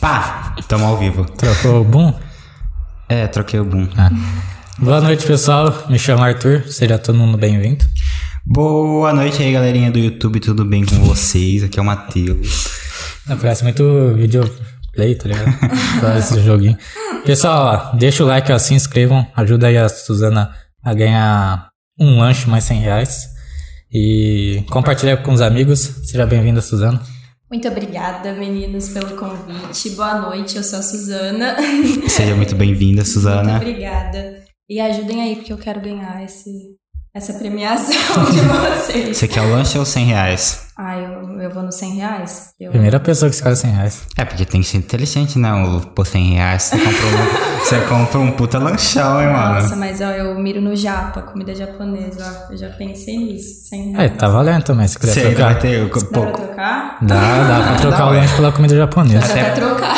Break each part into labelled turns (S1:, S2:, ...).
S1: Pá! Tamo ao vivo.
S2: Trocou o boom?
S1: É, troquei o boom.
S2: Boa noite, pessoal. Me chamo Arthur. Seja todo mundo bem-vindo.
S1: Boa noite aí, galerinha do YouTube, tudo bem com vocês? Aqui é o Matheus.
S2: Não, É, parece muito vídeo play, tá ligado? Parece esse joguinho. Pessoal, ó, deixa o like, ó, se inscrevam. Ajuda aí a Suzana a ganhar um lanche mais 100 reais. E compartilha com os amigos. Seja bem-vinda, Suzana.
S3: Muito obrigada, meninos, pelo convite. Boa noite, eu sou a Suzana.
S1: Seja muito bem-vinda,
S3: Muito
S1: Suzana.
S3: obrigada. E ajudem aí, porque eu quero ganhar esse, essa premiação de vocês.
S1: Você quer é o lanche ou 100 reais?
S3: Ah, eu, eu vou nos 100 reais. Eu-
S2: Primeira pessoa que escolhe 100 reais.
S1: É, porque tem que ser inteligente, né? O- Por 100 reais você comprou, um- você comprou um puta lanchão, hein, mano?
S3: Nossa, mas ó, eu miro no japa, comida japonesa. ó. Eu já pensei nisso, 100
S2: É,
S3: reais.
S2: tá valendo também, se
S1: Você
S2: quiser
S1: ainda vai
S2: trocar.
S1: ter.
S3: Dá pra
S1: É, Pô,
S3: trocar?
S2: Dá, dá pra trocar o
S1: ué.
S2: lanche pela comida japonesa.
S3: Dá pra trocar.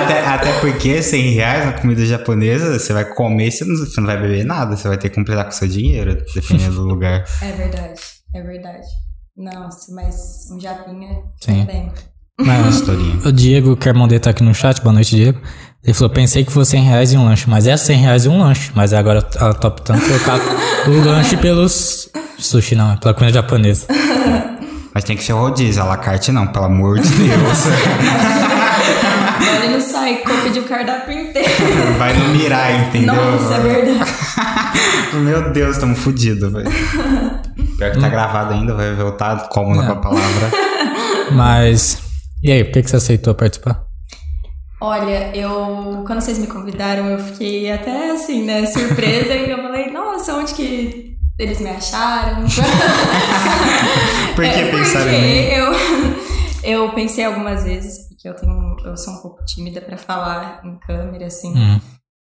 S1: até, até porque 100 reais na comida japonesa, você vai comer, você não, você não vai beber nada. Você vai ter que completar com o seu dinheiro, dependendo do lugar.
S3: É verdade, é verdade. Nossa, mas um japinha
S2: Sim.
S3: também.
S2: Mas
S1: Historinha.
S2: O Diego Kermondet tá aqui no chat, boa noite, Diego. Ele falou, pensei que fosse 100 reais e um lanche, mas é 100 reais e um lanche. Mas agora ela tá optando por trocar o lanche pelos sushi, não, é pela comida japonesa.
S1: Mas tem que ser rodízio, a la carte não, pelo amor de Deus.
S3: Agora ele não sai, copia de um cardápio inteiro.
S1: Vai no mirar, entendeu?
S3: Nossa, é verdade.
S1: Meu Deus, tamo fudido, velho. Pior que tá gravado ainda, vai voltar como na
S2: É.
S1: tua palavra.
S2: Mas, e aí, por que, que você aceitou participar?
S3: Olha, eu quando vocês me convidaram, eu fiquei até assim, né, surpresa e eu falei, nossa, onde que eles me acharam?
S1: Por que
S3: É,
S1: pensaram
S3: porque
S1: em mim?
S3: eu, eu pensei algumas vezes, porque eu tenho. Eu sou um pouco tímida pra falar em câmera, assim.
S2: Hum.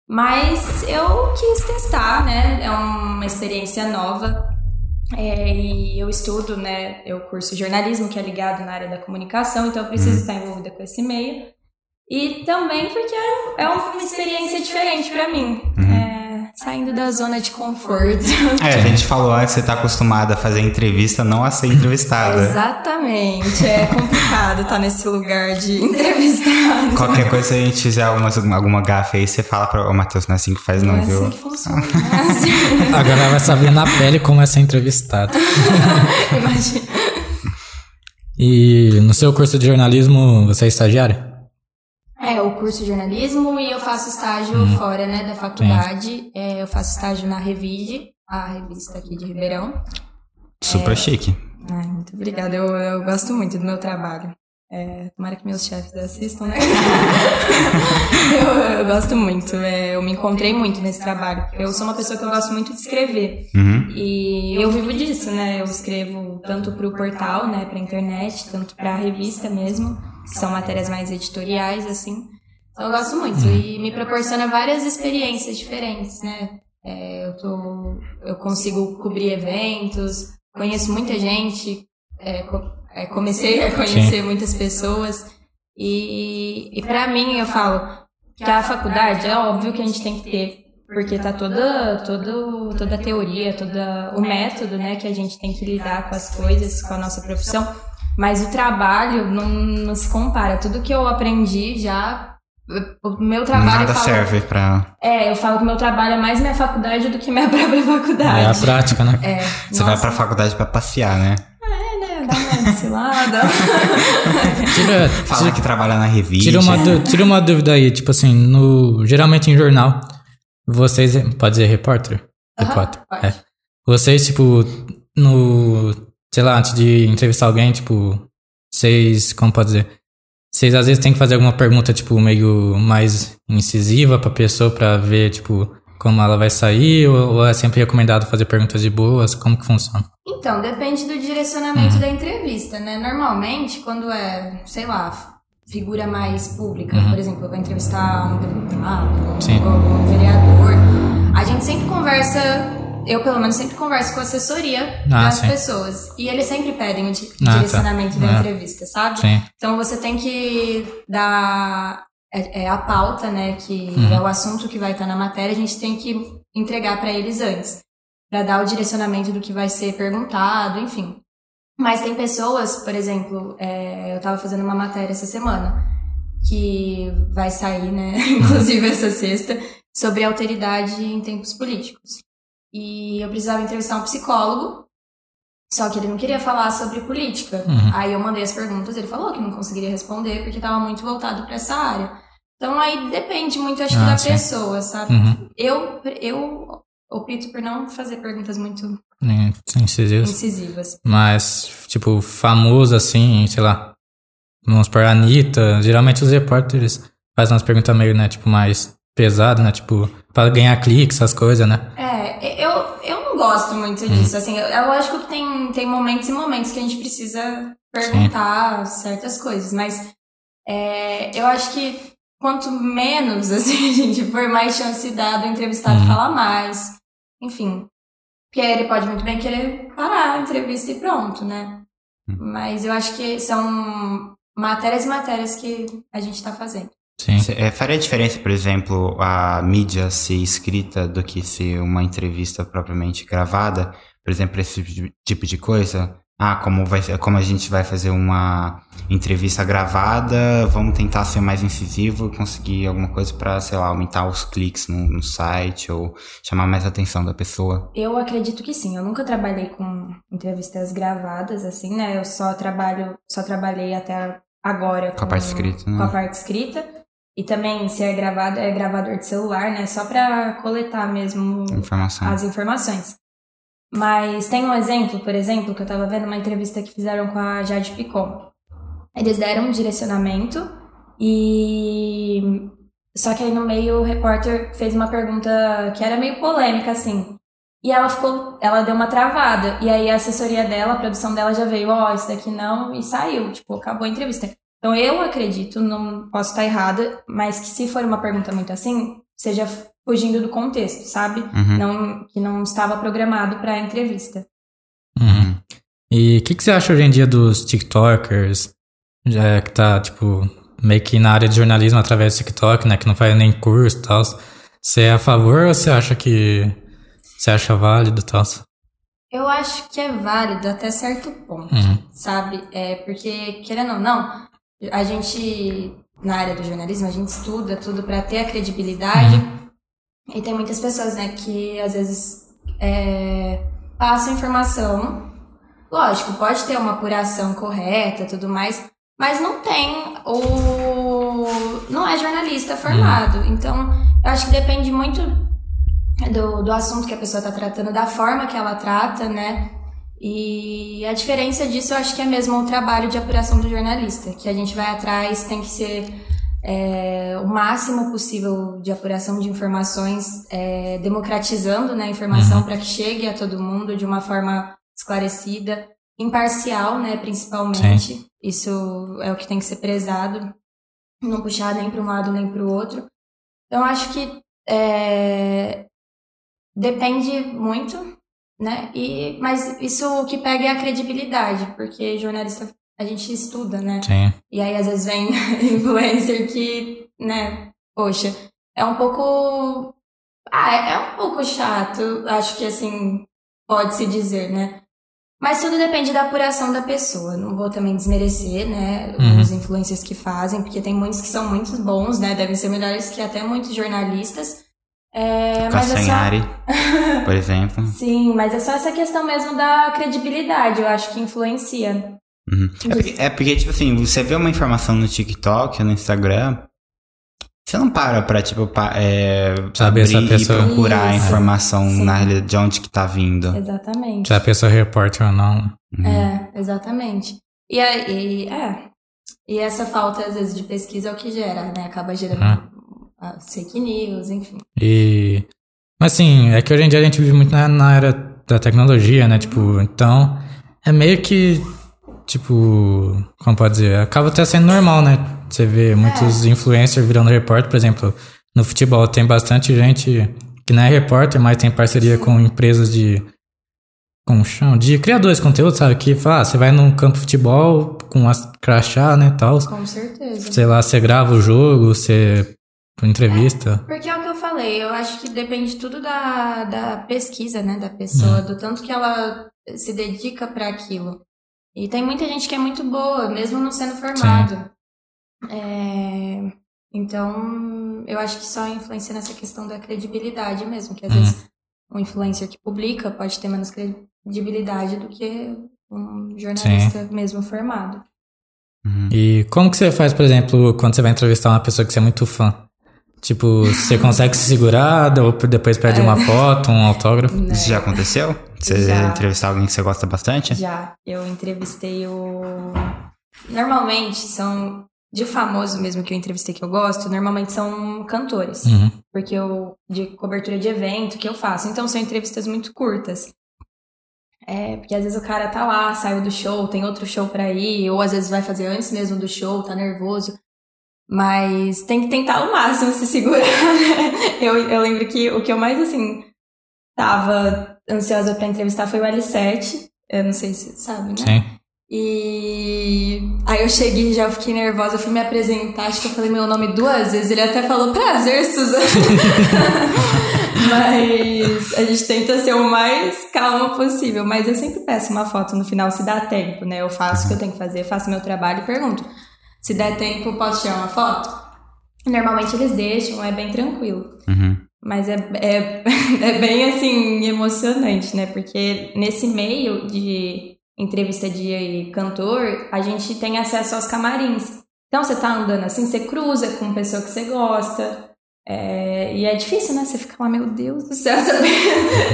S3: Mas eu quis testar, né? É uma experiência nova. É, e eu estudo, né? Eu curso jornalismo, que é ligado na área da comunicação, então eu preciso estar envolvida com esse meio. E também porque é, é uma experiência diferente pra mim. É, saindo da zona de conforto.
S1: É, a gente falou antes, você tá acostumada a fazer entrevista, não a ser
S3: é.
S1: entrevistada.
S3: Exatamente. É complicado estar nesse lugar de entrevistado.
S1: Qualquer coisa, se a gente fizer alguma, alguma gafe aí, você fala pra. Ô, Matheus, não é assim que faz, não,
S3: é assim
S1: viu?
S3: que funciona. né? Assim,
S2: Agora ela vai saber na pele como é ser entrevistado.
S3: Imagina.
S2: E no seu curso de jornalismo, você é estagiário?
S3: É, eu curso jornalismo e eu faço estágio
S1: Hum.
S3: fora, né, da faculdade. É, eu faço estágio na Revide, a revista aqui de Ribeirão. é.
S1: Super chique.
S3: Ai, muito obrigada. Eu, eu gosto muito do meu trabalho. É, tomara que meus chefes assistam, né? eu, eu gosto muito. é, eu me encontrei muito nesse trabalho. Eu sou uma pessoa que eu gosto muito de escrever.
S1: Uhum.
S3: E eu vivo disso, né? Eu escrevo tanto para o portal, né, para internet, tanto para a revista mesmo, que são matérias mais editoriais assim. Então, eu gosto muito e me proporciona várias experiências diferentes, né? É, eu tô, eu consigo cobrir eventos, conheço muita gente, é, co- é, comecei a conhecer muitas pessoas e, e para mim eu falo que a faculdade é óbvio que a gente tem que ter porque tá toda, todo, toda a teoria, todo o método, né, que a gente tem que lidar com as coisas, com a nossa profissão. Mas o trabalho não, não se compara. Tudo que eu aprendi já, o meu trabalho
S1: Nada
S3: eu falo,
S1: serve pra.
S3: é, eu falo que meu trabalho é mais minha faculdade do que minha própria
S2: É a
S3: faculdade.
S2: prática, né?
S3: É,
S1: Você vai pra faculdade pra passear, né?
S3: é, né, dá uma desfilada.
S2: Tira,
S1: Fala que trabalha na revista.
S2: Tira uma, dú- tira uma dúvida aí, tipo assim, no, geralmente em jornal, vocês. Pode dizer repórter?
S3: Aham,
S2: repórter.
S3: pode.
S2: É. Vocês, tipo, no. Sei lá, antes de entrevistar alguém, tipo. Vocês. Como pode dizer? Vocês às vezes têm que fazer alguma pergunta, tipo, meio mais incisiva pra pessoa pra ver, tipo, como ela vai sair, ou, ou é sempre recomendado fazer perguntas de boas? Como que funciona?
S3: Então, depende do direcionamento
S2: Uhum.
S3: da entrevista, né? Normalmente, quando é, sei lá, f- figura mais pública, por exemplo, eu vou entrevistar um deputado,
S2: Uhum. Sim.
S3: um vereador, a gente sempre conversa, eu pelo menos sempre converso com a assessoria
S2: Ah,
S3: das
S2: sim.
S3: pessoas. E eles sempre pedem o di-
S2: Ah, tá.
S3: direcionamento da
S2: Ah.
S3: entrevista, sabe?
S2: Sim.
S3: Então você tem que dar é, é a pauta, né? Que é o assunto que vai estar na matéria, a gente tem que entregar para eles antes, para dar o direcionamento do que vai ser perguntado, enfim. Mas tem pessoas, por exemplo, é, eu tava fazendo uma matéria essa semana. que vai sair, né, inclusive essa sexta, sobre alteridade em tempos políticos. E eu precisava entrevistar um psicólogo, só que ele não queria falar sobre política.
S2: Uhum.
S3: Aí eu mandei as perguntas, ele falou que não conseguiria responder porque estava muito voltado para essa área. Então aí depende muito, acho que,
S2: Ah,
S3: da
S2: sim.
S3: pessoa, sabe?
S2: Uhum.
S3: Eu, eu opto por não fazer perguntas muito
S2: Né, Sem incisivos.
S3: incisivas.
S2: Mas, tipo, famoso assim, sei lá. Vamos por Anitta. Geralmente os repórteres fazem umas perguntas meio, né, tipo, mais pesadas, né? Tipo, pra ganhar clique, essas coisas, né?
S3: É, eu, eu não gosto muito disso. Assim, eu, eu acho que tem, tem momentos e momentos que a gente precisa perguntar certas coisas, mas é, eu acho que quanto menos assim, a gente for, mais chance dá do entrevistado
S2: Uhum.
S3: falar mais. Enfim. Porque ele pode muito bem querer parar a entrevista e pronto, né?
S1: Uhum.
S3: Mas eu acho que são matérias e matérias que a gente tá fazendo.
S2: Sim.
S1: Cê- é, faria diferença, por exemplo, a mídia ser escrita do que ser uma entrevista propriamente gravada? Por exemplo, esse tipo de- tipo de coisa? Ah, como, vai, ser- como a gente vai fazer uma entrevista gravada, vamos tentar ser mais incisivo, conseguir alguma coisa pra, sei lá, aumentar os cliques no, no site ou chamar mais atenção da pessoa.
S3: Eu acredito que sim. Eu nunca trabalhei com entrevistas gravadas, assim, né? Eu só trabalho, só trabalhei até agora
S1: Com a parte escrita, né?
S3: com a parte escrita. E também, se é gravado, é gravador de celular, né? Só pra coletar mesmo
S1: Uhum. Informação.
S3: as informações. Mas tem um exemplo, por exemplo, que eu tava vendo uma entrevista que fizeram com a Jade Picon. Eles deram um direcionamento e. Só que aí no meio o repórter fez uma pergunta que era meio polêmica, assim. E ela ficou. Ela deu uma travada. E aí a assessoria dela, a produção dela já veio, ó, isso daqui não, e saiu. Tipo, acabou a entrevista. Então eu acredito, não posso estar errada, mas que se for uma pergunta muito assim, seja fugindo do contexto, sabe?
S1: Uhum.
S3: não, que não estava programado para a entrevista.
S2: Uhum. E o que, que você acha hoje em dia dos TikTokers? é, que tá, tipo, meio que na área de jornalismo através do TikTok, né? Que não faz nem curso e tal. Você é a favor ou você acha que. Você acha válido e tal?
S3: Eu acho que é válido até certo ponto,
S2: Uhum.
S3: sabe? É porque, querendo ou não, a gente, na área do jornalismo, a gente estuda tudo para ter a credibilidade. E tem muitas pessoas, né, que às vezes é, passam informação. Lógico, pode ter uma apuração correta tudo mais, mas não tem o. não é jornalista formado. Então, eu acho que depende muito do, do assunto que a pessoa está tratando, da forma que ela trata, né? E a diferença disso eu acho que é mesmo o trabalho de apuração do jornalista, que a gente vai atrás, tem que ser é, o máximo possível de apuração de informações, é, democratizando né, a informação para que chegue a todo mundo de uma forma esclarecida, imparcial, né, principalmente. Isso é o que tem que ser prezado, não puxar nem para um lado nem para o outro. Então acho que é, depende muito, né? E, mas isso o que pega é a credibilidade, porque jornalista a gente estuda, né?
S2: Sim.
S3: E aí às vezes vem influencer que, né, poxa, é um pouco. Ah, é, é um pouco chato, acho que assim, pode se dizer, né? Mas tudo depende da apuração da pessoa. Não vou também desmerecer, né,
S2: Uhum.
S3: os influencers que fazem, porque tem muitos que são muito bons, né? Devem ser melhores que até muitos jornalistas. É, mas é só
S1: Castanhari, por exemplo.
S3: Sim, mas é só essa questão mesmo da credibilidade, eu acho que influencia.
S1: Uhum. É, porque, é porque, tipo assim, você vê uma informação no TikTok ou no Instagram, você não para pra, tipo, pa- é, abrir
S2: Saber essa pessoa.
S1: e procurar
S3: Isso.
S1: a informação
S3: Sim.
S1: na realidade de onde que tá vindo.
S3: Exatamente.
S2: Se a pessoa é repórter ou não.
S1: Uhum.
S3: É, exatamente. E, a- e- é. E essa falta, às vezes, de pesquisa é o que gera, né? Acaba gerando
S2: Ah.
S3: as fake news, enfim.
S2: E. Mas assim, é que hoje em dia a gente vive muito na, na era da tecnologia, né? Tipo, então. É meio que. Tipo. Como pode dizer? Acaba até sendo normal, né? Você vê muitos influencers virando repórter, por exemplo, no futebol tem bastante gente que não é repórter, mas tem parceria com empresas de. Como chão? De criadores de conteúdo, sabe? Que fala, ah, você vai num campo de futebol com as crachá, né? Tal.
S3: Com certeza.
S2: Sei lá, você grava o jogo, você. entrevista.
S3: Porque é o que eu falei, eu acho que depende tudo da, da pesquisa, né, da pessoa, do tanto que ela se dedica para aquilo. E tem muita gente que é muito boa, mesmo não sendo formado. É, então, eu acho que só influencia nessa questão da credibilidade mesmo, que às
S2: Uhum.
S3: vezes um influencer que publica pode ter menos credibilidade do que um jornalista mesmo formado.
S1: Uhum.
S2: E como que você faz, por exemplo, quando você vai entrevistar uma pessoa que você é muito fã? Tipo, você consegue se segurar, ou depois pede uma foto, um autógrafo?
S3: né?
S1: Isso já aconteceu? Você
S3: Já.
S1: entrevistar alguém que você gosta bastante?
S3: Já, eu entrevistei o. Normalmente são. De famoso mesmo que eu entrevistei que eu gosto, normalmente são cantores.
S2: Uhum.
S3: Porque eu. De cobertura de evento que eu faço. Então são entrevistas muito curtas. É, porque às vezes o cara tá lá, saiu do show, tem outro show pra ir, ou às vezes vai fazer antes mesmo do show, tá nervoso. Mas tem que tentar ao máximo se segurar, né? Eu, eu lembro que o que eu mais, assim, tava ansiosa pra entrevistar foi o L7. Eu não sei se você sabe, né?
S2: Sim.
S3: E aí eu cheguei, já fiquei nervosa, eu fui me apresentar, acho que eu falei meu nome duas vezes, ele até falou prazer, Suzana. mas a gente tenta ser o mais calma possível, mas eu sempre peço uma foto no final se dá tempo, né? Eu faço o que eu tenho que fazer, faço meu trabalho e pergunto. Se der tempo, posso tirar uma foto? Normalmente eles deixam, é bem tranquilo.
S1: Uhum.
S3: Mas é, é, é bem assim emocionante, né? Porque nesse meio de entrevista de cantor, a gente tem acesso aos camarins. Então você tá andando assim, você cruza com pessoa que você gosta. É, e é difícil, né? Você fica lá, meu Deus do céu, sabe?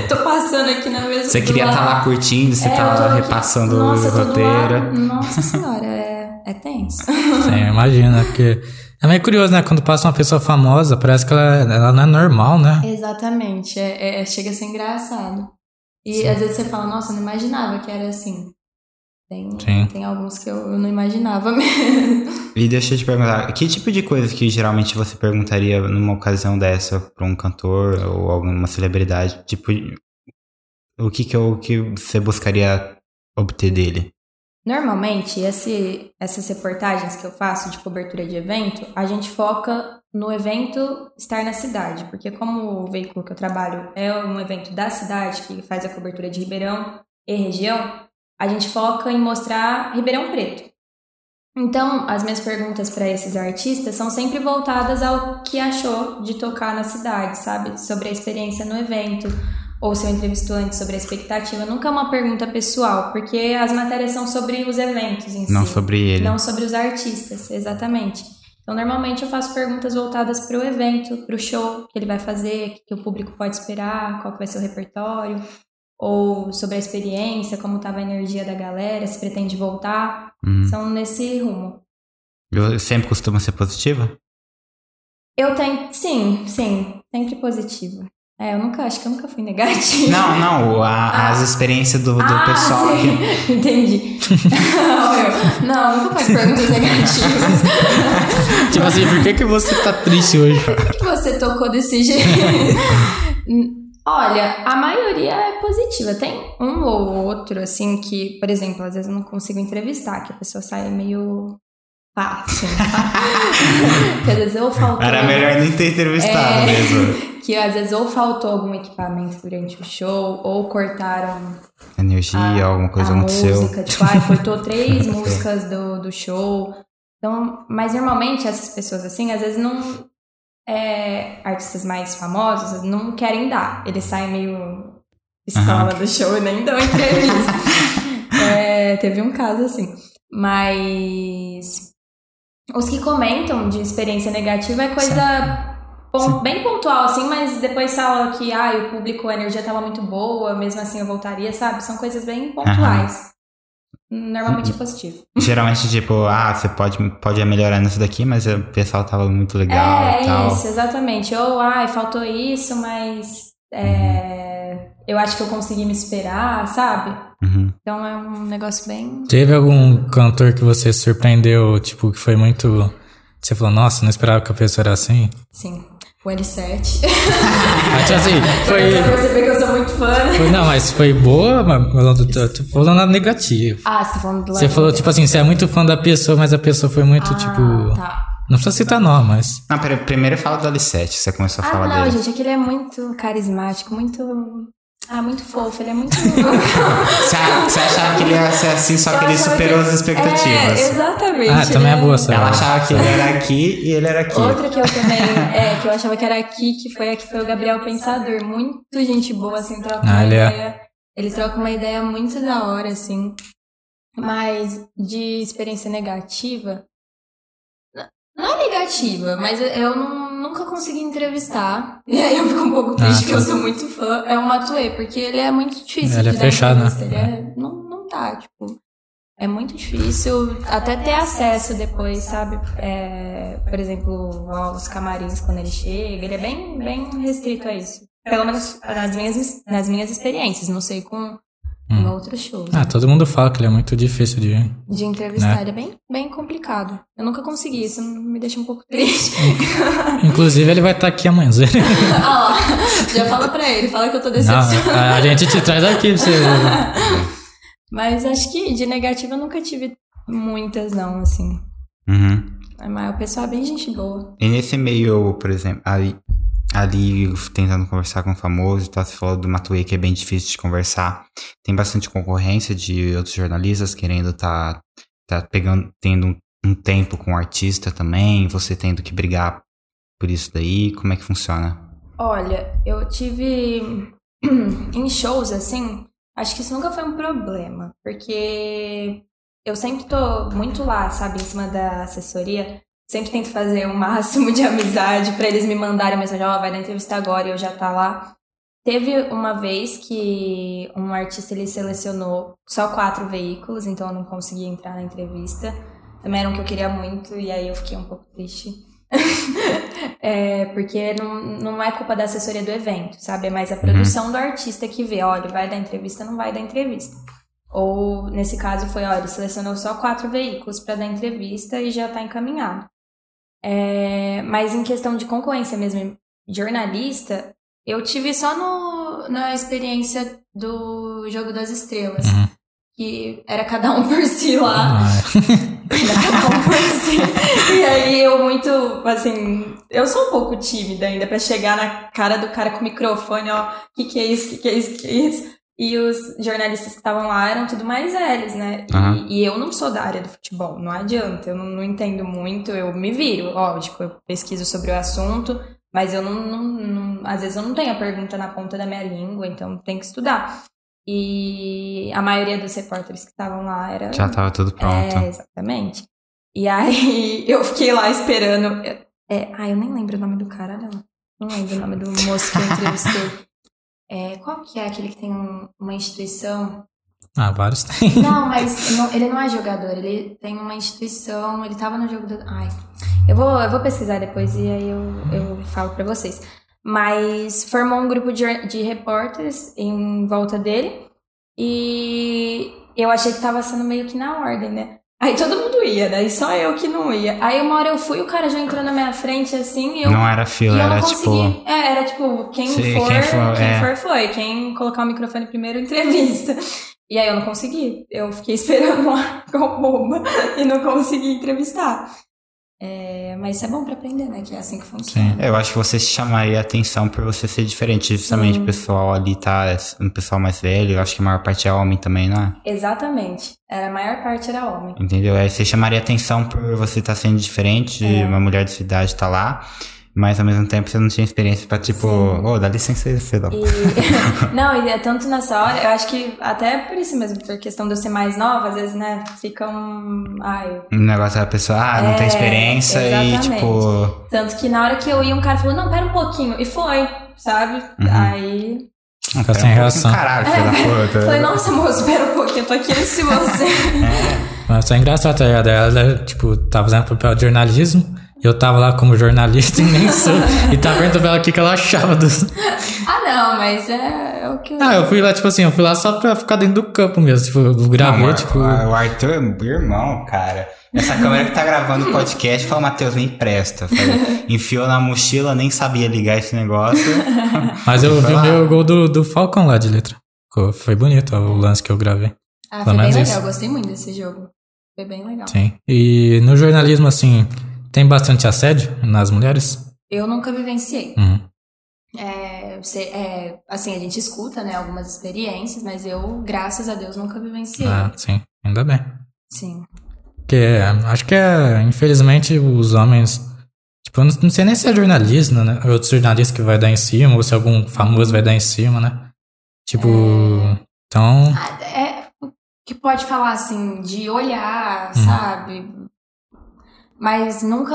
S3: tô passando aqui na mesma.
S1: Você
S3: do
S1: queria estar
S3: lado.
S1: lá curtindo, você
S3: É,
S1: tá
S3: eu tô
S1: lá
S3: aqui.
S1: repassando
S3: Nossa,
S1: o
S3: eu tô do
S1: roteiro.
S3: lado. Nossa senhora, é, é tenso.
S2: Sim, eu imagino, né? porque é meio curioso, né? Quando passa uma pessoa famosa, parece que ela, ela não é normal, né?
S3: Exatamente, é, é- chega a ser engraçado. E
S2: Sim.
S3: às vezes você fala, nossa, eu não imaginava que era assim. Tem,
S2: Sim.
S3: tem alguns que eu, eu não imaginava mesmo.
S1: E deixa eu te perguntar, que tipo de coisa que geralmente você perguntaria numa ocasião dessa pra um cantor ou alguma celebridade? Tipo, o que que, eu, que você buscaria obter dele?
S3: Normalmente, esse, essas reportagens que eu faço de cobertura de evento, a gente foca no evento estar na cidade, porque como o veículo que eu trabalho é um evento da cidade que faz a cobertura de Ribeirão e região, a gente foca em mostrar Ribeirão Preto. Então, as minhas perguntas para esses artistas são sempre voltadas ao que achou de tocar na cidade, sabe? Sobre a experiência no evento, ou seu entrevistante, sobre a expectativa. Nunca é uma pergunta pessoal, porque as matérias são sobre os eventos em
S1: Não
S3: si.
S1: sobre ele.
S3: Não sobre os artistas, exatamente. Então, normalmente eu faço perguntas voltadas para o evento, para o show que ele vai fazer, o que o público pode esperar, qual que vai ser o repertório, ou sobre a experiência, como estava a energia da galera, se pretende voltar.
S1: Hum.
S3: São nesse rumo.
S1: Eu sempre costuma ser positiva?
S3: Eu tenho, sim, sim, sempre positivo. É, eu nunca, acho que eu nunca fui negativa.
S1: Não, não, a-
S3: Ah.
S1: as experiências do, do
S3: Ah,
S1: pessoal
S3: sim.
S1: aqui.
S3: Entendi. não, eu, não, eu nunca faço perguntas negativas.
S2: Tipo assim, por que, que você tá triste hoje?
S3: que você tocou desse jeito? Hum, Olha, a maioria é positiva. Tem um ou outro, assim, que, por exemplo, às vezes eu não consigo entrevistar, que a pessoa sai meio fácil. sabe? que às vezes eu falo.
S1: Era melhor nem ter entrevistado
S3: É.
S1: mesmo.
S3: Que às vezes ou faltou algum equipamento durante o show, ou cortaram
S1: Energia, alguma coisa
S3: a
S1: aconteceu.
S3: música, tipo, ah, cortou três músicas do, do show. Então, mas normalmente essas pessoas assim, às vezes não. é, artistas mais famosos não querem dar. Eles saem meio pistola do show e nem dão entrevista. É, teve um caso assim. Mas. Os que comentam de experiência negativa é coisa pon- bem pontual, assim, mas depois falam que ah, o público, a energia tava muito boa, mesmo assim eu voltaria, sabe? São coisas bem pontuais. Normalmente é positivo.
S1: Geralmente, tipo, ah, você pode, pode melhorar nisso daqui, mas o pessoal tava muito legal
S3: é,
S1: e tal.
S3: isso, exatamente. Ou, ai, faltou isso, mas é, eu acho que eu consegui me esperar, sabe?
S1: Uhum.
S3: Então é um negócio bem.
S2: Teve algum cantor que você surpreendeu, tipo, que foi muito. Você falou, nossa, não esperava que a pessoa era assim?
S3: Sim. O L7.
S2: Mas, tipo assim,
S3: Pra
S2: foi.
S3: perceber que eu sou muito fã. né?
S2: foi- não, mas foi boa, mas falando, tô- tô falando negativo.
S3: Ah, você tá falando do
S2: Você falou, tipo assim, você é muito fã da pessoa, mas a pessoa foi muito,
S3: Ah,
S2: tipo.
S3: Tá.
S2: Não precisa citar nome, mas.
S1: Não, pera, primeiro fala do L7, que você começou a
S3: Ah,
S1: falar
S3: não,
S1: Tá dele.
S3: gente, aquele é muito carismático, muito Ah, muito fofo, ele é muito.
S1: Você a- você achava que ele ia ser assim, só que Tá. ele superou as expectativas.
S3: É, exatamente.
S2: Ah, também é
S3: né?
S2: boa essa.
S1: Ela achava que ele era aqui e ele era aqui.
S3: Outra que eu também, é, que eu achava que era aqui, que foi a que foi o Gabriel Pensador. Muito gente boa, assim, troca
S2: Ah,
S3: uma
S2: ele é.
S3: ideia. Ele troca uma ideia muito da hora, assim. Mas de experiência negativa. n- Não é negativa, mas eu- eu não- nunca consegui entrevistar. E aí eu fico um pouco triste,
S2: Ah,
S3: porque
S2: tá.
S3: eu sou muito fã. É o Matue, porque ele é muito difícil.
S2: Ele
S3: de
S2: é
S3: dar
S2: fechado, né?
S3: entrevista, Ele é- não, não tá, tipo. É muito difícil até ter acesso depois, sabe? É, por exemplo, aos camarins quando ele chega. Ele é bem, bem restrito a isso. Pelo menos nas minhas, nas minhas experiências. Não sei com em outros shows.
S2: Ah, todo mundo fala que ele é muito difícil de.
S3: De entrevistar,
S2: né?
S3: ele é bem, bem complicado. Eu nunca consegui, isso me deixa um pouco triste.
S2: Inclusive, ele vai estar aqui amanhã.
S3: ah, ó, já fala pra ele, fala que eu tô
S2: Não, é.
S3: decepcionada.
S2: a gente te traz aqui pra você.
S3: Mas acho que de negativa eu nunca tive muitas, não, assim.
S1: Uhum.
S3: Mas o pessoal é bem gente boa.
S1: E nesse meio, por exemplo, ali, ali tentando conversar com o famoso, tá, você falou do Matuê que é bem difícil de conversar. Tem bastante concorrência de outros jornalistas querendo tá, tá pegando, tendo um, um tempo com o artista também, você tendo que brigar por isso daí, como é que funciona?
S3: Olha, eu tive em shows, assim, acho que isso nunca foi um problema. Porque eu sempre tô muito lá, sabe, em cima da assessoria. Sempre tento fazer o máximo de amizade pra eles me mandarem mensagem, ó, vai na entrevista agora e eu já tá lá. Teve uma vez que um artista ele selecionou só quatro veículos, então eu não consegui entrar na entrevista. Também era um que eu queria muito e aí eu fiquei um pouco triste. É, porque não, não é culpa da assessoria do evento, sabe? É mais a produção do artista que vê, olha, vai dar entrevista, não vai dar entrevista. Ou, nesse caso, foi, olha, selecionou só quatro veículos para dar entrevista e já está encaminhado. É, mas em questão de concorrência mesmo, jornalista, eu tive só no, na experiência do Jogo das Estrelas,
S2: Uhum.
S3: que era cada um por si lá.
S2: Ah,
S3: Cada um por si. é. E aí eu muito, assim, eu sou um pouco tímida ainda pra chegar na cara do cara com o microfone, ó, que que é isso, que que é isso, que que é isso. E os jornalistas que estavam lá eram tudo mais velhos, né? E,
S1: Aham.
S3: e eu não sou da área do futebol, não adianta, eu não, não entendo muito, eu me viro, ó, tipo, eu pesquiso sobre o assunto, mas eu não, não- não- às vezes eu não tenho a pergunta na ponta da minha língua, então tem que estudar. E a maioria dos repórteres que estavam lá era
S1: Já tava tudo pronto.
S3: Hum, é, exatamente. E aí eu fiquei lá esperando. É, é, ah, eu nem lembro o nome do cara, não. Não lembro o nome do moço que eu entrevistei. É, qual que é aquele que tem um- uma instituição?
S2: ah, vários tem.
S3: Não, mas não- ele não é jogador, ele tem uma instituição, ele tava no jogo do. Ai. Eu vou, eu vou pesquisar depois e aí eu, eu falo pra vocês. Mas formou um grupo de, jor- de repórteres em volta dele. E eu achei que tava sendo meio que na ordem, né? Aí todo mundo ia, daí só eu que não ia. Aí uma hora eu fui, o cara já entrou na minha frente assim, e eu.
S1: não era
S3: e eu
S1: fila,
S3: não
S1: era
S3: consegui.
S1: tipo.
S3: É, era tipo, quem
S1: Sim,
S3: for,
S1: quem
S3: quem,
S1: for,
S3: for,
S1: é.
S3: foi. Quem colocar o microfone primeiro, entrevista. E aí eu não consegui. Eu fiquei esperando lá com bomba e não consegui entrevistar. É, mas isso é bom pra aprender, né? Que é assim que funciona.
S1: Eu acho que você chamaria atenção por você ser diferente. Justamente o pessoal ali tá. é Um pessoal mais velho, eu acho que a maior parte é homem também, não é?
S3: Exatamente. Era, a maior parte era homem.
S1: Entendeu? Aí você chamaria atenção por você estar sendo diferente,
S3: É.
S1: uma mulher de sua idade tá lá, mas ao mesmo tempo você não tinha experiência pra tipo, ô, dá licença aí, filho. da p-".
S3: E, não, e é tanto nessa hora, eu acho que até por isso mesmo, por questão de eu ser mais nova, às vezes, né, fica um. Ai,
S1: O negócio da pessoa, ah, não
S3: É,
S1: tem experiência e
S3: exatamente.
S1: tipo.
S3: Tanto que na hora que eu ia, um cara falou, não, pera um pouquinho. E foi, sabe?
S1: Uhum.
S3: Aí.
S2: Fica
S1: "Ah, pera
S2: sem
S1: um pouquinho,
S2: reação.
S1: Caralho, filho da
S3: Falei,
S1: puta.
S3: nossa, moço, pera um pouquinho, eu tô aqui antes de você.
S2: Mas é engraçado, tá ligado? Ela, tipo, tá fazendo papel de jornalismo. Eu tava lá como jornalista e nem sou. e tá perguntando pra ela o que, que ela achava dos.
S3: ah, não, mas é, é o que eu.
S2: Ah, eu fui lá, tipo assim, eu fui lá só pra ficar dentro do campo mesmo. Tipo, eu gravei,
S1: Amor,
S2: tipo.
S1: O Arthur é meu irmão, cara. Essa câmera que tá gravando o podcast fala, Matheus, nem presta. Falei, Enfiou na mochila, nem sabia ligar esse negócio.
S2: Mas eu
S1: Foi
S2: vi o
S1: lá.
S2: meu gol do, do Falcão lá de letra. Ficou- Foi bonito ó, o lance que eu gravei. Pelo
S3: Ah, foi bem
S2: menos
S3: legal,
S2: isso.
S3: gostei muito desse jogo. Foi bem legal.
S2: Sim. E no jornalismo, assim, tem bastante assédio nas mulheres?
S3: Eu nunca vivenciei.
S2: Uhum.
S3: É, obse- é, assim, a gente escuta, né, algumas experiências, mas eu, graças a Deus, nunca vivenciei.
S2: Ah, sim, ainda bem.
S3: Sim.
S2: Porque é, acho que é, infelizmente, os homens. Tipo, eu não, não sei nem se é jornalista, né? Outro jornalista que vai dar em cima, ou se algum famoso vai dar em cima, né? Tipo. Então.
S3: Ah, É, o que pode falar, assim, de olhar,
S2: Uhum.
S3: sabe? Mas nunca,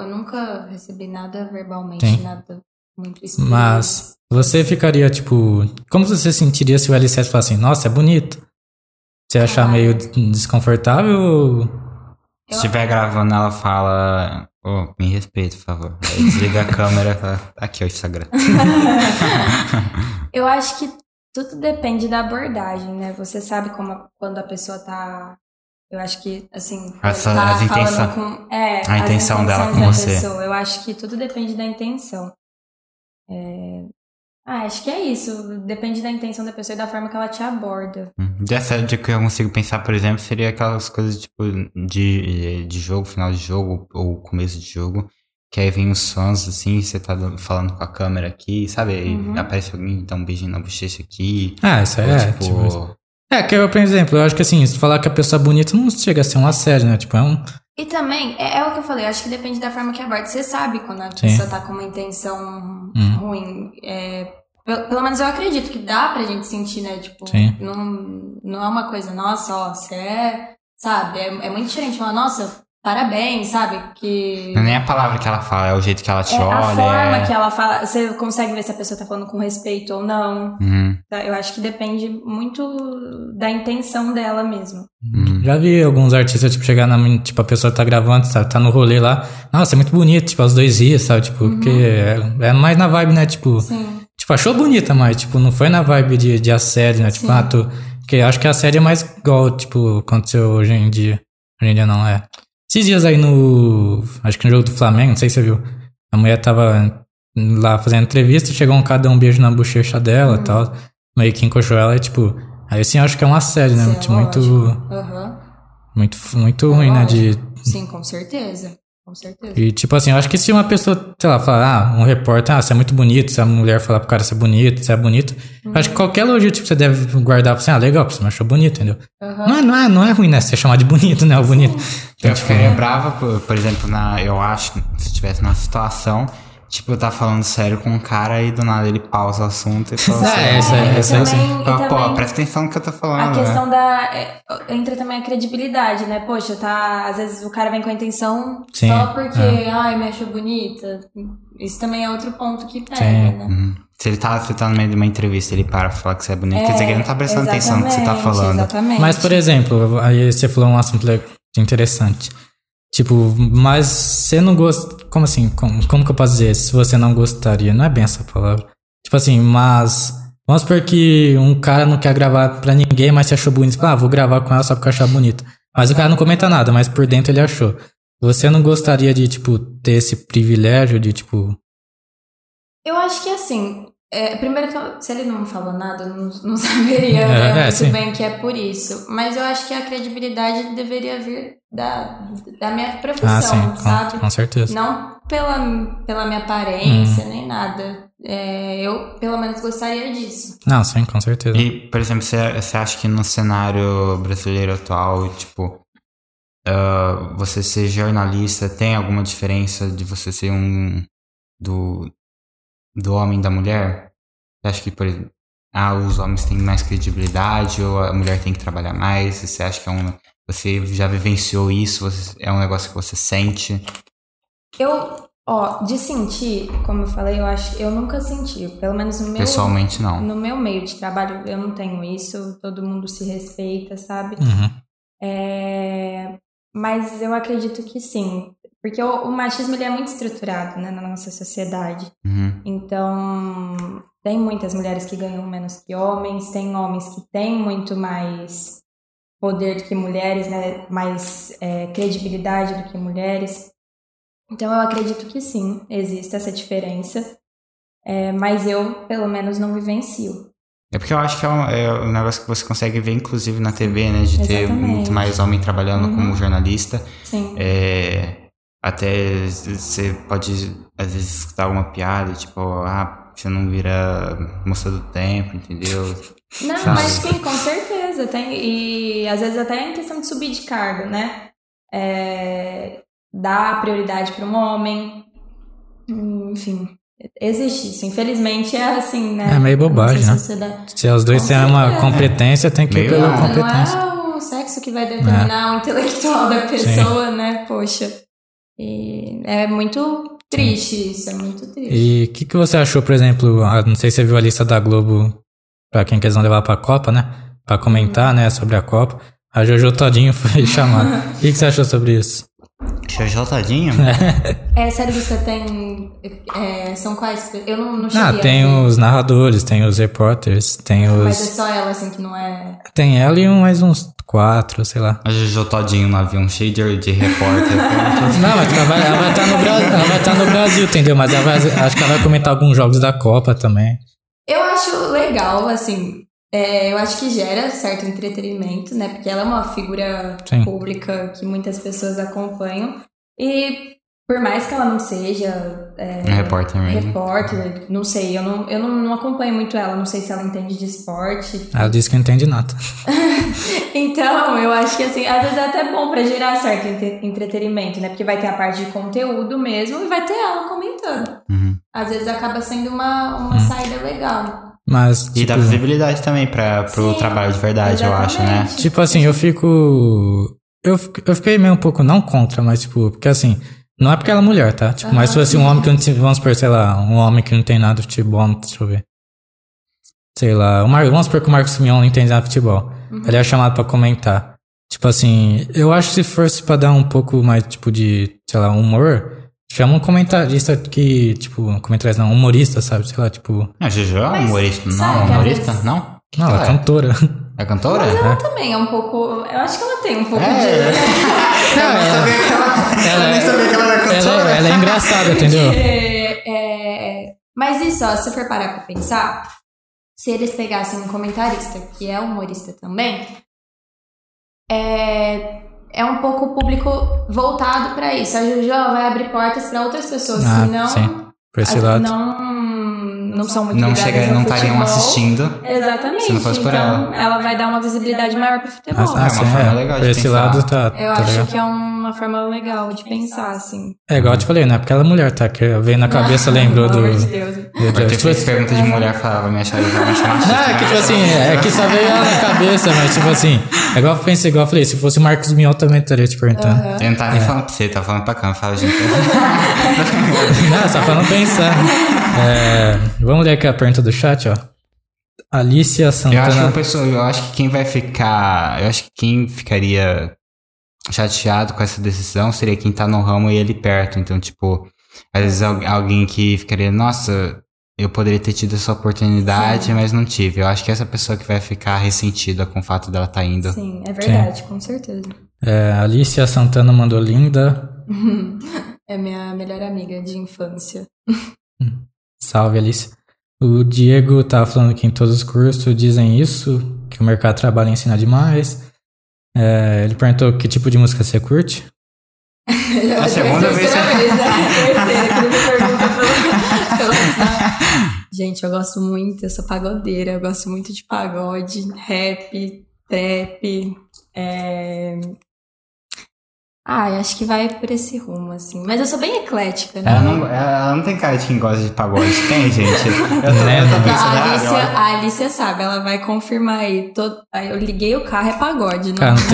S3: eu nunca recebi nada verbalmente,
S2: Sim.
S3: nada muito explícito.
S2: Mas você ficaria, tipo. Como você se sentiria se o LCS falasse assim, nossa, é bonito? Você ia achar meio desconfortável ou.
S1: Se estiver gravando, ela fala. Ô, me respeita, por favor. Aí desliga a câmera. e fala, Aqui é o Instagram.
S3: Eu acho que tudo depende da abordagem, né? Você sabe como a- quando a pessoa tá. Eu acho que, assim.
S1: As-
S3: tá
S1: as intenção-
S3: falando com- é,
S1: a
S3: as
S1: intenção dela
S3: intenções
S1: com
S3: da
S1: você.
S3: Pessoa. Eu acho que tudo depende da intenção. É, Ah, acho que é isso. Depende da intenção da pessoa e da forma que ela te aborda.
S1: Dessa de que eu consigo pensar, por exemplo, seria aquelas coisas tipo de, de jogo, final de jogo ou começo de jogo. Que aí vem os sons, assim, você tá dando- falando com a câmera aqui, sabe? Aí
S3: Uhum.
S1: Aparece alguém, dá um beijinho na bochecha aqui.
S2: Ah, isso
S1: ou,
S2: é.
S1: tipo,
S2: tipo, É, que eu, por exemplo, eu acho que assim, se falar que a pessoa é bonita não chega a ser um assédio, né? Tipo, é um.
S3: E também, é, é o que eu falei, eu acho que depende da forma que aborda. Você sabe quando a
S2: Sim.
S3: pessoa tá com uma intenção
S2: Hum.
S3: ruim. É, pe- pelo menos eu acredito que dá pra gente sentir, né? Tipo,
S2: Sim.
S3: não, não é uma coisa, nossa, ó, você é. Sabe? É, é muito diferente falar, nossa, parabéns, sabe? Que.
S1: não é nem a palavra que ela fala, é o jeito que ela te
S3: É
S1: olha.
S3: a forma
S1: é-
S3: que ela fala, você consegue ver se a pessoa tá falando com respeito ou não.
S1: Uhum,
S3: Tá? Eu acho que depende muito da intenção dela mesmo.
S1: uhum.
S2: Já vi alguns artistas, tipo, chegar na. min- Tipo, a pessoa tá gravando, sabe? Tá no rolê lá. Nossa, é muito bonito, tipo, aos dois dias, sabe? Tipo, porque é, é mais na vibe, né? Tipo,
S3: Sim.
S2: tipo, achou bonita, mas, tipo, não foi na vibe de, de assédio, né? Tipo,
S3: Sim.
S2: ah, tu. Porque eu acho que a série é mais igual, tipo, aconteceu hoje em dia. Hoje em dia não, é. Esses dias aí no. Acho que no jogo do Flamengo, não sei se você viu. A mulher tava lá fazendo entrevista, chegou um cara, deu um beijo na bochecha dela
S3: Uhum.
S2: e tal. Meio que encoxou ela e, tipo. Aí assim, eu acho que é um assédio, né?
S3: Sim,
S2: Tipo, muito.
S3: lógico. É Aham.
S2: Muito, muito ruim, né? De,
S3: Sim, com certeza. Com certeza.
S2: e, tipo assim, eu acho que se uma pessoa, sei lá, falar, ah, um repórter, ah, você é muito bonito, se a mulher falar pro cara, você é bonito, você é bonito, eu acho que qualquer elogio, tipo, você deve guardar pra você, ah, legal, você me achou bonito, entendeu?
S3: Aham.
S2: Não, é, não, é, não é ruim, né? Você chamar de bonito, né? O bonito. Então,
S1: Eu
S2: tipo,
S1: ficaria brava, por, por exemplo, na, eu acho, se tivesse numa situação, tipo, eu tá falando sério com um cara e do nada ele pausa o assunto e fala assim.
S2: É, isso é-
S1: "Ah,
S2: isso é-
S3: também-
S1: Fala,
S3: e
S1: Pô,
S3: também-
S1: presta atenção no que eu tô
S3: A
S1: falando. né?
S3: questão da. é, Entra também a credibilidade, né? Poxa, tá. Às vezes o cara vem com a intenção
S2: Sim,
S3: só porque,
S2: é.
S3: ai, me achou bonita. Isso também é outro ponto que pega,
S2: Sim.
S3: né?
S1: Uhum. Se ele tá, se tá no meio de uma entrevista, ele para pra falar que você é bonito, quer dizer que ele não tá prestando atenção no que você tá
S3: É, Exatamente,
S1: falando.
S3: Exatamente.
S2: Mas, por exemplo, aí você falou um assunto le- interessante. Tipo, mas você não gosta. Como assim? Como, como que eu posso dizer? Se você não gostaria. Não é bem essa palavra. Tipo assim, mas. Vamos supor que um cara não quer gravar pra ninguém, mas se achou bonito. Fala, ah, vou gravar com ela só porque eu achar bonito. Mas o cara não comenta nada, mas por dentro ele achou. Você não gostaria de, tipo, ter esse privilégio de, tipo.
S3: Eu acho que assim. é, primeiro que eu- se ele não falou nada, eu não, não saberia
S2: É,
S3: né,
S2: é,
S3: muito
S2: sim.
S3: bem que é por isso. Mas eu acho que a credibilidade deveria vir da, da minha profissão,
S2: Ah, sim,
S3: sabe?
S2: com, com certeza.
S3: Não pela, pela minha aparência, nem nada. É, eu, pelo menos, gostaria disso.
S2: Não, sim, com certeza.
S1: E, por exemplo, você, você acha que no cenário brasileiro atual, tipo, ah, você ser jornalista tem alguma diferença de você ser um do, do homem e da mulher? Você acha que, por exemplo, ah, os homens têm mais credibilidade ou a mulher tem que trabalhar mais? Você acha que é um. Você já vivenciou isso? Você- é um negócio que você sente?
S3: Eu, ó, de sentir, como eu falei, eu acho eu nunca senti. Pelo menos no meu,
S1: Pessoalmente, não.
S3: no meu meio de trabalho, eu não tenho isso. Todo mundo se respeita, sabe?
S2: Uhum.
S3: É, mas eu acredito que sim. Porque o, o machismo ele é muito estruturado né, na nossa sociedade.
S1: Uhum.
S3: Então, tem muitas mulheres que ganham menos que homens, tem homens que têm muito mais poder do que mulheres, né? Mais é, credibilidade do que mulheres. Então, eu acredito que sim, existe essa diferença. É, mas eu, pelo menos, não vivencio.
S1: É porque eu acho que é um, é um negócio que você consegue ver, inclusive, na TV, né? De ter
S3: Exatamente.
S1: muito mais homem trabalhando
S3: Uhum.
S1: como jornalista.
S3: Sim.
S1: É, até você pode, às vezes, escutar uma piada, tipo, ah, Você não vira moça do tempo, entendeu?
S3: Não,
S2: Tá.
S3: mas sim, com certeza. Tem, e às vezes até é em questão de subir de cargo, né? É, dar prioridade para um homem. Enfim, existe isso. Infelizmente é assim, né?
S2: É meio bobagem,
S3: Nossa
S2: né?
S3: sociedade.
S2: Se os dois
S3: Com
S2: têm uma
S3: certeza.
S2: competência, tem que
S1: Meio
S2: ir pela
S1: errado.
S3: Não
S2: competência. É.
S3: é o sexo que vai determinar o intelectual da pessoa, né? Poxa. E é muito triste isso, é muito triste.
S2: E o que, que você achou, por exemplo, ah, não sei se você viu a lista da Globo pra quem que eles vão levar pra Copa, né? Pra comentar,
S3: Uhum.
S2: né, sobre a Copa. A Jojo Todinho foi chamada. O que, que você achou sobre isso?
S1: Jojo Todinho?
S3: É sério que você tem. é, são quais? Eu não, não cheguei
S2: Ah,
S3: a
S2: tem
S3: ver.
S2: os narradores, tem os repórteres, tem
S3: Mas é
S2: os.
S3: só ela, assim, que não é.
S2: Tem ela e um- mais uns quatro, sei lá.
S1: A Jojo Todinho no avião cheio de, de repórter.
S2: Não, mas ela vai, ela vai estar no Brasil, ela vai tá no Brasil, entendeu? Mas ela vai, acho que ela vai comentar alguns jogos da Copa também.
S3: Eu acho legal, assim. é, eu acho que gera certo entretenimento, né? Porque ela é uma figura
S2: Sim.
S3: pública que muitas pessoas acompanham. E por mais que ela não seja é,
S1: Um repórter mesmo.
S3: repórter, não sei, eu, não, eu não, não acompanho muito ela, não sei se ela entende de esporte.
S2: Ela disse que não entende nada.
S3: Então, eu acho que assim, às vezes é até bom pra gerar certo entre- entretenimento, né? Porque vai ter a parte de conteúdo mesmo e vai ter ela comentando.
S1: Uhum.
S3: Às vezes acaba sendo uma, uma saída legal.
S2: Mas.
S1: E
S2: Tipo,
S1: dá visibilidade também pra, pro
S3: Sim,
S1: trabalho de verdade, eu acho, né?
S3: exatamente.
S2: tipo assim, eu fico. Eu, fico- eu fiquei meio um pouco não contra, mas tipo, porque assim. Não é porque ela é mulher, tá? Tipo, mas se fosse um homem que não tinha. Vamos supor, sei lá, um homem que não tem nada de futebol, deixa eu ver. Sei lá, o Mar, vamos supor que o Marcos Simeon não entende nada de futebol. Ele é chamado pra comentar. Tipo assim, eu acho que se fosse pra dar um pouco mais, tipo, de, sei lá, humor, chama um comentarista que, tipo, comentarista não, humorista, sabe? Sei lá, tipo.
S1: A Jojo é
S3: Mas
S1: humorista, não?
S3: sabe que às
S1: Humorista?
S3: vezes-
S1: Não? Que
S2: Não,
S1: que
S2: ela é
S1: ela
S2: cantora.
S1: é? É cantora?
S3: Ela também é um pouco. Eu acho que ela tem um pouco
S1: É. que ela era
S2: Ela é- Ela, é- ela é engraçada, entendeu?
S3: de. É, mas isso, ó, se você for parar pra pensar, se eles pegassem um comentarista que é humorista também, é, é um pouco o público voltado pra isso. A Jojo vai abrir portas pra outras pessoas
S2: Ah,
S3: que assim, não,
S2: sim. Por
S3: as-
S2: esse lado.
S3: não, não são muito
S1: Não,
S3: ligadas
S1: chega,
S3: ao
S1: não estariam
S3: futebol.
S1: assistindo.
S3: Exatamente.
S1: Se não fosse por
S3: então, ela. vai dar uma visibilidade maior pro futebol.
S2: Mas, ah,
S1: É uma
S2: sim,
S1: forma legal de
S2: por esse
S1: pensar.
S2: lado tá,
S3: Eu
S2: tá
S3: acho
S2: legal.
S3: que é uma forma legal de pensar, assim.
S2: É igual eu te falei, né? Porque ela é mulher, tá? Que veio na cabeça, lembrou do.
S3: Ah, Pelo amor de
S2: do-
S3: Deus.
S1: Vai ter
S2: Tipo,
S1: feito pergunta de mulher, falava, me acharam vai me achar machista.
S2: Não, é que
S1: né?
S2: tipo assim, é que só veio ela na cabeça, mas tipo assim, é igual eu pensei, igual eu falei, se fosse o Marcos Mion também estaria te perguntando.
S1: Eu não tava nem falando pra você, tava falando pra câmera. Fala, gente.
S2: Não, só pra não pensar. É, vamos ler aqui a pergunta do chat, ó. Alicia
S1: Eu acho, que
S2: Santana.
S1: o pessoal, eu acho que quem vai ficar. Eu acho que quem ficaria chateado com essa decisão seria quem tá no ramo e ele perto. Então, tipo, às vezes al- alguém que ficaria, nossa, eu poderia ter tido essa oportunidade, mas não tive. Eu acho que essa pessoa que vai ficar ressentida com o fato dela tá indo.
S3: Sim, é verdade, com certeza.
S2: É, Alicia Santana mandou linda.
S3: É minha melhor amiga de infância.
S2: Salve, Alicia. O Diego tá falando que em todos os cursos dizem isso, que o mercado de trabalho ensina demais. É, ele perguntou que tipo de música você curte.
S3: É
S1: a segunda vez.
S3: terceira vez, né? A terceira, que ele me pergunta pelo- pelo WhatsApp. Gente, eu gosto muito, eu sou pagodeira, eu gosto muito de pagode, rap, trap. É... Ah, eu acho que vai por esse rumo, assim. Mas eu sou bem eclética, né?
S1: Ela não, ela não tem cara de quem gosta de pagode, tem, gente? Eu tô,
S2: Né?
S1: eu tô
S3: Não,
S1: pensando,
S3: a,
S1: ah,
S3: Alicia,
S1: agora-
S3: a Alicia sabe, ela vai confirmar aí. Tô- aí eu liguei o carro, é pagode, não?
S2: Cara, não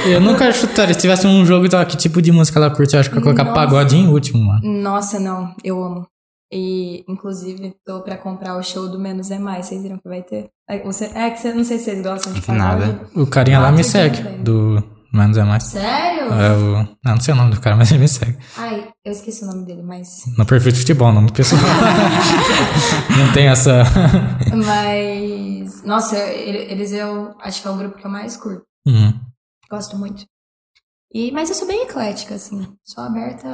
S2: tem. eu nunca chutaria. Se tivesse um jogo, tá, que tipo de música ela curte, eu acho que eu ia colocar
S3: Nossa.
S2: pagode em último, mano.
S3: Nossa, não, eu amo. E, inclusive, tô pra comprar o show do Menos é Mais. Vocês viram que vai ter? É, você- é que você, não sei se vocês gostam de
S1: Não vi nada.
S3: pagode.
S2: O carinha lá
S3: Ah,
S2: me
S3: tudo
S2: segue,
S3: bem.
S2: do Menos é Mais.
S3: Sério?
S2: É o... Não, não sei o nome do cara, mas ele me segue.
S3: Ai, eu esqueci o nome dele, mas.
S2: No perfil de futebol, o nome do pessoal. não tem essa.
S3: Mas. Nossa, ele- eles eu. Acho que é o grupo que eu mais curto.
S2: Hum.
S3: Gosto muito. E, mas eu sou bem eclética, assim. Sou aberta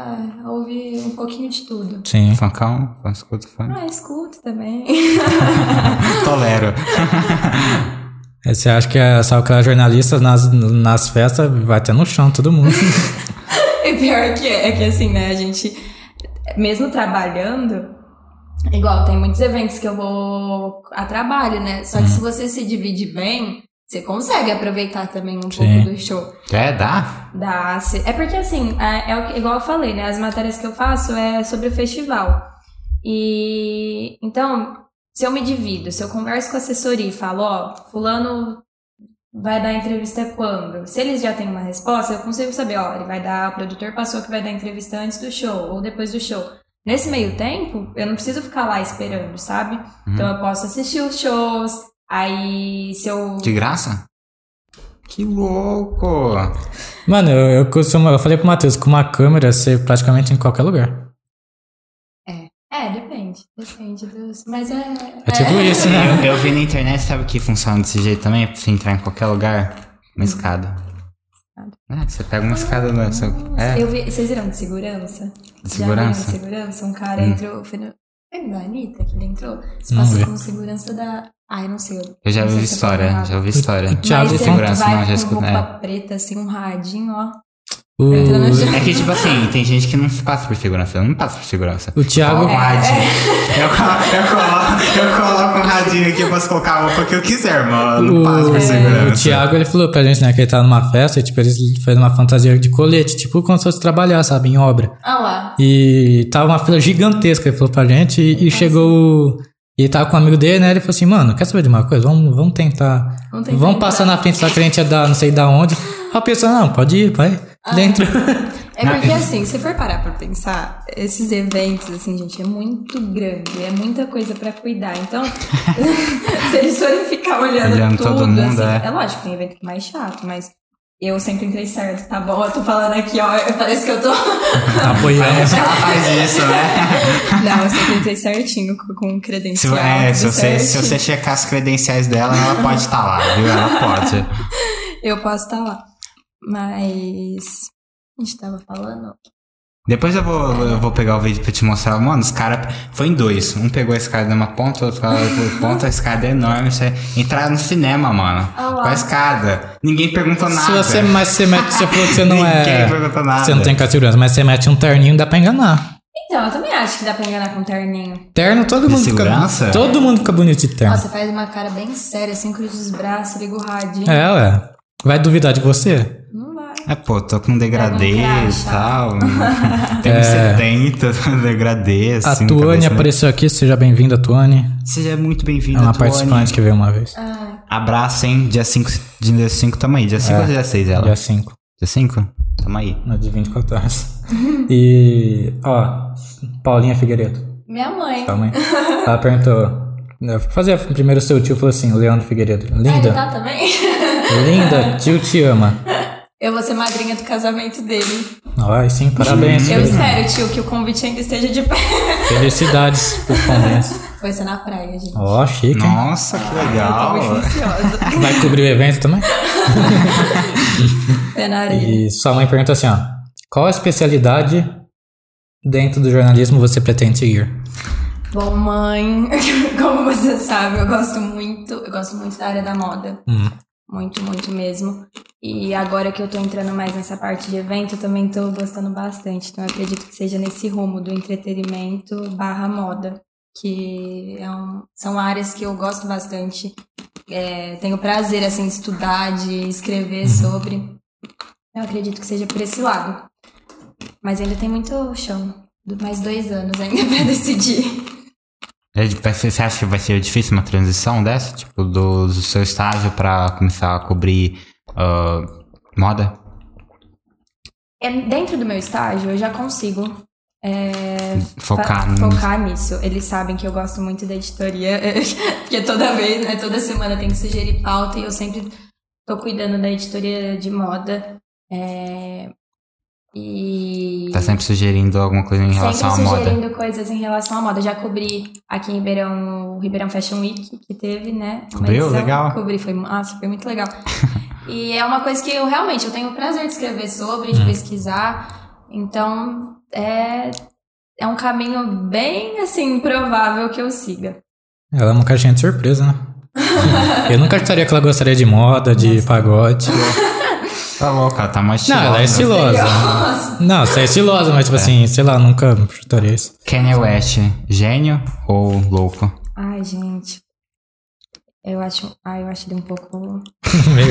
S3: a ouvir um pouquinho de tudo.
S2: Sim.
S1: Funkão, eu escuto funk.
S3: Ah, escuto também.
S1: Ah. Tolero.
S2: É, Você acha que é só aquela jornalista nas, nas festas vai até no chão todo mundo?
S3: E pior que é, é que assim, né, a gente, mesmo trabalhando, Igual, tem muitos eventos que eu vou a trabalho, né? Só que se você se divide bem, você consegue aproveitar também um
S2: Sim.
S3: pouco do show.
S1: É, dá?
S3: Da, se- é porque assim, é, é o que- igual eu falei, né? As matérias que eu faço é sobre o festival. E então, se eu me divido, se eu converso com a assessoria e falo, ó, fulano vai dar entrevista quando? Se eles já têm uma resposta, eu consigo saber, ó, ele vai dar, o produtor passou que vai dar entrevista antes do show ou depois do show. Nesse meio tempo, eu não preciso ficar lá esperando, sabe?
S2: Uhum.
S1: Hum.
S3: Então eu posso assistir os shows, aí se eu
S1: De graça? Que louco!
S2: Mano, eu, eu costumo. Eu falei pro Matheus, com uma câmera você praticamente em qualquer lugar.
S3: É, depende. Depende dos. Mas é.
S2: É tipo isso, né?
S1: Eu, eu vi na internet, sabe que funciona desse jeito também? Pra você entrar em qualquer lugar? Uma escada. É, você pega uma escada né? Você- É,
S3: Eu vi, vocês viram de segurança?
S1: de
S3: Já viram de
S1: segurança. Hum.
S3: segurança? Um cara entrou. Foi no, foi no da Anitta que ele entrou? Se
S2: Não
S3: passou
S2: vi.
S3: como segurança da. Ai, não sei.
S1: Eu já
S3: não sei
S1: ouvi
S3: se eu tô
S1: história,
S3: errado.
S1: já ouvi história.
S2: o Thiago
S3: Mas
S1: de
S3: você
S1: segurança,
S3: vai
S1: não, já é.
S3: com
S1: escutei.
S3: roupa preta, assim, um radinho, ó.
S2: O,
S3: Entra no
S1: É que, tipo assim, tem gente que não passa por segurança. Eu não passo por segurança.
S2: o Thiago.
S1: Coloco um
S3: É.
S1: radinho. Eu, colo- eu coloco, eu coloco um radinho aqui, eu posso colocar a roupa que eu quiser, mano. Não passo por
S2: O, o
S1: segurança.
S2: Thiago, ele falou pra gente, né, que ele tava numa festa e, tipo, ele fez uma fantasia de colete, tipo, como se fosse trabalhar, sabe, em obra.
S3: Olha Ah lá.
S2: E tava uma fila gigantesca, ele falou pra gente, e, e chegou. o- E ele tava com um amigo dele, né? Ele falou assim, mano, quer saber de uma coisa? Vamos, vamos tentar.
S3: Vamos tentar
S2: Vamos
S3: entrar."
S2: passar na frente da frente da não sei da onde. A pessoa, não, pode ir, vai.
S3: Ah.
S2: Dentro.
S3: É porque assim, se for parar pra pensar, esses eventos, assim, gente, é muito grande, é muita coisa pra cuidar. Então, se eles forem ficar olhando,
S1: Olhando
S3: tudo,
S1: todo mundo,
S3: assim,
S1: é.
S3: é. lógico, tem evento que é mais chato, mas eu sempre entrei certo, tá bom? Eu tô falando aqui, ó, eu- parece que eu tô.
S2: Apoiando.
S1: Ela faz isso, né?
S3: Não, eu sempre entrei certinho com, com
S1: Se,
S3: credencial.
S1: é,
S3: tudo
S1: se, você, se
S3: certinho.
S1: você checar as credenciais dela, ela pode estar lá, viu? Ela pode.
S3: Eu posso estar lá. Mas. A gente tava falando.
S1: Depois eu vou, eu vou pegar o vídeo pra te mostrar. Mano, os caras. Foi em dois. Um pegou a escada numa ponta, outro pegou outra ponta. A escada é enorme. Você entrar no cinema, mano.
S3: Ah lá.
S1: Com a escada. Ninguém perguntou nada.
S2: Se você, mas você mete, você falou que você não é.
S1: Ninguém perguntou nada.
S2: Você não tem segurança, mas você mete um terninho, dá pra enganar.
S3: Então, eu também acho que dá pra enganar com um terninho.
S2: Terno, todo
S1: De
S2: mundo
S1: segurança?
S2: fica. Todo mundo fica bonito de
S1: É.
S2: terno.
S3: Nossa, faz uma cara bem séria, assim, cruza os braços, liga o radinho.
S2: É, ué. Vai duvidar de você?
S3: Não vai.
S1: É, pô, tô com degradê
S3: Pega um
S1: e
S3: cracha.
S1: tal.
S3: tá.
S1: né? Tem uns 70, degradê,
S2: É. A
S1: assim.
S2: Tuane
S1: cabeça-
S2: apareceu aqui, seja bem-vinda, Tuane.
S1: Seja muito
S2: É
S1: bem-vinda,
S2: uma
S1: Tuane.
S2: participante que veio uma vez.
S3: Ah,
S1: Abraço, hein? Dia 5, dia 5 tamo aí. Dia 5
S2: É.
S1: ou dia 6 ela?
S2: Dia 5.
S1: Dia 5? Tamo aí.
S2: No de 24 horas. e, ó, Paulinha Figueiredo,
S3: minha mãe.
S1: Tá
S2: sua mãe, ela perguntou. né, Fazer primeiro seu tio falou assim, Leandro Figueiredo.
S3: Ah, ele
S2: Linda,
S3: tá também? tá-
S2: linda, tio te ama.
S3: Eu vou ser madrinha do casamento dele.
S2: Ai, sim, parabéns.
S3: Eu
S2: feliz-
S3: espero, tio, que o convite ainda esteja de pé.
S2: Felicidades por convênio.
S3: Vai ser na praia, gente.
S2: Ó, chique. hein?
S1: Nossa, que
S3: Tô
S1: legal.
S3: muito ansiosa.
S2: Vai cobrir o evento também?
S3: Pé na areia.
S2: E sua mãe pergunta assim, ó. Qual a especialidade dentro do jornalismo você pretende seguir?
S3: Bom, mãe, como você sabe, eu gosto muito, eu gosto muito da área da moda.
S2: Hum.
S3: Muito, muito mesmo. E agora que eu tô entrando mais nessa parte de evento, eu também tô gostando bastante. Então eu acredito que seja nesse rumo do entretenimento barra moda. Que é um- são áreas que eu gosto bastante. É, tenho prazer, assim, de estudar, de escrever sobre. Eu acredito que seja por esse lado. Mas ainda tem muito chão. Do- Mais dois anos ainda pra decidir.
S1: É, vai ser- Você acha que vai ser difícil uma transição dessa? Tipo, do, do seu estágio pra começar a cobrir ah, moda?
S3: É, dentro do meu estágio, eu já consigo é,
S1: Focar
S3: fa-
S1: no-
S3: focar nisso. Eles sabem que eu gosto muito da editoria, porque toda vez, né, toda semana tem que sugerir pauta e eu sempre tô cuidando da editoria de moda. é, e
S1: Tá sempre sugerindo alguma coisa em relação à
S3: sempre
S1: moda?
S3: sugerindo coisas em relação à moda. Já cobri aqui em Ribeirão, o Ribeirão Fashion Week, que teve, né? uma
S1: Cobriu?
S3: edição.
S1: Legal.
S3: Cobri, foi, nossa, foi muito legal. e é uma coisa que eu realmente eu tenho o prazer de escrever sobre,
S1: Hum.
S3: de pesquisar. Então, é, é um caminho bem, assim, provável que eu siga.
S2: Ela é uma caixinha de surpresa, né? Eu nunca acharia que ela gostaria de moda, de pagode.
S1: Tá louca, tá mais
S2: Não, ela é
S1: estilosa.
S2: estilosa.
S3: Nossa, estilosa.
S2: Não, você é estilosa, mas tipo assim, sei lá, nunca chutaria isso.
S1: Kanye West, gênio ou louco?
S3: Ai, gente. Eu acho. Ai, eu acho ele um pouco.
S2: Meio-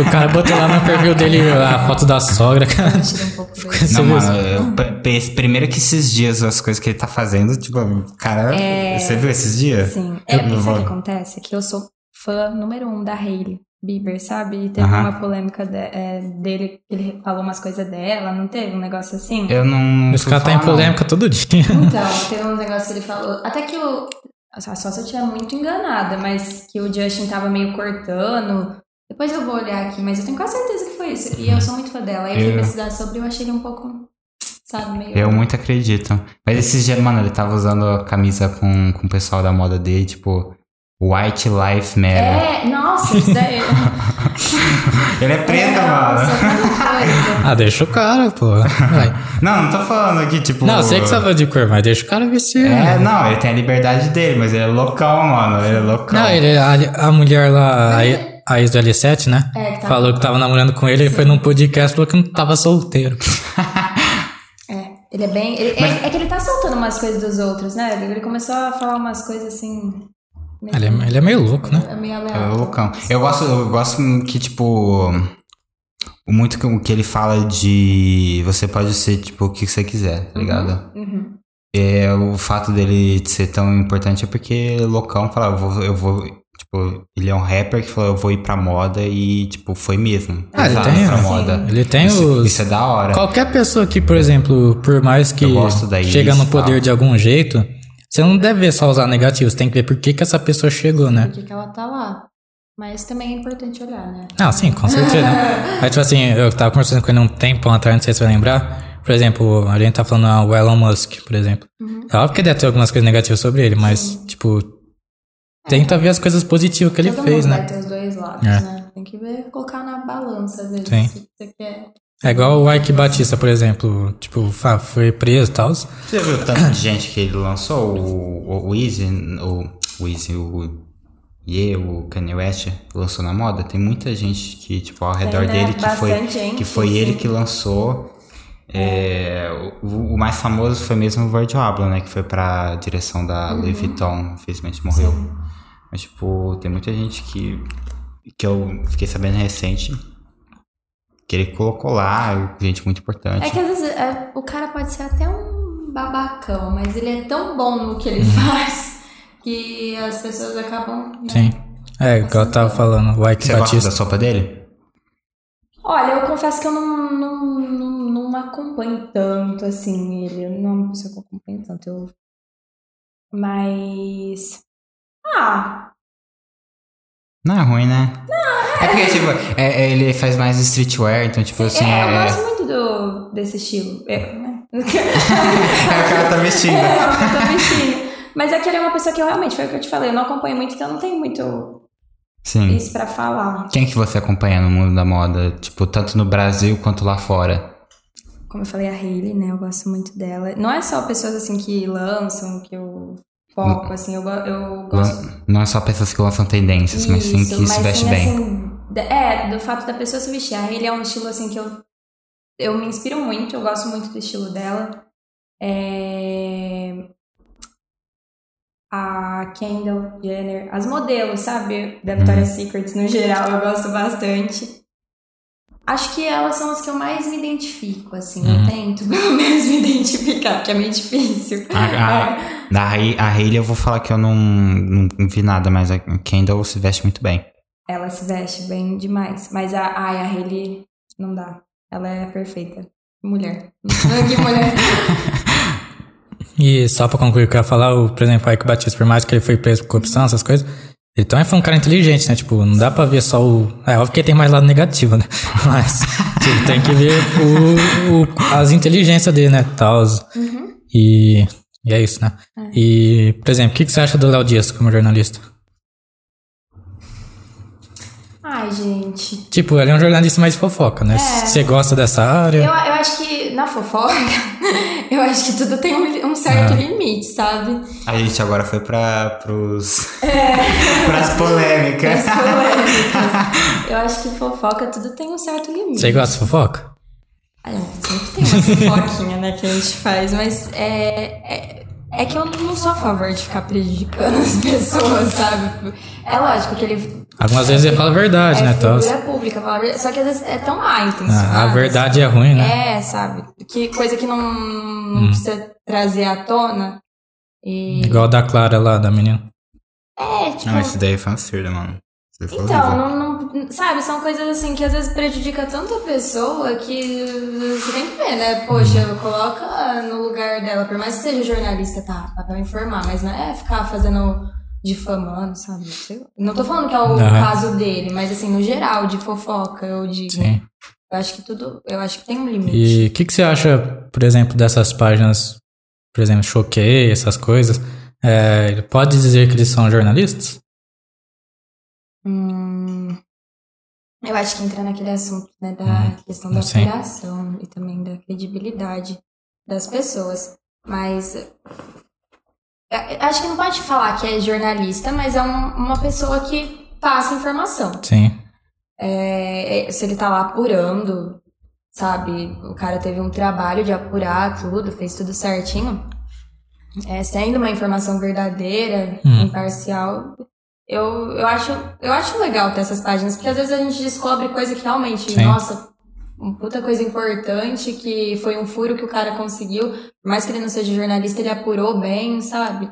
S2: o cara botou lá no perfil dele a foto da sogra,
S3: Eu
S2: cara.
S3: acho ele um pouco doido.
S2: Você
S1: Não,
S2: viu
S1: mano,
S2: isso?
S1: eu pe- pe- primeiro que esses dias, as coisas que ele tá fazendo, tipo, cara, você viu esses dias?
S3: Sim. É,
S1: Eu
S3: porque
S1: não
S3: sabe o que
S1: vou.
S3: acontece? Que eu sou fã número um da Hailey Bieber, sabe? E teve
S1: Aham.
S3: uma polêmica de- é, dele, que ele falou umas coisas dela, não teve um negócio assim?
S1: Eu não.
S2: Esse
S1: fui
S2: cara tá em
S1: falar, não.
S2: polêmica todo dia.
S3: Então, teve um negócio que ele falou. Até que o. Só só se eu estiver muito enganada, mas que o Justin tava meio cortando. Depois eu vou olhar aqui, mas eu tenho quase certeza que foi isso. E eu sou muito fã dela. Aí eu fui
S1: Eu-
S3: pesquisar sobre e eu achei ele um pouco. Sabe, meio.
S1: Eu muito acredito. Mas esses dias, mano, ele tava usando a camisa com, com o pessoal da moda dele, tipo, White Life Matter.
S3: É, nossa, isso daí.
S1: Ele é preto,
S3: Nossa,
S1: mano.
S3: cada coisa.
S2: Ah, deixa o cara, pô. Vai.
S1: Não, não tô falando aqui, tipo.
S2: Não, eu sei que você vai de cor, mas deixa o cara vestir.
S1: É, não, ele tem a liberdade dele, mas ele é loucão, mano. Ele é loucão.
S2: Não, ele, a, a mulher lá, a, a ex do L7, né?
S3: É, que tá-
S2: Falou que tava namorando com ele, ele foi num podcast e falou que não tava solteiro.
S3: É, ele é bem. ele- é, é que ele tá soltando umas coisas dos outros, né? Ele- Ele começou a falar umas coisas assim. meio-
S2: Ele é, ele é meio louco, né?
S3: é meio
S1: É
S3: aleatório.
S1: loucão. Eu gosto, eu gosto que, tipo. Muito que, o que ele fala de. Você pode ser, tipo, o que você quiser, tá ligado?
S3: Uhum.
S1: É, o fato dele ser tão importante é porque ele é loucão fala, eu vou, eu vou. Tipo, ele é um rapper que falou, eu vou ir pra moda e, tipo, foi mesmo.
S2: Ah, ele
S1: Exato,
S2: tem-
S1: pra
S2: Sim.
S1: moda.
S2: Ele tem
S1: Isso,
S2: os.
S1: isso é da hora.
S2: Qualquer pessoa que, por exemplo, por mais que
S1: Eu gosto da
S2: chega
S1: Iris,
S2: no poder
S1: tal.
S2: de algum jeito, você não deve ver só usar negativo, você tem que ver por que, que essa pessoa chegou, né?
S3: Por que, que ela tá lá? Mas também é importante olhar, né?
S2: Ah, sim, com certeza. Mas, tipo assim, eu tava conversando com ele um tempo atrás, não sei se você vai lembrar. Por exemplo, a gente tá falando ah, o Elon Musk, por exemplo.
S3: Uhum.
S2: Óbvio que deve ter algumas coisas negativas sobre ele, mas, tipo, tenta ver as coisas positivas que ele
S3: Todo
S2: fez,
S3: mundo
S2: né?
S3: vai ter os dois lados,
S2: É.
S3: né? Tem que ver, colocar na balança, às vezes,
S2: Sim.
S3: o que você quer.
S2: É igual o Ike Batista, por exemplo. Tipo, fa- foi preso e tal.
S1: Você viu o tanto de gente que ele lançou? O, o, o Easy, o, o Easy, o Ye, o Kanye West lançou na moda. Tem muita gente que, tipo, ao redor
S3: né?
S1: dele que foi,
S3: Bastante gente,
S1: que foi ele
S3: sim.
S1: que lançou. É, o, o mais famoso foi mesmo o Virgil Abloh, né? Que foi pra direção da
S3: Uhum.
S1: Louis Vuitton, infelizmente morreu. Mas, tipo, tem muita gente que, que eu fiquei sabendo recente que ele colocou lá, gente muito importante.
S3: É que às vezes é, o cara pode ser até um babacão, mas ele é tão bom no que ele
S2: Uhum.
S3: faz que as pessoas acabam. né?
S2: Sim. É, igual eu tava falando, o Ike
S1: Você gosta da
S2: Batista.
S1: sopa dele?
S3: Olha, eu confesso que eu não, não, não, não acompanho tanto assim ele. Eu não é uma pessoa que eu acompanho tanto. Eu... Mas. Ah!
S1: Não é ruim, né? Não, é porque, tipo, é- é- ele faz mais streetwear, então, tipo, assim,
S3: é, eu
S1: é.
S3: gosto muito do, desse estilo. É, né?
S1: é o cara tá vestindo.
S3: É, eu tô mentindo. Mas é que ele é uma pessoa que eu realmente, foi o que eu te falei, eu não acompanho muito, então eu não tenho muito
S1: Sim.
S3: isso pra falar.
S1: Quem é que você acompanha no mundo da moda? Tipo, tanto no Brasil quanto lá fora?
S3: Como eu falei, a Hailey, né? Eu gosto muito dela. Não é só pessoas assim que lançam, que eu foco, assim, eu, go- eu gosto.
S1: Hum. Lan- Não é só pessoas que lançam tendências, mas sim que
S3: mas
S1: se veste
S3: sim,
S1: bem.
S3: assim, da- é, do fato da pessoa se vestir. A Hailey é um estilo assim que eu, eu me inspiro muito, eu gosto muito do estilo dela. É... A Kendall Jenner, as modelos, sabe?
S1: Uhum.
S3: Da Victoria's Secret no geral, eu gosto bastante. Acho que elas são as que eu mais me identifico, assim.
S1: Uhum.
S3: Eu tento pelo menos me identificar, porque é meio difícil.
S1: A-
S3: É.
S1: Da Hailey, a Hailey eu vou falar que eu não, não vi nada, mas a Kendall se veste muito bem.
S3: Ela se veste bem demais. Mas a, ai, a Hailey não dá. Ela é perfeita. Mulher. que mulher.
S2: E só pra concluir o que eu ia falar, o, por exemplo, o Ike Batista, por mais que ele foi preso por corrupção, essas coisas, ele também foi um cara inteligente, né? Tipo, não dá pra ver só o. É óbvio que ele tem mais lado negativo, né? Mas tipo, tem que ver o, o- as inteligências dele, né? Tal. E, e é isso, né? E, por exemplo, o que, que você acha do Léo Dias como jornalista?
S3: Ai, gente.
S2: Tipo, ele é um jornalista mais de fofoca, né? Você gosta dessa área?
S3: Eu, eu acho que na fofoca, eu acho que tudo tem um, um certo
S2: É.
S3: limite, sabe?
S1: A gente agora foi pra, pros. pras polêmicas.
S3: As polêmicas. eu acho que fofoca, tudo tem um certo limite.
S2: Você gosta de fofoca?
S3: Ai, não, sempre tem. assim, foquinha, né, que a gente faz, mas é, é, é que eu não sou a favor de ficar prejudicando as pessoas, sabe? É lógico que ele.
S2: Algumas vezes ele fala a verdade,
S3: é
S2: né, tal.
S3: figura pública, fala a verdade, só que às vezes é tão mal intencionado.
S2: Ah, a verdade é ruim, né?
S3: Assim,
S2: Hum.
S3: É, sabe? Que coisa que não, não precisa trazer à tona. E.
S2: Igual a da Clara lá, da menina. Hum.
S3: É, tipo.
S1: Não, esse daí foi uma surda, mano. Isso
S2: é
S1: foi
S3: Então,
S1: horrível.
S3: não, não- Sabe, são coisas assim que às vezes prejudica tanto a pessoa que você tem que ver, né?
S2: Hum.
S3: Poxa, coloca no lugar dela, por mais que seja jornalista, tá? Pra informar, mas não é ficar fazendo. difamando, sabe? Sei lá. Não tô falando que é o
S2: Aham.
S3: caso dele, mas assim, no geral, de fofoca ou de.
S2: Sim.
S3: Eu acho que tudo. Eu acho que tem um limite.
S2: E o que, que você acha, por exemplo, dessas páginas, por exemplo, Choquei, essas coisas? É, ele pode dizer que eles são jornalistas?
S3: Hum, eu acho que entra naquele assunto, né, da
S2: Uhum.
S3: questão da
S2: Sim.
S3: apuração e também da credibilidade das pessoas. Mas eh, acho que não pode falar que é jornalista, mas é um- uma pessoa que passa informação.
S2: Sim.
S3: É, se ele tá lá apurando, sabe? O cara teve um trabalho de apurar tudo, fez tudo certinho. É, sendo uma informação verdadeira,
S2: Hum.
S3: imparcial, eu, eu, acho, eu acho legal ter essas páginas, porque às vezes a gente descobre coisa que realmente,
S2: Sim.
S3: nossa, uma puta coisa importante, que foi um furo que o cara conseguiu, por mais que ele não seja jornalista, ele apurou bem, sabe?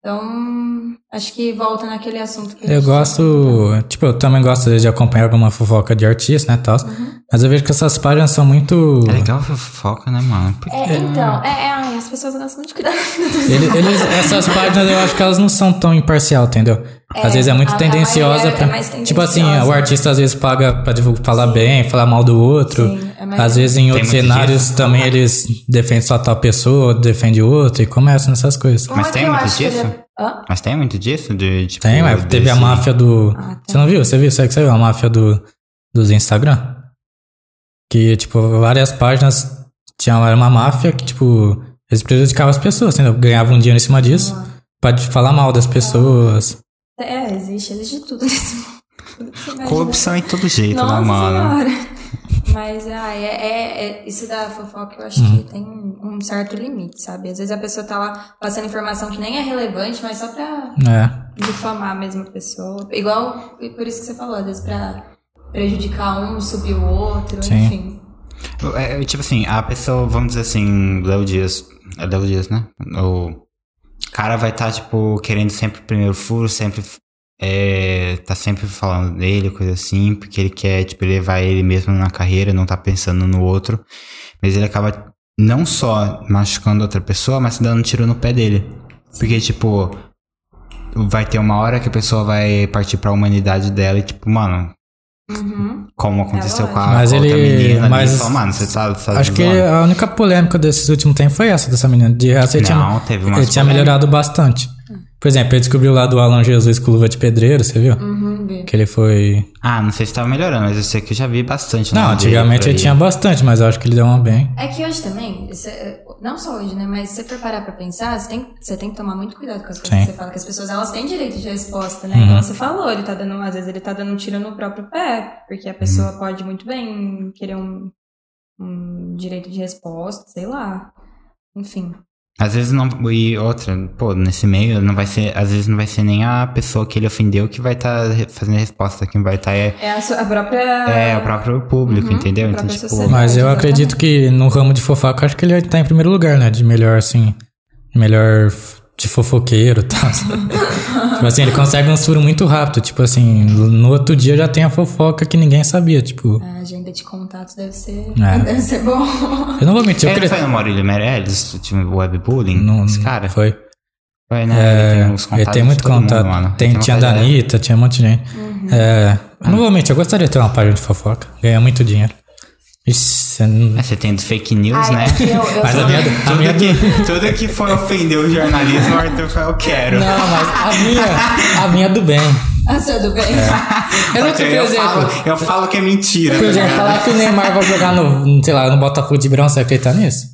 S3: Então, acho que volta naquele assunto que a
S2: Eu
S3: gente-
S2: gosto, tipo, eu também gosto às vezes, de acompanhar alguma fofoca de artista, né, tal.
S3: Uhum.
S2: Mas eu vejo que essas páginas são muito...
S1: É legal fofoca, né, mano? Por
S3: É, então, é, é, ai, as pessoas gostam muito de cuidar.
S2: Ele- eles- essas páginas eu acho que elas não são tão imparcial, entendeu? às vezes é
S3: a-
S2: muito
S3: a
S2: tendenciosa
S3: maioria é
S2: pra.
S3: mais
S2: Tipo assim,
S3: tendenciosa.
S2: o artista às vezes paga pra divulgar, falar bem, falar mal do outro.
S3: Sim, é mais-
S2: às vezes em outros
S1: muito
S2: cenários
S1: disso. é?
S2: também eles defendem só tal pessoa, outro defende outro e começam nessas coisas.
S3: Como
S1: Mas
S3: é
S1: tem
S3: que eu
S1: muito
S3: acho que
S1: disso?
S3: ele- Hã?
S1: Mas tem muito disso? De, tipo,
S2: Tem, ué, teve a
S1: desse-
S2: máfia do.
S3: Ah, tá.
S2: Você não viu? Você viu? Você que você viu a máfia do, dos Instagram? Que, tipo, várias páginas tinham era uma máfia que, tipo, eles prejudicavam as pessoas, entendeu? Ganhavam dinheiro em cima disso.
S3: Ah.
S2: Pra falar mal das pessoas.
S3: É, existe, existe de tudo nesse mundo. Tudo que você imagina.
S1: Corrupção em todo jeito,
S3: Nossa
S1: né, mano?
S3: senhora. Mas ai, é, é- é- isso da fofoca eu acho
S2: Uhum.
S3: que tem um certo limite, sabe? Às vezes a pessoa tá lá passando informação que nem é relevante, mas só pra
S2: É.
S3: difamar a mesma pessoa. Igual, e por isso que você falou, às vezes pra prejudicar um, subir o outro,
S2: Sim.
S3: enfim.
S1: É, é, tipo assim, a pessoa, vamos dizer assim, Léo Dias. É Léo Dias, né? O cara vai estar, tipo, querendo sempre o primeiro furo, sempre. É, tá sempre falando dele, coisa assim, porque ele quer, tipo, elevar ele mesmo na carreira, não tá pensando no outro. Mas ele acaba não só machucando outra pessoa, mas dando um tiro no pé dele. Porque, tipo, vai ter uma hora que a pessoa vai partir pra humanidade dela e, tipo, mano,
S3: Uhum.
S1: como aconteceu
S3: É
S1: com a,
S2: lógico. Mas
S1: com a outra
S2: ele-
S1: menina
S2: mas-
S1: ali, só, mano, você sabe, sabe
S2: Acho que
S1: zoando.
S2: a única polêmica desses últimos tempos foi essa dessa menina. De resto, ele tinha,
S1: Não, teve
S2: ele
S1: umas
S2: tinha melhorado bastante. Por exemplo, ele descobriu lá do Alan Jesus com luva de pedreiro, você viu?
S3: Uhum, Bê.
S2: Que ele foi.
S1: Ah, não sei se tava melhorando, mas eu sei que eu já vi bastante. o
S2: Não,
S1: nome dele
S2: antigamente
S1: por
S2: ele
S1: aí.
S2: tinha bastante, mas eu acho que ele deu uma bem.
S3: É que hoje também, cê- não só hoje, né? Mas se você for parar pra pensar, você tem, você tem que tomar muito cuidado com as coisas
S2: Sim. Uhum.
S3: que você fala, que as pessoas elas têm direito de resposta, né? Como você falou, ele tá dando, às vezes ele tá dando um tiro no próprio pé, porque a pessoa
S2: Uhum.
S3: pode muito bem querer um, um direito de resposta, sei lá. Enfim.
S1: Às vezes não. E outra, pô, nesse meio não vai ser. Às vezes não vai ser nem a pessoa que ele ofendeu que vai estar fazendo a resposta. Quem vai estar é,
S3: É a, sua- a própria.
S1: é o próprio público,
S3: Ah, Uhum,
S1: entendeu?
S3: a
S1: Então,
S3: própria
S1: tipo.
S3: sociedade.
S2: Mas eu
S3: Exatamente.
S2: acredito que no ramo de fofoca, acho que ele tá em primeiro lugar, né? De melhor, assim. de Melhor f- de fofoqueiro e tal. tipo assim, ele consegue um furo muito rápido. Tipo assim, no outro dia já tem a fofoca que ninguém sabia. Tipo,
S3: A agenda de contato deve ser.
S2: É.
S3: Deve ser bom.
S2: eu não vou mentir, eu
S1: Ele
S2: cre...
S1: É, foi no Maurílio Meirelles, tipo, webbullying?
S2: Não,
S1: esse cara?
S2: Foi. É,
S1: Foi, né? ele tem uns
S2: Ele
S1: contatos
S2: tem
S1: de
S2: muito
S1: todo mundo,
S2: contato.
S1: mano. Ele
S2: tem,
S1: uma
S2: tinha da
S1: qualidade-
S2: Anitta, tinha um monte de gente. É, eu não vou mentir, eu gostaria de ter uma página de fofoca. Ganhar muito dinheiro. Ixi, você não-
S1: É, Você tem do fake news,
S3: Ai, é
S1: né?
S3: eu- eu
S2: Mas a
S3: sou-
S2: minha, a minha
S1: Tudo que, tudo que for ofender o jornalismo, o Arthur fala, eu quero.
S2: Não, mas a minha, a minha é do bem.
S3: Ah, seu do bem.
S2: É. Eu não te
S1: Arthur,
S2: por
S1: eu, falo,
S2: exemplo.
S1: eu falo que é mentira.
S2: Por exemplo, falar que o Neymar vai jogar no, sei lá, no Botafogo de Brão, você acredita nisso?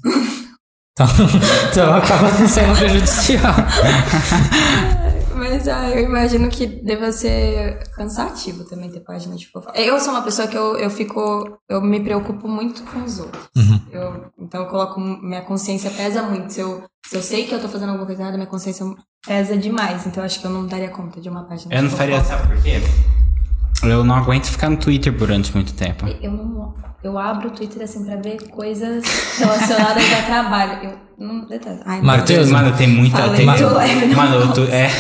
S2: Então, então acaba sendo prejudicial.
S3: Mas ah, eu imagino que deva ser cansativo também ter página de fofoca. Eu sou uma pessoa que eu, eu fico. Eu me preocupo muito com os outros. Eu Então eu coloco. Minha consciência pesa muito. Se eu, se eu sei que eu tô fazendo alguma coisa errada, minha consciência pesa demais. Então eu acho que eu não daria conta de uma página.
S1: Eu não
S3: de
S1: faria,
S3: fofoca.
S1: sabe por quê? Eu não aguento ficar no Twitter durante muito tempo.
S2: Ah,
S3: Eu não. Eu abro o Twitter assim pra ver coisas relacionadas a trabalho. Eu não detesto. Ai,
S2: Mar- Matheus,
S1: mano, tem muita.
S3: falei
S1: Tem,
S3: que eu
S2: né?
S3: levo, não
S1: mano, eu tô, é.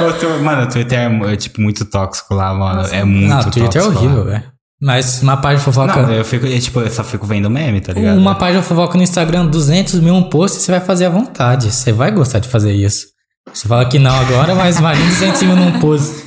S1: eu tô- mano, o Twitter é, mu- é, tipo muito tóxico lá, mano. É muito
S2: Não, o Twitter é
S1: tóxico lá.
S2: horrível, velho. Mas uma página de fofoca.
S1: Não, eu fico, é, tipo, eu só fico vendo meme, tá ligado?
S2: Uma página de fofoca no Instagram, 200 mil um post, você vai fazer à vontade. Você vai gostar de fazer isso. Você fala que não agora, mas imagina 200 mil num post.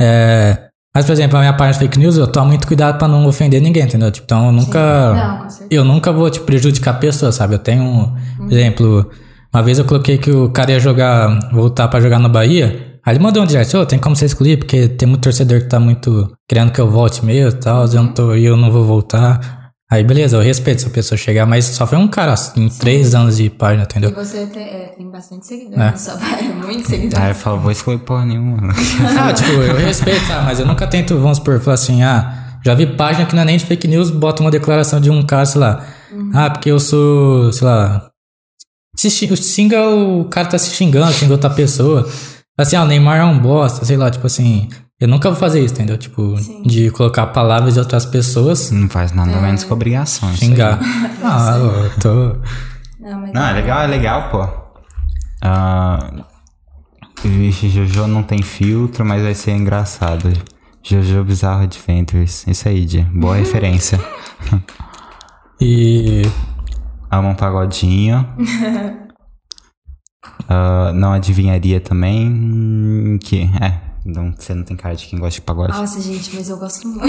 S2: É, mas, por exemplo, a minha página de fake news, eu tomo muito cuidado pra não ofender ninguém, entendeu? Tipo, então eu nunca.
S3: Não, com certeza.
S2: Eu nunca vou te prejudicar a pessoa, sabe? Eu tenho, por exemplo, uma vez eu coloquei que o cara ia jogar, voltar pra jogar no Bahia. Aí ele mandou um direct, ô, tem como você excluir, porque tem muito torcedor que tá muito querendo que eu volte mesmo e tal, eu não tô, e eu não vou voltar. Aí beleza, eu respeito se a pessoa chegar, mas só foi um cara assim, em três anos de página,
S3: E
S2: entendeu?
S3: você tem, é, tem bastante seguidor,
S2: É.
S3: né? Só vai muito
S1: Aí
S3: seguidor.
S1: eu falo, vou excluir porra nenhuma.
S2: Ah, tipo, eu respeito, sabe? mas eu nunca tento, vamos supor, falar assim, ah, já vi página que não é nem de fake news, bota uma declaração de um cara, sei lá. Ah, porque eu sou, sei lá. Se xi- xinga, o cara tá se xingando, xinga outra pessoa. Assim, ah, o Neymar é um bosta, sei lá, tipo assim. Eu nunca vou fazer isso, entendeu? Tipo,
S3: Sim.
S2: de colocar palavras de outras pessoas,
S1: Não faz nada menos que obrigações.
S2: É.
S1: tá
S2: xingar. Ah, eu tô.
S3: Não, mas
S1: Não, é legal, é legal, pô. Ah, Vixe, Jojo não tem filtro, mas vai ser engraçado. Jojo Bizarro Adventures. Isso aí, Di. Boa referência.
S2: E.
S1: Amo um pagodinho. Ah, não adivinharia também. hum, Que. É. Não, você não tem cara de quem gosta de pagode.
S3: Nossa, gente, mas eu gosto muito.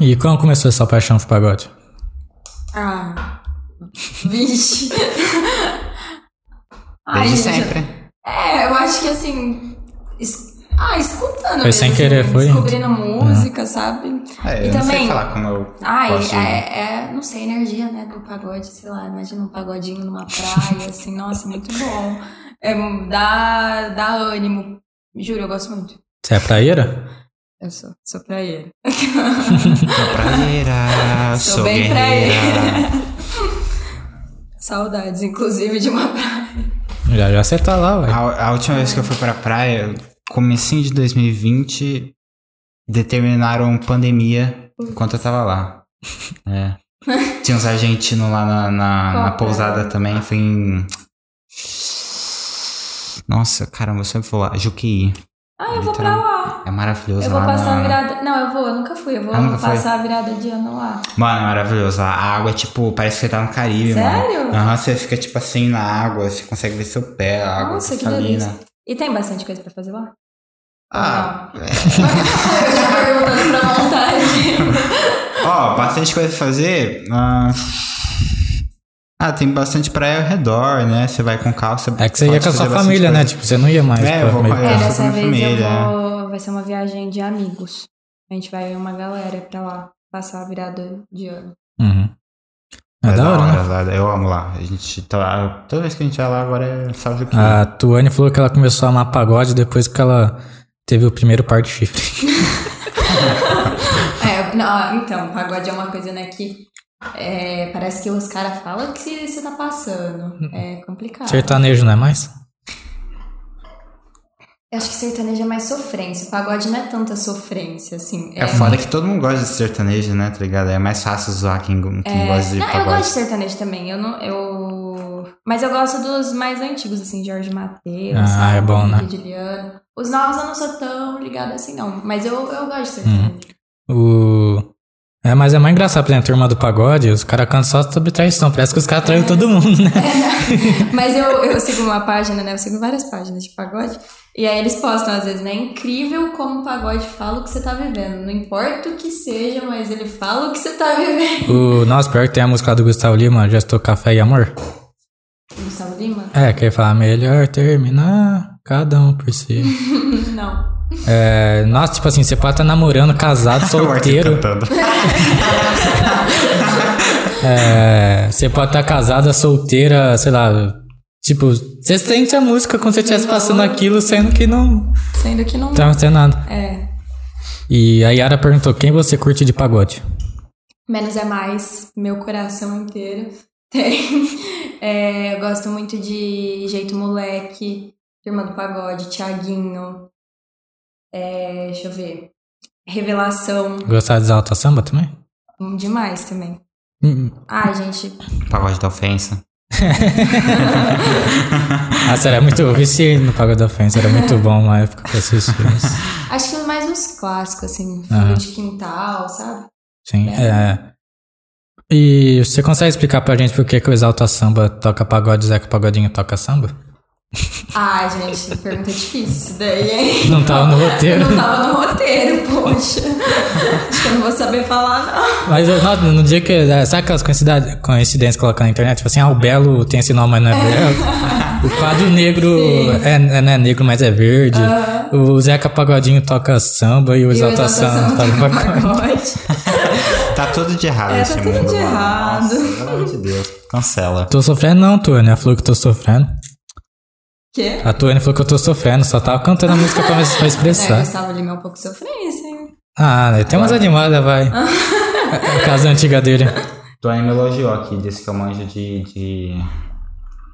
S2: E quando começou essa paixão por pagode?
S3: Ah. Vixe. Ai,
S1: Desde
S3: gente,
S1: sempre.
S3: É, eu acho que assim. es- Ah, escutando.
S2: Foi
S3: mesmo,
S2: sem
S3: assim,
S2: querer, foi?
S3: Descobrindo música, sabe?
S1: É, eu
S3: e
S1: não
S3: também.
S1: sei falar como eu.
S3: Ai,
S1: gosto de-
S3: é, é, não sei, a energia, né, do pagode, sei lá, imagina um pagodinho numa praia, assim, nossa, muito bom. É, dá, dá ânimo. Juro, eu gosto muito.
S2: Você é praieira?
S3: Eu sou, sou praieira.
S1: Sou praieira,
S3: Sou
S1: sou
S3: bem
S1: guerreira.
S3: Saudades, inclusive, de uma praia.
S2: Já, já você tá lá, ué.
S1: A, a última vez que eu fui pra praia, comecinho de 2020, determinaram pandemia enquanto eu tava lá. É. Tinha uns argentinos lá na, na-
S3: Qual
S1: na
S3: praia?
S1: pousada também, foi em. Nossa, caramba, eu sempre vou lá. Juqueí.
S3: Ah, eu vou pra lá.
S1: É maravilhoso
S3: Eu
S1: lá.
S3: vou passar um
S1: na-
S3: a virada. Não, eu vou, eu nunca fui. Eu vou
S1: Ah, nunca foi?
S3: passar a virada de ano lá.
S1: Mano, é maravilhoso. A água é tipo, parece que você tá no Caribe,
S3: Sério?
S1: mano. Aham, você fica tipo assim na água, você consegue ver seu pé, a Ah, água
S3: Nossa, que
S1: cristalina.
S3: delícia. E tem bastante coisa pra fazer lá?
S1: Ah,
S3: Eu já perguntando pra vontade.
S1: Ó, bastante coisa pra fazer. Ah, ah, tem bastante praia ao redor, né? Você vai com carro, você
S2: É que você ia
S1: pode
S2: com a sua
S1: fazer bastante
S2: família, né?
S1: coisa.
S2: Tipo, você não ia mais.
S1: É,
S2: pra
S1: eu vou
S2: meio-
S1: com a-
S3: É,
S1: Eu sou
S3: dessa
S1: com
S3: vez
S1: família. é.
S3: eu vou. Vai ser uma viagem de amigos. A gente vai uma galera pra lá passar a virada de ano.
S2: Uhum. É, da hora, né?
S1: né? Eu amo lá. A gente tá, toda vez que a gente vai lá agora é sábado que
S2: A Tuane falou que ela começou a amar pagode depois que ela teve o primeiro par de chifre.
S3: É, não, então, pagode é uma coisa, né, que é, parece que os caras falam que você tá passando. É complicado.
S2: Sertanejo, não é mais?
S3: Eu acho que sertanejo é mais sofrência. O pagode não é tanta sofrência, assim.
S1: É foda que todo mundo gosta de sertanejo, né? Tá ligado? É mais fácil zoar quem, quem gosta de
S3: É. Não, eu
S1: pagode.
S3: gosto de sertanejo também. Eu não. Eu... Mas eu gosto dos mais antigos, assim, Jorge Mateus,
S2: Ah,
S3: sabe?
S2: é bom, né?
S3: Henrique Juliano. Os novos eu não sou tão ligada assim, não. Mas eu, eu gosto de
S2: Hum.
S3: sertanejo.
S2: O. É, mas é mais engraçado, por exemplo, a turma do pagode, os caras cantam só sobre traição. Parece que os caras traem todo mundo, né?
S3: Mas eu, eu sigo uma página, né? Eu sigo várias páginas de pagode. E aí eles postam, às vezes, né? É incrível como o pagode fala o que você tá vivendo. Não importa o que seja, mas ele fala o que você tá vivendo.
S2: O... Nossa, pior que tem a música lá do Gustavo Lima, Já Estou Café e Amor.
S3: Gustavo Lima?
S2: É, que ele fala, melhor terminar cada um por si.
S3: Não.
S2: É, nossa, tipo assim, você pode estar namorando, casado,
S1: O Arthur
S2: solteiro.
S1: cantando.
S2: É, você pode estar casada, solteira, sei lá. Tipo, você sente a música como se você estivesse passando aquilo, sendo que não
S3: Sendo que não.
S2: tá acontecendo nada.
S3: É.
S2: E a Yara perguntou: quem você curte de pagode?
S3: Menos é mais, meu coração inteiro. Tem. É, eu gosto muito de Jeito Moleque, Irmã do Pagode, Tiaguinho. É, deixa eu ver. Revelação.
S2: Gostar de exalta samba também?
S3: hum, Demais também.
S2: Hum,
S3: Ai, gente.
S1: Pagode da ofensa.
S2: Nossa, era muito. Eu viciei no Pago da Ofensa, era muito bom na época que eu assisti. mas-
S3: Acho que mais uns clássicos, assim. Filho
S2: Aham.
S3: de quintal, sabe?
S2: Sim, é. E você consegue explicar pra gente por que, que o Exalta Samba toca pagode e o Zeca Pagodinho toca samba?
S3: Ai, gente, pergunta difícil. Daí, hein?
S2: Não tava no roteiro.
S3: Eu não tava no roteiro, poxa. Acho que eu não vou saber falar, não.
S2: Mas eu noto, no dia que. é, Sabe aquelas coincidências, coincidências que colocam na internet? Tipo assim, ah, o Belo tem esse nome, mas não é Belo. O quadro negro
S3: Sim.
S2: é, é- não é negro, mas é verde. O Zeca Pagodinho toca samba e o
S3: E o
S2: Exalta Samba
S3: Exalta
S2: toca
S3: Samba tá
S2: pagode.
S3: com pagode.
S1: Tá tudo de errado
S3: É,
S1: esse
S3: tá tudo
S1: mundo.
S3: de
S1: mano.
S3: errado.
S1: Nossa, pelo amor de Deus. Cancela.
S2: Tô sofrendo não, Tuane. Ela falou que tô sofrendo.
S3: Quê?
S2: A Tuane falou que eu tô sofrendo, só tava cantando a música pra, pra
S3: É,
S2: expressar.
S3: Gustavo Lima é um pouco sofrência, hein?
S2: Ah, né, tem umas animadas, vai. É a casa antiga dele,
S1: Tony me elogiou aqui, disse que eu manjo de, de,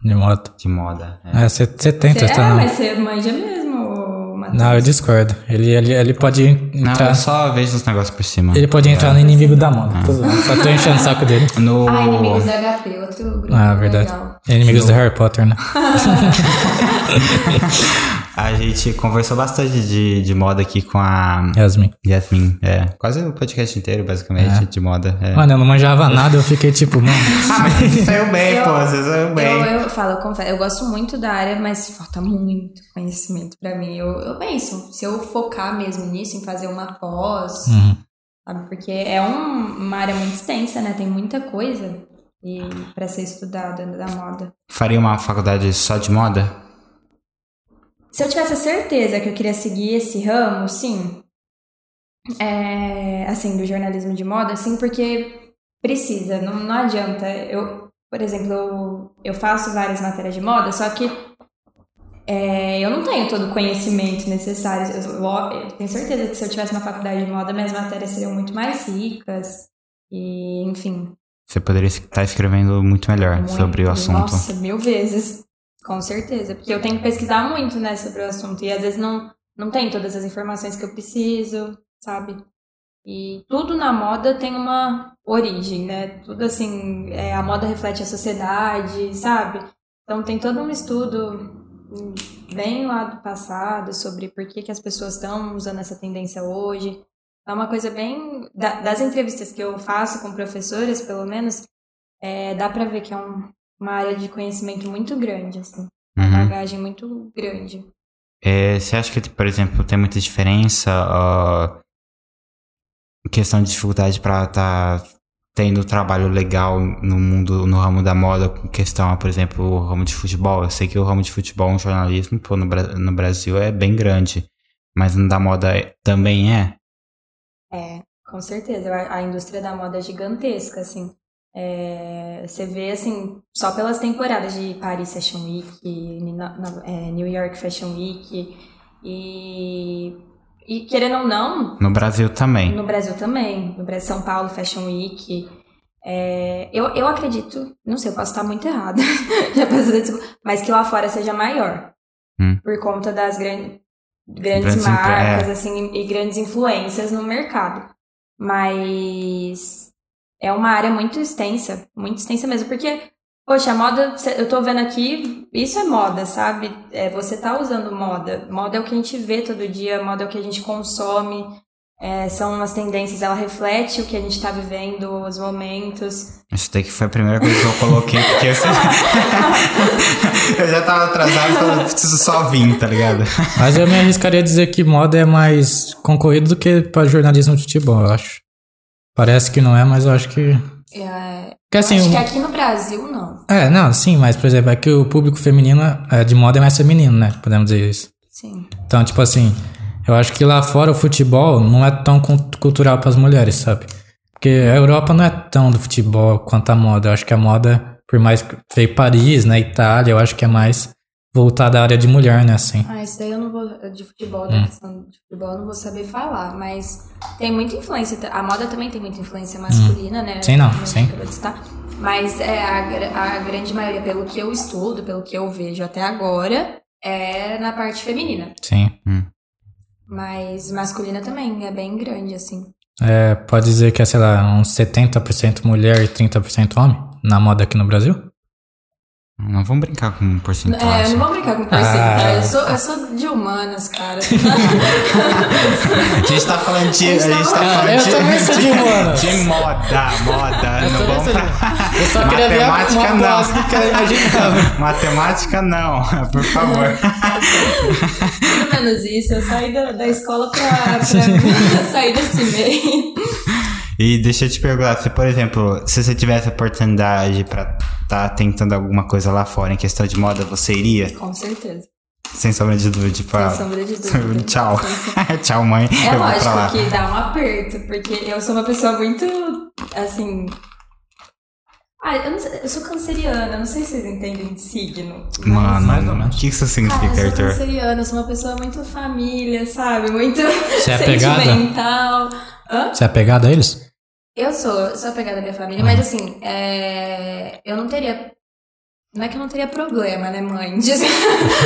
S2: de moto.
S1: de moda. É.
S2: É, você tenta
S3: Cê-
S2: essa
S3: é,
S2: não.
S3: mas você manja mesmo, Matheus.
S2: Não, eu discordo. Ele, ele, ele pode
S1: Não,
S2: entrar.
S1: eu só vejo os negócios por cima.
S2: Tá. Ele pode entrar no inimigo da moda. Tô zoando, Só tô enchendo o saco dele.
S1: No...
S3: Ah, Inimigos da HP, outro grupo
S2: Ah, verdade.
S3: legal.
S2: Inimigos do Harry Potter, né?
S1: A gente conversou bastante de, de moda aqui com a
S2: Yasmin.
S1: Yasmin. É, quase o podcast inteiro, basicamente, de moda. é.
S2: Mano, eu não manjava nada, eu fiquei tipo, mano.
S1: Ah, mas você saiu bem,
S3: Eu-
S1: pô, você saiu bem.
S3: Eu, eu falo, eu confesso, eu gosto muito da área, mas falta muito conhecimento pra mim. Eu, eu penso, se eu focar mesmo nisso, em fazer uma pós,
S2: Uhum.
S3: sabe? Porque é um- uma área muito extensa, né? Tem muita coisa e para ser estudada né, da moda.
S1: Faria uma faculdade só de moda?
S3: Se eu tivesse a certeza que eu queria seguir esse ramo, sim. É, assim, do jornalismo de moda, sim, porque precisa, não, não adianta. Eu, por exemplo, eu, eu faço várias matérias de moda, só que é, eu não tenho todo o conhecimento necessário. Eu, eu- eu tenho certeza que se eu tivesse uma faculdade de moda, minhas matérias seriam muito mais ricas. E, enfim,
S1: Você poderia estar escrevendo muito melhor
S3: muito.
S1: sobre o assunto.
S3: Nossa, mil vezes. Com certeza. Porque eu tenho que pesquisar muito, né, sobre o assunto. E às vezes não, não tem todas as informações que eu preciso, sabe? E tudo na moda tem uma origem, né? Tudo assim, é, a moda reflete a sociedade, sabe? Então tem todo um estudo hum, bem lá do passado sobre por que, que as pessoas estão usando essa tendência hoje. É uma coisa bem. da- das entrevistas que eu faço com professores, pelo menos, é, dá pra ver que é um- uma área de conhecimento muito grande, assim. Uma
S1: Uhum.
S3: bagagem muito grande.
S1: É, você acha que, por exemplo, tem muita diferença ó, em questão de dificuldade para estar tendo trabalho legal no mundo, no ramo da moda, com questão, ah, por exemplo, o ramo de futebol? Eu sei que o ramo de futebol, no jornalismo, pô, no, Bra- no Brasil é bem grande, mas no da moda é- também é?
S3: É, com certeza. A, a indústria da moda é gigantesca, assim. É, você vê, assim, só pelas temporadas de Paris Fashion Week, Nina- na- é, New York Fashion Week, e, e querendo ou não,
S1: No Brasil também.
S3: No Brasil também. No Brasil, São Paulo, Fashion Week. É, eu, eu acredito, não sei, eu posso estar muito errada, já peço desculpa, mas que lá fora seja maior.
S1: Hum.
S3: Por conta das gran- grandes
S1: Grandes empre-
S3: marcas, assim, e grandes influências no mercado. Mas é uma área muito extensa, muito extensa mesmo, porque, poxa, a moda, cê- eu tô vendo aqui, isso é moda, sabe? É, você tá usando moda. Moda é o que a gente vê todo dia, moda é o que a gente consome. É, são as tendências, ela reflete o que a gente está vivendo, os momentos.
S1: Isso daí que foi a primeira coisa que eu coloquei, porque eu, eu já tava atrasado, falando, preciso só vir, tá ligado?
S2: Mas eu me arriscaria a dizer que moda é mais concorrido do que pra jornalismo de futebol, eu acho. Parece que não é, mas eu acho que.
S3: É,
S2: Porque assim.
S3: acho
S2: o-
S3: que aqui no Brasil, não.
S2: É, não, sim, mas por exemplo, é que o público feminino é, de moda é mais feminino, né? Podemos dizer isso.
S3: Sim.
S2: Então, tipo assim, eu acho que lá fora o futebol não é tão cul- cultural pras mulheres, sabe? Porque a Europa não é tão do futebol quanto a moda. Eu acho que a moda, por mais que veio Paris, né, Itália, eu acho que é mais voltada à área de mulher, né, assim.
S3: Ah, isso daí eu não vou. De futebol,
S2: Hum.
S3: da questão de futebol, eu não vou saber falar. Mas tem muita influência. tá, A moda também tem muita influência masculina, né?
S2: Hum. Sim, não,
S3: A gente
S2: sim.
S3: acabou de citar. Mas é, a, gra- a grande maioria, pelo que eu estudo, pelo que eu vejo até agora, é na parte feminina.
S2: Sim.
S3: Mas masculina também, é bem grande, assim.
S2: É, pode dizer que é, sei lá, uns 70% mulher e 30% homem na moda aqui no Brasil?
S1: Não vamos brincar com um
S3: É,
S1: porcentagem.
S3: não vamos brincar com porcentagem.
S2: Ah.
S3: Eu, sou, eu sou de humanas, cara.
S1: A gente tá falando de. A gente tá
S3: Ah,
S1: falando
S2: eu também sou de humanas.
S1: de moda, moda. Não vamos pra...
S2: Eu só
S1: queria ver a- uma Matemática, não. frase
S2: que a gente tava.
S1: Matemática não, por favor.
S3: Pelo menos isso. Eu saí da, da escola pra, pra sair desse meio.
S1: E deixa eu te perguntar, se por exemplo, se você tivesse a oportunidade pra tá tentando alguma coisa lá fora em questão de moda, você iria?
S3: Com certeza.
S1: Sem sombra de dúvida, tipo, ah,
S3: Sem sombra de dúvida.
S1: tchau.
S3: Sem sombra-
S1: Tchau, mãe.
S3: É
S1: eu vou pra lá.
S3: lógico que dá um aperto, porque eu sou uma pessoa muito, assim... Ah, eu, não sei, eu sou canceriana, eu não sei se vocês entendem de signo. mas-
S2: Mais ou
S1: Mano, o
S2: menos.
S1: que que isso
S3: Cara, eu
S1: significa,
S3: sou
S1: Arthur?
S3: canceriana, eu sou uma pessoa muito família, sabe? Muito
S2: é apegada?
S3: sentimental. Hã?
S2: Você é apegado a eles?
S3: Eu sou, sou apegada à minha família, mas assim, é, eu não teria. Não é que eu não teria problema, né, mãe? Diz-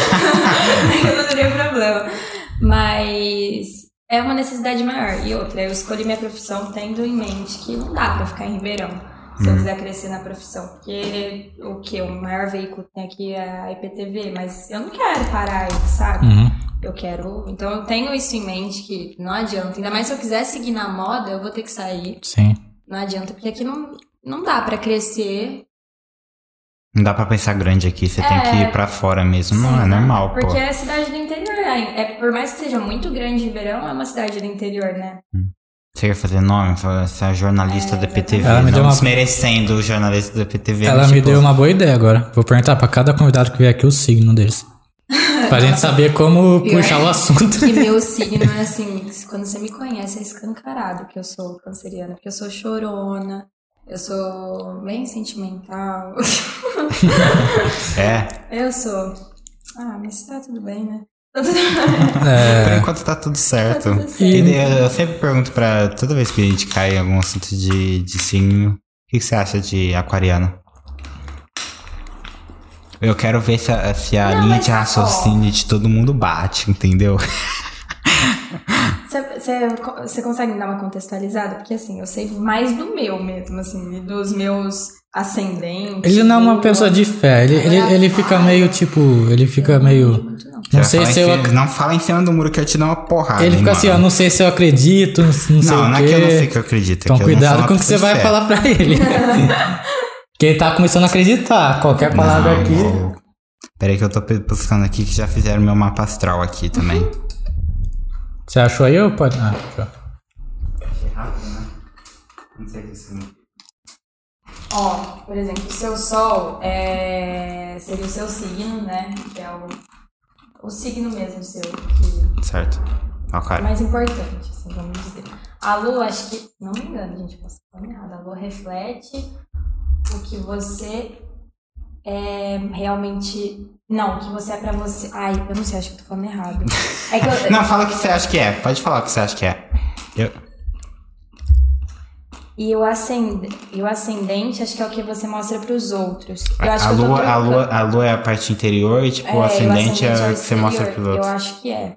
S3: não é que eu não teria problema. Mas é uma necessidade maior. E outra, eu escolhi minha profissão tendo em mente que não dá pra ficar em Ribeirão se eu quiser crescer na profissão. Porque o que? O maior veículo que tem aqui é a IPTV, mas eu não quero parar aí, sabe?
S2: Uhum.
S3: Eu quero. Então eu tenho isso em mente que não adianta. Ainda mais se eu quiser seguir na moda, eu vou ter que sair.
S2: Sim.
S3: Não adianta, porque aqui não, não dá pra crescer.
S1: Não dá pra pensar grande aqui, você tem que ir pra fora mesmo. Não é
S3: É. Sim,
S1: normal,
S3: assim, Porque
S1: pô.
S3: é cidade do interior. É, é- por mais que seja muito grande Ribeirão, é uma cidade do interior, né?
S1: Você quer fazer nome? Fala, Você é jornalista da PTV.
S2: Ela me
S1: não
S2: deu uma-
S1: desmerecendo o jornalista da PTV.
S2: Ela
S1: mas,
S2: me
S1: tipo,
S2: deu uma boa ideia agora. Vou perguntar pra cada convidado que vier aqui o signo deles. Pra gente saber como
S3: Pior.
S2: puxar o assunto.
S3: E meu signo é assim, quando você me conhece é escancarado que eu sou canceriana, porque eu sou chorona, eu sou bem sentimental.
S1: É.
S3: Eu sou. Ah, mas tá tudo bem, né?
S1: Por
S2: É,
S1: enquanto tá tudo certo.
S3: Tá tudo certo.
S1: E Eu, eu sempre pergunto pra. Toda vez que a gente cai em algum assunto de, de signo, o que que você acha de aquariano? Eu quero ver se a, se a
S3: Não,
S1: linha
S3: mas,
S1: de
S3: tá
S1: raciocínio de todo mundo bate, entendeu?
S3: Você- Você você consegue me dar uma contextualizada? Porque assim, eu sei mais do meu mesmo, assim, e dos meus ascendentes.
S2: ele não é uma pessoa de fé. Ele, ele, ele fica meio tipo. Ele fica meio.
S3: Muito, não.
S2: Não
S1: Já
S2: sei
S1: fala em
S2: se eu.
S1: cima- Não fala em cima do muro que eu te dou uma porrada.
S2: Ele
S1: hein,
S2: fica assim, ó,
S1: mano.
S2: não sei se eu acredito, não sei
S1: Não,
S2: o
S1: não
S2: quê.
S1: é que eu não sei que eu acredito. é
S2: Então
S1: que eu não sou
S2: cuidado
S1: uma
S2: com o que você
S1: pessoa
S2: vai
S1: de fé.
S2: falar pra ele. que ele tá começando a acreditar. Qualquer palavra
S1: Não,
S2: aqui.
S1: vou- Peraí que eu tô pe- buscando aqui que já fizeram meu mapa astral aqui também.
S2: Você achou aí ou pode. Ah, achou.
S1: Não sei o que isso
S3: Ó, por exemplo, o seu sol é, seria o seu signo, né? Que é o, o signo mesmo seu, que
S1: Certo. Ó,
S3: é
S1: cara.
S3: mais importante, assim, vamos dizer. A lua, acho que. Não me engano, gente, posso estar errada. A lua reflete o que você é realmente. Não, o que você é pra você. Ai, eu não sei, acho que eu tô falando errado. É que eu-
S1: Não, fala o que você acha que é. Pode falar o que você acha que é. Eu-
S3: E o, ascend... e o ascendente, acho que é o que você mostra pros outros. Eu acho
S1: a,
S3: que eu tô
S1: lua, a,
S3: trocando.
S1: lua, a lua é a parte interior e, tipo,
S3: É, e
S1: o ascendente é o que você
S3: exterior.
S1: mostra pros outros.
S3: Eu acho que é.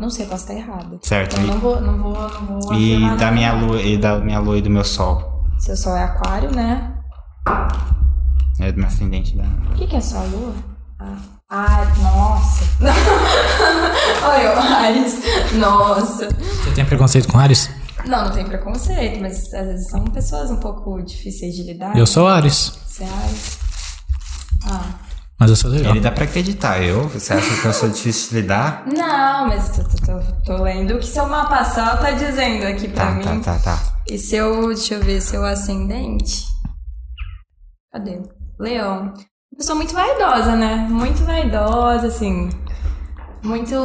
S3: Não sei, posso estar errada.
S1: Certo.
S3: Eu não vou, não vou, não vou.
S1: E,
S3: afirmar
S1: e da
S3: nada.
S1: minha lua, e da minha lua e do meu sol.
S3: Seu sol é aquário, né?
S1: É do meu ascendente da.
S3: O que, que é sua lua? Ah, ai, nossa. Olha eu, Ares. Nossa.
S2: Você tem preconceito com Ares?
S3: Não, não tem preconceito, mas às vezes são pessoas um pouco difíceis de lidar.
S2: Eu sou Ares,
S3: Você é Ares. Ah.
S2: mas eu sou legal.
S1: Ele dá pra acreditar, eu? Você acha que eu sou difícil de lidar?
S3: Não, mas tô, tô, tô- tô lendo o que seu mapa sol tá dizendo aqui pra
S1: Tá,
S3: mim.
S1: tá, tá, tá.
S3: E seu, deixa eu ver, seu ascendente. Cadê? Leão. Uma pessoa muito vaidosa, né? Muito vaidosa, assim. Muito.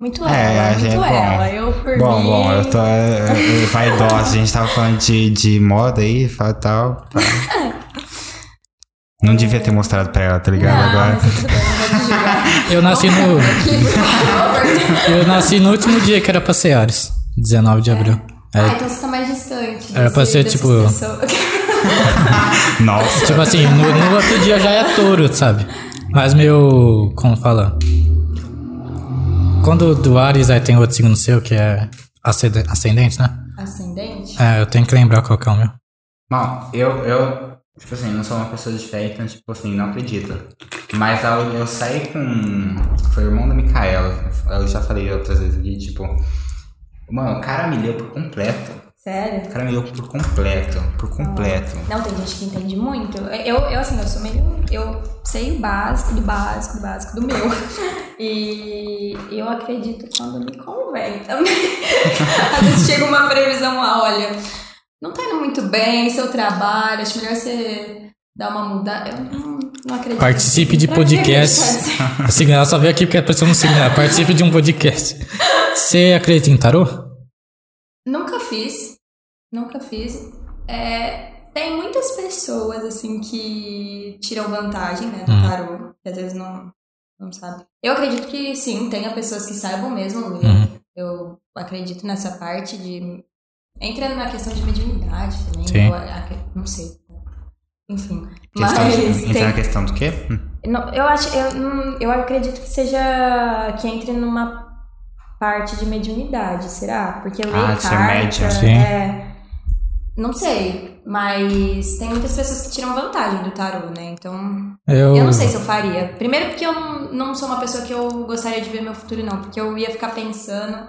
S3: Muito ela,
S1: É, a
S3: muito
S1: gente- bom.
S3: ela. eu por
S1: Bom,
S3: mim.
S1: bom, eu tô é, é, vaidosa. A gente tava falando de, de moda aí, tal, tal. tal. tá. Não devia ter mostrado pra ela, tá ligado?
S3: não,
S1: Agora.
S3: mas tudo bem, não vou te julgar.
S2: Eu nasci no.
S3: Por favor.
S2: Eu nasci no último dia que era pra ser Ares, 19 de abril.
S1: É.
S2: É,
S3: Ah,
S2: Aí,
S3: então você tá mais distante.
S2: Era pra
S3: desse-
S2: ser,
S3: dessas
S2: tipo,
S3: pessoas.
S1: Nossa.
S2: tipo assim, no, no outro dia já é touro, sabe? Mas meu. Como fala? Quando do Ares aí tem outro signo seu, que é ascende- ascendente, né?
S3: Ascendente?
S2: É, eu tenho que lembrar qual que é o meu.
S1: Bom, eu, eu, tipo assim, não sou uma pessoa de fé, então, tipo assim, não acredito. Mas a- eu saí com. Foi o irmão da Micaela. Eu já falei outras vezes aqui, tipo. Mano, o cara me leu por completo. O
S3: Sério?
S1: cara me leu por completo. Por completo.
S3: Não, tem gente que entende muito. Eu, eu assim, eu sou meio. Eu sei o básico do básico, do básico do meu. E eu acredito quando me convém também. Às vezes chega uma previsão, ah, olha, não tá indo muito bem, seu trabalho, acho melhor você dar uma mudada. Eu não, não acredito.
S2: Participe de
S3: Pra que
S2: podcast.
S3: acreditar?
S2: Assim, ela só veio aqui porque a pessoa não signo. Ela participa de um podcast. Você acredita em tarô?
S3: Nunca fiz. Nunca fiz. É, tem muitas pessoas, assim, que tiram vantagem, né, do
S2: Hum.
S3: tarô. Que às vezes não, não sabe. Eu acredito que, sim, tenha pessoas que saibam mesmo ler.
S2: Uhum.
S3: Eu acredito nessa parte de... Entra na questão de mediunidade também.
S2: Sim.
S3: eu ac- não sei. né. Enfim.
S1: Questão
S3: mas
S1: de,
S3: tem-
S1: entra na questão do quê? Hum.
S3: não, eu acho, eu, hum, eu acredito que seja que entre numa parte de mediunidade, será? Porque ler
S1: Ah, de ser
S3: carta,
S1: médium.
S2: Sim.
S3: é, não sei, mas tem muitas pessoas que tiram vantagem do tarô, né? Então,
S2: Eu,
S3: eu não sei se eu faria. Primeiro porque eu não, não sou uma pessoa que eu gostaria de ver meu futuro não, porque eu ia ficar pensando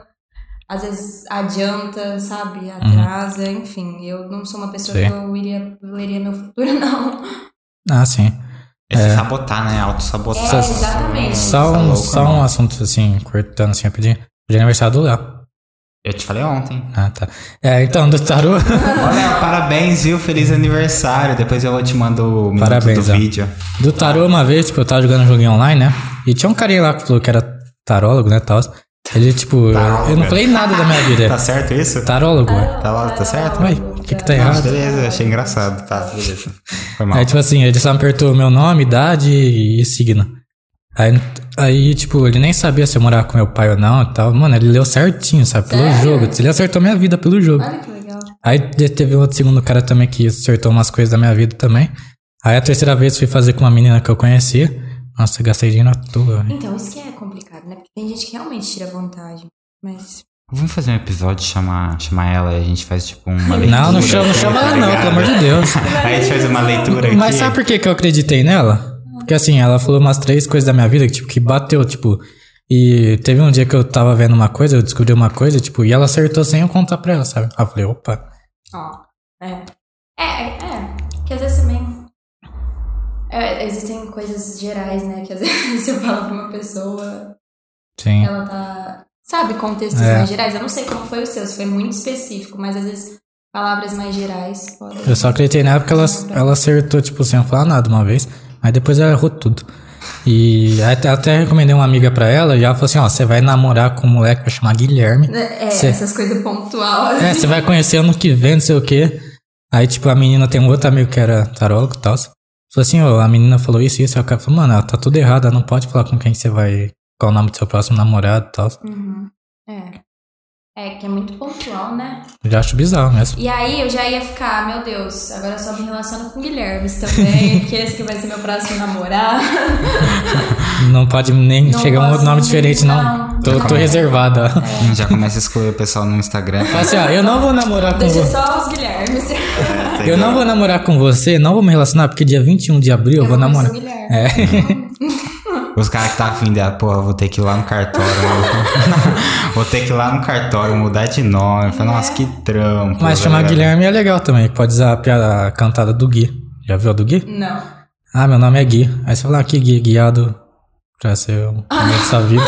S3: às vezes adianta, sabe, atrasa, enfim, eu não sou uma pessoa
S2: Uhum. Sim.
S3: que eu iria leria meu futuro não.
S2: Ah, sim.
S1: É, se sabotar, né? Auto-sabotar.
S3: É, exatamente.
S2: Só
S1: Tá
S2: um,
S1: louco,
S2: só
S1: mano.
S2: um assunto assim, cortando assim rapidinho. Hoje é aniversário do Léo.
S1: Eu te falei ontem.
S2: Ah, tá. É, então, do tarô.
S1: Olha, parabéns, viu? Feliz aniversário. Depois eu te mando o minuto
S2: Parabéns,
S1: do
S2: ó.
S1: vídeo.
S2: Do tarô, uma vez, tipo, eu tava jogando um joguinho online, né? E tinha um carinha lá que falou que era tarólogo, né, tal. Ele, tipo, eu, eu não falei nada da minha
S1: Tá
S2: vida. é
S1: certo isso?
S2: Tarólogo, é. ué.
S1: Tá lá, tá certo?
S2: Ué, o que que tá
S1: Ah,
S2: errado?
S1: beleza, achei engraçado. Tá, beleza. Foi mal.
S2: Aí, tipo assim, ele só apertou meu nome, idade e signo. Aí, aí, tipo, ele nem sabia se eu morava com meu pai ou não e tal. Mano, ele leu certinho, sabe? Pelo
S3: Sério?
S2: jogo. Ele acertou minha vida pelo jogo.
S3: Olha que legal.
S2: Aí de- teve um outro segundo cara também que acertou umas coisas da minha vida também. Aí a terceira vez fui fazer com uma menina que eu conhecia. Nossa, gastei dinheiro à toa. velho.
S3: Então, isso que é complicado, né? Porque tem gente que realmente tira vantagem. Mas.
S1: Vamos fazer um episódio, chamar, chamar ela e a gente faz tipo uma leitura.
S2: Não, não chama, não
S1: aqui,
S2: chama
S1: tá
S2: ela não,
S1: ligado?
S2: pelo amor de Deus.
S1: Aí a gente faz uma leitura aqui.
S2: Mas sabe por que, que eu acreditei nela? Porque assim, ela falou umas três coisas da minha vida que, tipo, que bateu, tipo. E teve um dia que eu tava vendo uma coisa, eu descobri uma coisa, tipo, e ela acertou sem eu contar pra ela, sabe? Aí eu falei, opa.
S3: Ó. É. É, é. é. Que às vezes também. é, existem coisas gerais, né? Que às vezes você fala pra uma pessoa,
S2: Sim.
S3: ela tá. Sabe, contextos
S2: É.
S3: mais gerais. Eu não sei como foi o seu, se foi muito específico, mas às vezes palavras mais gerais podem.
S2: Eu só acreditei nela porque ela, ela acertou, tipo, sem eu falar nada uma vez. Mas depois ela errou tudo. E até, até recomendei uma amiga pra ela e ela falou assim, ó, você vai namorar com um moleque que vai chamar Guilherme.
S3: É,
S2: Cê-
S3: essas coisas pontuais.
S2: É, você vai conhecer ano que vem, não sei o quê. Aí, tipo, a menina tem um outro amigo que era tarólogo e tal. Falou assim, ó, a menina falou isso e isso. Aí o cara falou, mano, ela tá tudo errada, ela não pode falar com quem você vai... Qual o nome do seu próximo namorado e tal.
S3: Uhum. É. É, que é muito pontual, né?
S2: Eu já acho bizarro mesmo.
S3: E aí eu já ia ficar, meu Deus, agora eu só me relaciono com Guilhermes também, que esse que vai ser meu próximo namorado.
S2: Não pode nem
S3: Não
S2: chegar um outro
S3: posso
S2: nome
S3: nem-
S2: diferente, não.
S3: não.
S2: Tô, tô
S1: É.
S2: reservada.
S1: Já começa a excluir o pessoal no Instagram.
S2: Fala assim, ó, eu não vou namorar com
S3: Deixa
S2: você.
S3: só os Guilhermes.
S2: Eu não vou namorar com você, não vou me relacionar, porque dia 21 de abril eu, vou namorar.
S3: Guilherme.
S2: É.
S1: Os caras que tá afim de, ah, porra, vou ter que ir lá no cartório. vou- vou ter que ir lá no cartório, mudar de nome. Falei, nossa, que trampo.
S2: É. Mas chamar
S1: velho.
S2: Guilherme é legal também, pode usar a, piada, a cantada do Gui. Já viu a do Gui?
S3: Não.
S2: Ah, meu nome é Gui. Aí você fala aqui, Gui, guiado pra ser o amor da sua vida.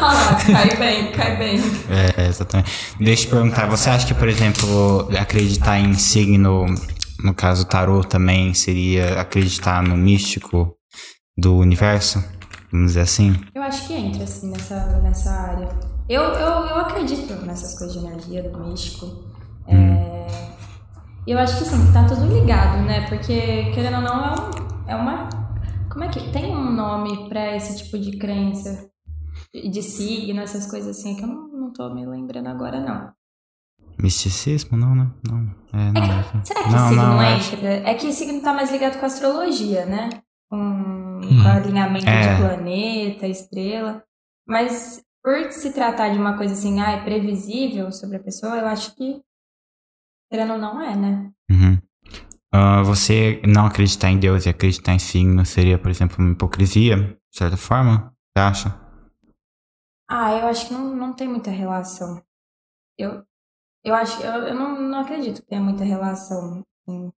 S3: Ah, lá, cai bem, cai bem.
S1: É, exatamente. Deixa eu te perguntar, você acha que, por exemplo, acreditar em signo, no caso tarô também, seria acreditar no místico do universo? Vamos dizer assim?
S3: Eu acho que entra, assim, nessa, nessa área. Eu, eu, eu acredito nessas coisas de energia, do místico. É, E eu acho que, assim, tá tudo ligado, né? Porque, querendo ou não, é um é uma. Como é que. Tem um nome pra esse tipo de crença? De signo, essas coisas assim, que eu não, não tô me lembrando agora, não.
S1: Misticismo? Não, né? Não. É, não.
S3: É que- será que
S1: não,
S3: signo
S1: não,
S3: é?
S1: acho-
S3: É que signo tá mais ligado com a astrologia, né? Com,
S2: Hum.
S3: com alinhamento
S1: É.
S3: de planeta, estrela. Mas por se tratar de uma coisa assim, ah, é previsível sobre a pessoa, eu acho que. Querendo ou não é, né?
S1: Uhum. Ah, você não acreditar em Deus e acreditar em signo seria, por exemplo, uma hipocrisia, de certa forma? Você acha?
S3: Ah, eu acho que não, não tem muita relação. Eu, eu acho, eu, eu não, não acredito que tenha muita relação. assim.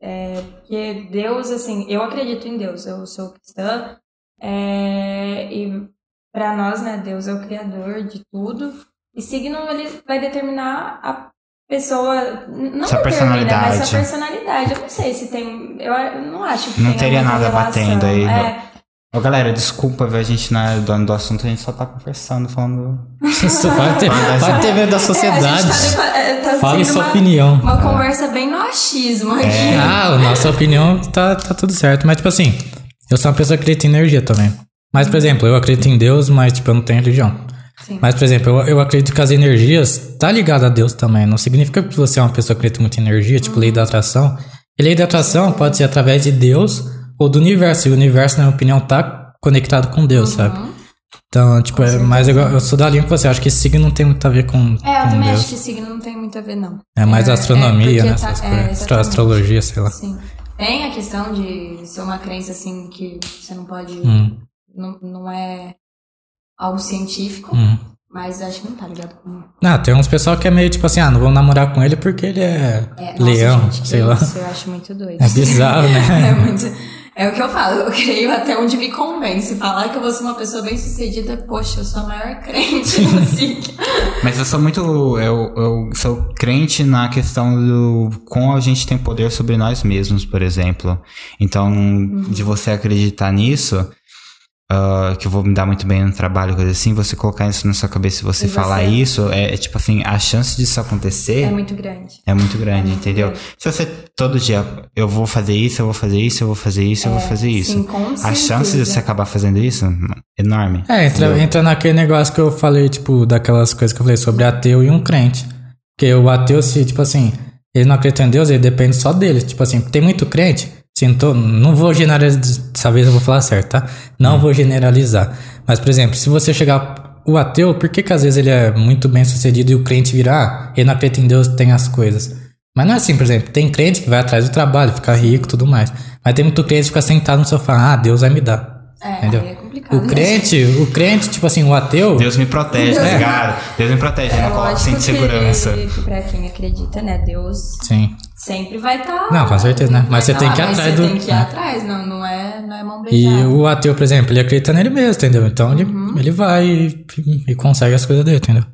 S3: É, porque Deus, assim, eu acredito em Deus, eu sou cristã, é, e para nós, né, Deus é o criador de tudo, e signo ele vai determinar a pessoa, n- não
S1: Sua
S3: determina,
S1: personalidade.
S3: mas sua personalidade. Eu não sei se tem, eu a- eu não acho que
S1: Não
S3: tenha
S1: teria
S3: muita
S1: nada
S3: relação.
S1: batendo aí,
S3: É,
S1: não. Ô, galera, desculpa, viu? a gente não é dono do assunto, a gente só tá conversando, falando.
S2: Isso pode ter,
S1: Fala,
S2: pode ter medo da
S3: É, a
S2: sociedade.
S3: gente tá, depa- tá
S2: Fale
S3: sendo
S2: sua
S3: uma-
S2: opinião.
S3: Uma conversa bem no achismo aqui.
S2: Ah, a nossa opinião tá, tá tudo certo. Mas, tipo assim, eu sou uma pessoa que acredita em energia também. Mas, por exemplo, eu acredito em Deus, mas, tipo, eu não tenho religião.
S3: Sim.
S2: Mas, por exemplo, eu, eu acredito que as energias tá ligada a Deus também. Não significa que você é uma pessoa que acredita muito em energia, tipo, lei da atração. E lei da atração pode ser através de Deus ou do universo. E o universo, na minha opinião, tá conectado com Deus,
S3: Uhum.
S2: sabe? Então, tipo, é, mas eu, eu sou da linha que você acha que signo não tem muito a ver com,
S3: É, eu
S2: com
S3: também
S2: Deus.
S3: acho que signo não tem muito a ver, não.
S2: É mais
S3: É,
S2: astronomia,
S3: é,
S2: né?
S3: porque
S2: Essas
S3: tá- é,
S2: coisas. Astro-
S3: exatamente.
S2: astrologia, sei lá.
S3: Sim. Tem a questão de ser uma crença, assim, que você não pode...
S2: Hum,
S3: Não, não é algo científico,
S2: hum.
S3: mas acho que não tá ligado com...
S2: Ah, tem uns pessoal que é meio tipo assim, ah, não vou namorar com ele porque ele é,
S3: É, nossa,
S2: leão,
S3: gente, que
S2: sei lá.
S3: Isso eu acho muito doido.
S2: É bizarro, né?
S3: É, muito, é o que eu falo, eu creio até onde me convence. Falar que eu vou ser uma pessoa bem sucedida, poxa, eu sou a maior crente no signo.
S1: Mas eu sou muito. Eu, eu sou crente na questão do. Com a gente tem poder sobre nós mesmos, por exemplo. Então,
S3: Uhum.
S1: de você acreditar nisso, ah, que eu vou me dar muito bem no trabalho, coisa assim, você colocar isso na sua cabeça e você
S3: E
S1: falar
S3: você-
S1: isso, é, é tipo assim, a chance disso acontecer.
S3: É muito grande.
S1: É muito grande, entendeu?
S3: grande.
S1: Se você todo dia, eu vou fazer isso, eu vou fazer isso, eu vou fazer isso, eu vou
S3: É,
S1: fazer isso.
S3: Sim, com
S1: a chance de
S3: certeza.
S1: você acabar fazendo isso, enorme.
S2: É, entra, entra naquele negócio que eu falei, tipo, daquelas coisas que eu falei sobre ateu e um crente. Porque o ateu, se, tipo assim, ele não acredita em Deus, ele depende só dele. Tipo assim, tem muito crente, assim, tô- não vou generalizar, dessa vez eu vou falar certo, tá? Não vou generalizar. Mas, por exemplo, se você chegar, o ateu, por que que às vezes ele é muito bem sucedido e o crente virar, ah, ele não acredita em Deus, tem as coisas. Mas não é assim, por exemplo, tem crente que vai atrás do trabalho, fica rico e tudo mais. Mas tem muito crente que fica sentado no sofá, ah, Deus vai me dar.
S3: É,
S2: Entendeu?
S3: aí é complicado.
S2: O
S3: né?
S2: crente, o crente, tipo assim, o ateu.
S1: Deus me protege,
S2: É.
S1: tá ligado? Deus me protege,
S3: É
S1: não coloca
S2: assim
S3: lógico
S1: sem
S3: que-
S1: segurança.
S3: que pra quem acredita, né? Deus
S2: Sim.
S3: sempre vai estar.
S2: Não, com certeza, né? Mas você tem que ir atrás
S3: Você
S2: do-
S3: tem que ir
S2: é.
S3: atrás, não, não, é, não é Uhum. mão
S2: E
S3: beijada.
S2: o ateu, por exemplo, ele acredita nele mesmo, entendeu? Então ele, ele vai e, e consegue as coisas dele, entendeu?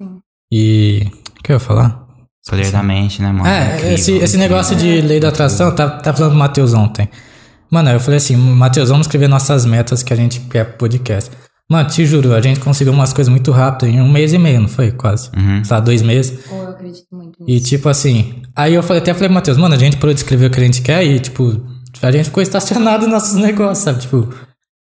S3: Sim.
S2: E. O que eu ia falar?
S1: Poder da mente, né, mano?
S2: É,
S1: Incrível,
S2: esse, esse
S1: incrível.
S2: negócio de lei da atração, tá, tá falando do Matheus ontem. Mano, eu falei assim, Matheus, vamos escrever nossas metas que a gente quer pro podcast. Mano, te juro, a gente conseguiu umas coisas muito rápido, em um mês e meio, não foi? Quase.
S1: Uhum.
S2: Sei lá, dois meses.
S3: Ou eu acredito muito nisso.
S2: E tipo assim, aí eu falei, até falei, Matheus, mano, a gente parou de escrever o que a gente quer e, tipo, a gente ficou estacionado em nossos negócios, sabe? Tipo,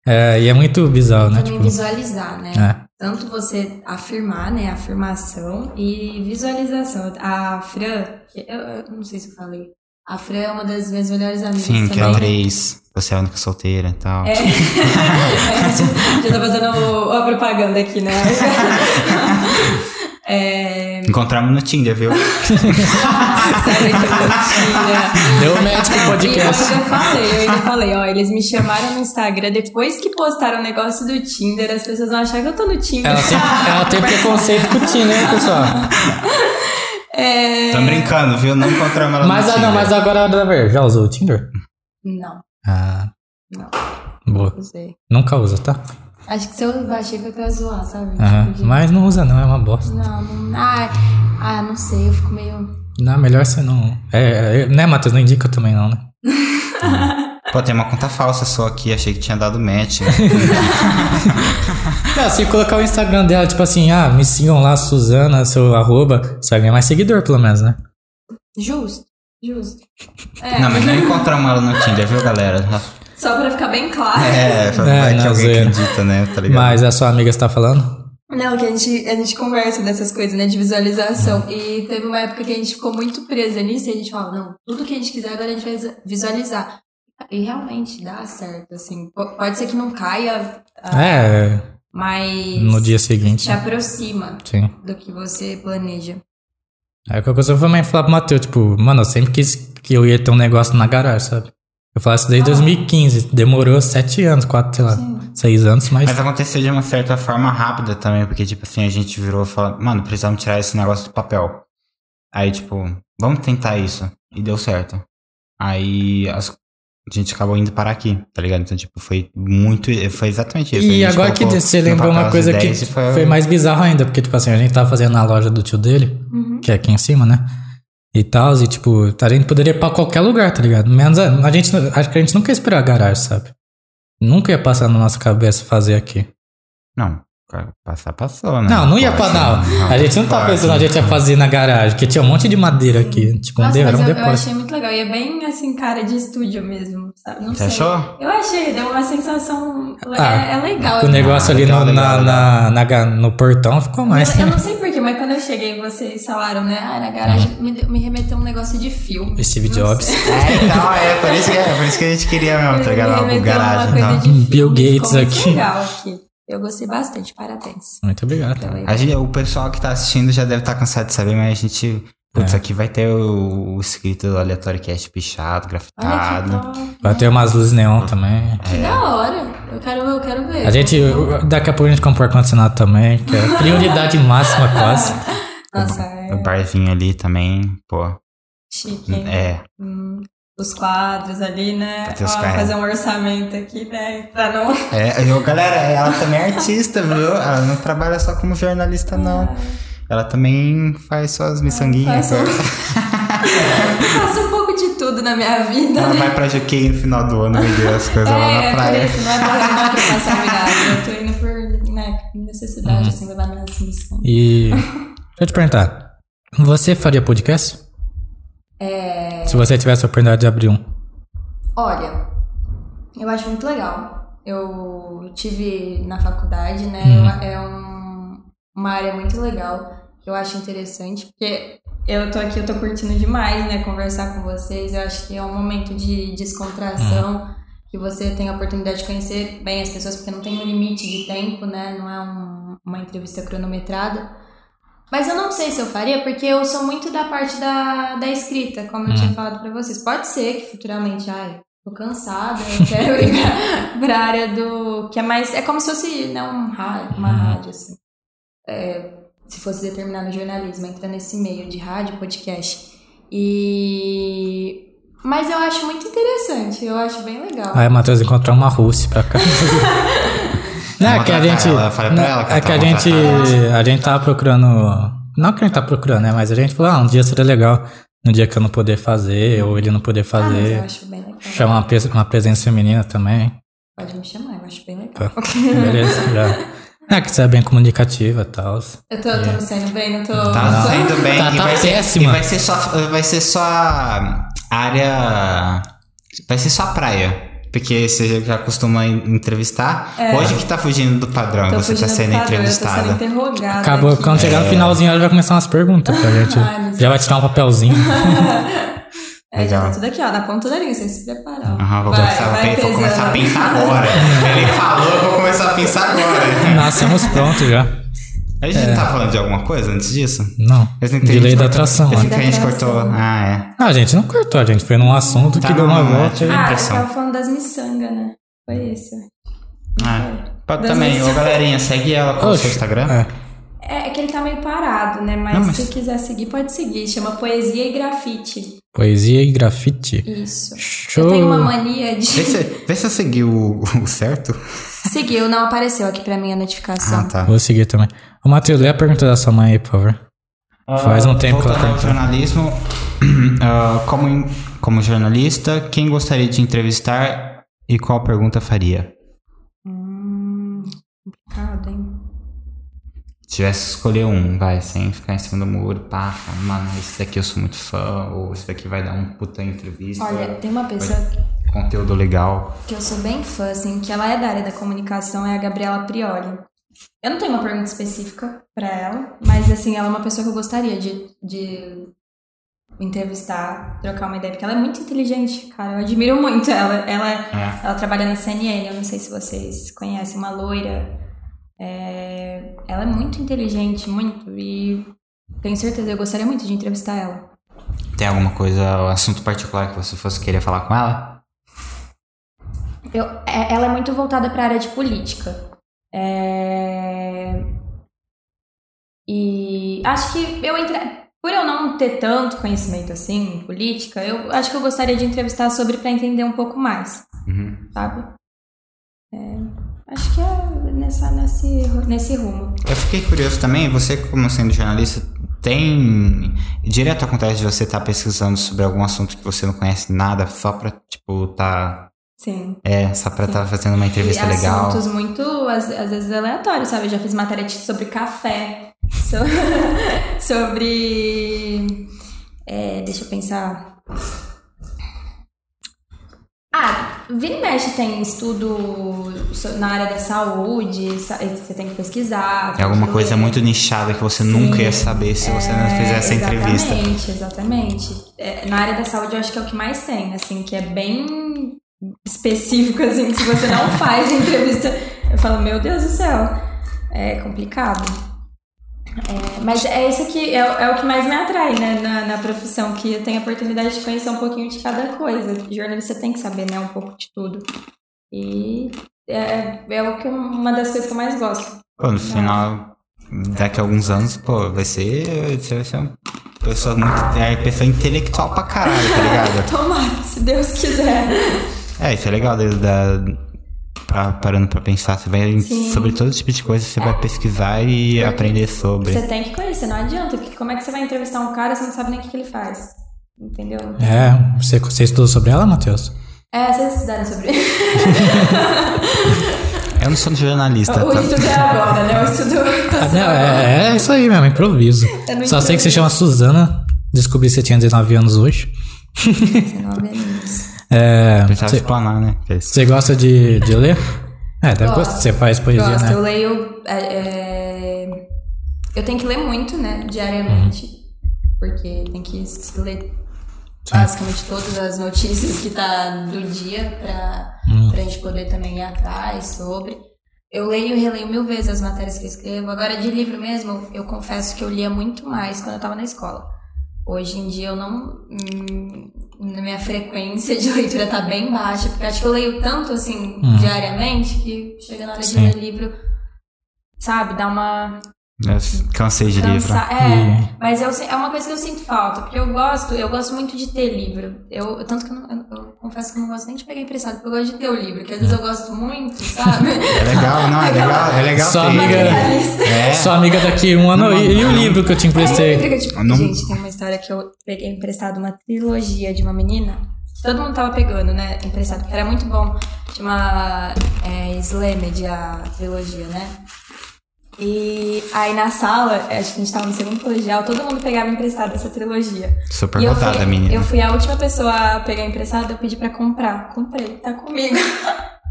S2: é, e é muito bizarro, né?
S3: Também
S2: Tipo,
S3: visualizar, né?
S2: é.
S3: Tanto você afirmar, né? Afirmação e visualização. A Fran, que eu, eu não sei se eu falei. A Fran é uma das minhas melhores amigas
S1: Sim, que é
S3: também.
S1: três. Você é a única solteira e tal.
S3: É. já, já tá fazendo o- a propaganda aqui, né? é.
S1: Encontramos no Tinder, viu?
S3: Sério, que né? mentira.
S2: Deu um match com o
S3: E eu
S2: podcast.
S3: ainda falei, eu ainda falei, ó, eles me chamaram no Instagram depois que postaram o negócio do Tinder, as pessoas vão achar que eu tô no Tinder.
S2: Ela tem, ela tem preconceito com o Tinder, hein, pessoal?
S3: É...
S2: tá
S1: Tô brincando, viu? Não encontramos ela
S2: Mas,
S1: no
S2: ah,
S1: Tinder.
S2: não, mas agora, a ver, já usou o Tinder?
S3: Não,
S2: Ah,
S3: não,
S2: boa.
S3: não sei.
S2: Nunca usa, tá?
S3: Acho que se eu baixei foi pra zoar, sabe?
S2: Aham.
S3: Tipo de-
S2: Mas não usa não, é uma bosta.
S3: Não, não. Ah, ah, não sei, eu fico meio.
S2: Não, melhor você não... É, é, né, Matheus? Não indica também não, né?
S1: Pô, tem uma conta falsa só aqui, achei que tinha dado match.
S2: É. Não, se colocar o Instagram dela, tipo assim, ah, me sigam lá, Suzana, seu arroba, você vai ganhar mais seguidor, pelo menos, né?
S3: Justo. Justo. É,
S1: Não, mas não encontramos ela no Tinder, viu, galera?
S3: Só pra ficar bem claro.
S1: É, vai que
S2: não,
S1: alguém
S2: zero.
S1: acredita, né? Tá ligado?
S2: Mas a sua amiga está falando?
S3: Não, que a gente, a gente conversa dessas coisas, né, de visualização. E teve uma época que a gente ficou muito presa nisso e a gente falava, não, tudo que a gente quiser agora a gente vai visa- visualizar. E realmente dá certo, assim. Po- Pode ser que não caia, Ah.
S2: É,
S3: mas
S2: no dia seguinte. né?
S3: te aproxima
S2: Sim.
S3: do que você planeja.
S2: Aí qualquer coisa eu também falar pro Matheus, tipo, mano, eu sempre quis que eu ia ter um negócio na garagem, sabe? Eu falava isso desde 2015, demorou sete anos, quatro, sei lá,
S3: Ah. Sim.
S2: seis anos, mas.
S1: Mas é aconteceu de uma certa forma rápida também, porque, tipo assim, a gente virou e falou, mano, precisamos tirar esse negócio do papel. Aí, tipo, vamos tentar isso. E deu certo. Aí as- a gente acabou indo parar aqui, tá ligado? Então, tipo, foi muito. Foi exatamente isso. A
S2: E
S1: gente
S2: agora que
S1: colocou
S2: você
S1: no
S2: lembrou
S1: papel
S2: uma
S1: as
S2: coisa que
S1: ideias e
S2: foi... mais bizarro ainda, porque, tipo assim, a gente tava fazendo na loja do tio dele,
S3: Uhum.
S2: que é aqui em cima, né? E tal, e tipo, a gente poderia ir pra qualquer lugar, tá ligado? Menos a, a gente, não- acho que a gente nunca ia esperar a garagem, sabe? Nunca ia passar na nossa cabeça fazer aqui.
S1: Não, cara, passar passou, né?
S2: Não, não ia pra
S1: pode,
S2: não. A gente não tá
S1: pode.
S2: pensando, a gente ia fazer na garagem, porque tinha um monte de madeira aqui, tipo, um
S3: Nossa,
S2: de- era
S3: mas
S2: um
S3: eu, eu
S2: depósito.
S3: achei muito legal. E é bem, assim, cara de estúdio mesmo, sabe? Não
S1: Você
S3: sei.
S1: achou?
S3: Eu achei, deu uma sensação...
S2: Ah,
S3: é, é legal.
S2: O negócio ali
S1: legal,
S2: no,
S1: legal,
S2: na, na- na ga- no portão ficou mais. né?
S3: Eu, eu não sei porquê, mas quando eu cheguei, vocês falaram, né? Ah, na garagem me, deu- me remeteu um negócio de filme.
S2: Uhum. Steve
S3: Não
S2: Jobs.
S1: É, então, é por, isso que, é por isso que a gente queria mesmo, tá
S3: sei.
S1: ligado?
S3: Me
S1: Algo
S3: remeteu
S1: garagem tá? e
S3: uma
S1: tal.
S3: coisa de filme,
S2: Bill Gates
S3: ficou muito
S2: aqui.
S3: legal aqui. Eu gostei bastante, parabéns.
S2: Muito obrigado.
S3: Pela ideia.
S1: A gente- o pessoal que tá assistindo já deve estar cansado de saber, mas a gente. Putz, aqui vai ter o, o escrito aleatório cast pichado,
S3: Olha que
S1: grafitado.
S3: top.
S2: Vai ter umas luzes neon também.
S3: Que da hora. Eu quero, eu quero ver.
S2: A gente, daqui a pouco a gente compra o ar-condicionado também, que é prioridade máxima quase.
S3: Nossa, é
S1: O barzinho ali também, pô.
S3: chique, hein?
S1: É.
S3: Hum, os quadros ali, né?
S1: Pra ter os
S3: Ó,
S1: caras.
S3: fazer um orçamento aqui, né? Pra não...
S1: é eu, galera, ela também é artista, viu? Ela não trabalha só como jornalista, não. Ela também faz suas miçanguinhas. né?
S3: Faço Faço um pouco de tudo na minha vida,
S1: Ela
S3: né?
S1: vai pra GK no final do ano vender as coisas lá
S3: É,
S1: na
S3: é por
S1: praia.
S3: isso, não é por, não é por passar virada. Eu tô indo por né, necessidade,
S1: Uhum.
S3: assim, levar minhas missões.
S2: E. Deixa eu te perguntar. Você faria podcast? É. Se você tivesse a oportunidade de abrir um.
S3: Olha, eu acho muito legal. Eu tive na faculdade, né?
S1: Uhum.
S3: É um- uma área muito legal que eu acho interessante, porque eu tô aqui, eu tô curtindo demais, né? Conversar com vocês. Eu acho que é um momento de
S1: Uhum.
S3: descontração. Que você tem a oportunidade de conhecer bem as pessoas, porque não tem um limite de tempo, né? Não é um- uma entrevista cronometrada. Mas eu não sei se eu faria, porque eu sou muito da parte da, da escrita, como eu tinha falado pra vocês. Pode ser que futuramente, ai, tô cansada, eu quero ir pra, pra área do. que é mais. É como se fosse né, um rádio, uma
S2: Uhum.
S3: rádio, assim. É, se fosse determinado jornalismo, entra nesse meio de rádio, podcast. E. Mas eu acho muito interessante, eu acho bem legal.
S2: Aí o Matheus encontrou uma Rússia pra cá. Não, é que a
S1: contratar
S2: gente.
S1: ela, eu falei pra
S2: não,
S1: ela que
S2: é
S1: eu
S2: que a
S1: tava
S2: gente.
S1: contratando
S2: A gente tava procurando. Não que a gente tá procurando, né? Mas a gente falou, ah, um dia seria legal. Um dia que eu não poder fazer, ou ele não poder
S3: Ah, mas eu
S2: fazer.
S3: acho bem legal.
S2: Chamar uma, pres- uma presença feminina também.
S3: Pode me chamar, eu acho bem
S1: Tá.
S3: legal.
S2: Beleza, já. É que você é bem comunicativa e tal.
S3: Eu tô, eu tô me saindo bem, não tô.
S1: Tá
S3: não tô-
S1: saindo bem.
S2: Tá-
S1: e
S2: tá
S1: vai ser,
S2: péssima.
S1: e vai ser só vai ser só a área vai ser só a praia. Porque você já costuma en- entrevistar. Hoje que tá fugindo do padrão,
S3: É. tô
S1: você tá
S3: fugindo do
S1: sendo
S3: padrão,
S1: entrevistada.
S3: Eu tô sendo interrogada.
S2: Acabou,
S3: aqui. É,
S2: quando chegar no finalzinho, ela vai começar umas perguntas pra gente.
S3: Ai, meu Deus.
S2: já vai tirar um papelzinho.
S3: É, já
S1: Legal.
S3: tá tudo aqui, ó, na ponta da linha, vocês se preparam.
S1: Aham, vou,
S3: Vai,
S1: começar, a
S3: vai
S1: pen- vou
S3: pesando.
S1: começar a pensar agora. Ele falou, eu vou começar a pensar agora.
S2: Nascemos prontos já.
S1: A gente não tá falando de alguma coisa antes disso?
S2: Não.
S1: Esse não
S2: É. De
S1: tem-
S2: lei da atração,
S1: Esse
S2: né?
S1: que a gente
S3: Da
S1: cortou.
S3: atração.
S1: Ah,
S2: Não, a gente não cortou, a gente foi num assunto
S1: Tá,
S2: que deu uma
S1: não,
S2: volta. e-
S1: é.
S3: Ah, eu
S1: Impressão.
S3: tava falando das miçangas, né? Foi isso.
S1: é. Ah, Pode também.
S3: Deus.
S1: Ô, galerinha, segue ela com o
S2: Oxe,
S1: seu Instagram.
S2: É.
S3: É, é que ele tá meio parado, né? Mas,
S1: Não, mas-
S3: se quiser seguir, pode seguir. Chama Poesia e Grafite.
S2: Poesia e grafite.
S3: Isso. Eu
S2: Show.
S3: tenho uma mania de.
S1: Vê se, vê se eu segui o, o certo.
S3: Seguiu, não apareceu aqui pra mim a notificação.
S1: é Ah, tá.
S2: Vou seguir também. Ô, Matheus, lê a pergunta da sua mãe aí, por favor. Faz um tempo que ela
S1: Ah, Voltando ao
S2: perguntou.
S1: jornalismo, ah, como, em- como jornalista, quem gostaria de entrevistar e qual pergunta faria?
S3: Hum, complicado, hein?
S1: tivesse que escolher um, vai, sem ficar em cima do muro, pá, fala, mano, esse daqui eu sou muito fã, ou esse daqui vai dar um puta entrevista.
S3: Olha, tem uma
S1: vai
S3: pessoa
S1: ter Conteúdo legal.
S3: que eu sou bem fã, assim, que ela é da área da comunicação, é a Gabriela Prioli. Eu não tenho uma pergunta específica pra ela, mas, assim, ela é uma pessoa que eu gostaria de, de entrevistar, trocar uma ideia, porque ela é muito inteligente, cara, eu admiro muito ela. Ela, é-
S1: É.
S3: ela trabalha na CNN, eu não sei se vocês conhecem, uma loira. É, ela é muito inteligente, muito, e tenho certeza, eu gostaria muito de entrevistar ela.
S1: Tem alguma coisa, um assunto particular que você fosse querer falar com ela?
S3: Eu, é- ela é muito voltada para a área de política. É, E acho que eu entra... por eu não ter tanto conhecimento assim em política, eu acho que eu gostaria de entrevistar sobre para entender um pouco mais,
S1: Uhum.
S3: sabe? É, Acho que é nessa, nesse, ru- nesse rumo.
S1: Eu fiquei curioso também, você como sendo jornalista, tem... Direto acontece de você estar pesquisando sobre algum assunto que você não conhece nada, só pra, tipo, tá...
S3: Sim.
S1: É, só pra estar fazendo uma entrevista
S3: e
S1: legal.
S3: assuntos muito, às, às vezes, aleatórios, sabe? Eu já fiz matéria de- sobre café, so- sobre. é, deixa eu pensar. Ah, vira e mexe tem estudo so- na área da saúde, sa- você tem que pesquisar.
S1: É
S3: tem
S1: alguma
S3: que
S1: coisa
S3: ler.
S1: muito nichada que você
S3: Sim.
S1: nunca ia saber se você não
S3: É,
S1: fizesse a entrevista.
S3: Exatamente, exatamente. É, na área da saúde eu acho que é o que mais tem, assim, que é bem específico, assim, que se você não faz a entrevista, eu falo, meu Deus do céu, é complicado. É, mas é isso que é, o- é o que mais me atrai, né, na, na profissão, que eu tenho a oportunidade de conhecer um pouquinho de cada coisa. Jornalista tem que saber, né, um pouco de tudo. E é, é o que, eu- uma das coisas que eu mais gosto.
S1: Pô, no final, daqui a alguns anos, pô, vai ser. Você vai ser uma pessoa muito. É pessoa intelectual pra caralho, tá ligado?
S3: Tomara, se Deus quiser.
S1: É, isso é legal da. da- pra- parando pra pensar, você vai.
S3: Sim.
S1: Sobre todo tipo de coisa, você vai pesquisar e aprender sobre.
S3: Você tem que conhecer, não adianta, porque como é que você vai entrevistar um cara se não sabe nem o que, que ele faz? Entendeu?
S2: É, você, você estudou sobre ela, Matheus?
S3: É, vocês estudaram sobre
S1: Eu não sou jornalista,
S3: o
S1: tá?
S3: estudo é agora, né? O estudo.
S2: Ah, não, é, é isso aí mesmo, improviso.
S3: É no
S2: Só sei que
S3: improviso.
S2: você chama Suzana. Descobri que você tinha 19 anos hoje.
S3: 19 anos.
S2: É,
S1: Precisava
S2: você,
S1: explanar, né? Que é isso.
S2: você gosta de, de ler? É, deve
S3: Gosto.
S2: gostar. Você faz poesia,
S3: Gosto,
S2: né?
S3: eu leio. é, é, Eu tenho que ler muito, né? Diariamente.
S2: Uhum.
S3: Porque tem que s- ler basicamente todas as notícias que tá do dia pra, pra gente poder também ir atrás sobre. Eu leio e releio mil vezes as matérias que eu escrevo. Agora, de livro mesmo, eu confesso que eu lia muito mais quando eu tava na escola. Hoje em dia eu não. hum, na minha frequência de leitura tá bem baixa, porque acho que eu leio tanto assim diariamente que chega na hora de ler livro, sabe, dá uma
S1: Eu cansei de livro.
S3: cansa... É,
S2: E-
S3: mas eu, se- é uma coisa que eu sinto falta, porque eu gosto, eu gosto muito de ter livro. Eu, tanto que eu, não- eu- eu confesso que eu não gosto nem de pegar emprestado, porque eu gosto de ter o livro, que às vezes eu gosto muito, sabe?
S1: É legal, não, é legal, é legal.
S2: Só
S1: ter.
S2: amiga-
S1: É.
S2: Sua amiga daqui um ano.
S1: Não,
S2: e, e o
S1: não.
S2: livro que eu te
S3: É,
S2: emprestei?
S3: briga de-
S1: Não-
S3: Gente, tem uma história que eu peguei emprestado uma trilogia de uma menina. Todo mundo tava pegando, né? Emprestado, porque era muito bom. Chama é, Slamed, a trilogia, né? E aí na sala, é, acho que a gente tava no segundo colegial, todo mundo pegava emprestado essa trilogia.
S1: Super
S3: E eu
S1: botada,
S3: fui-
S1: menina.
S3: Eu fui a última pessoa a pegar emprestado, eu pedi pra comprar. Comprei, tá comigo.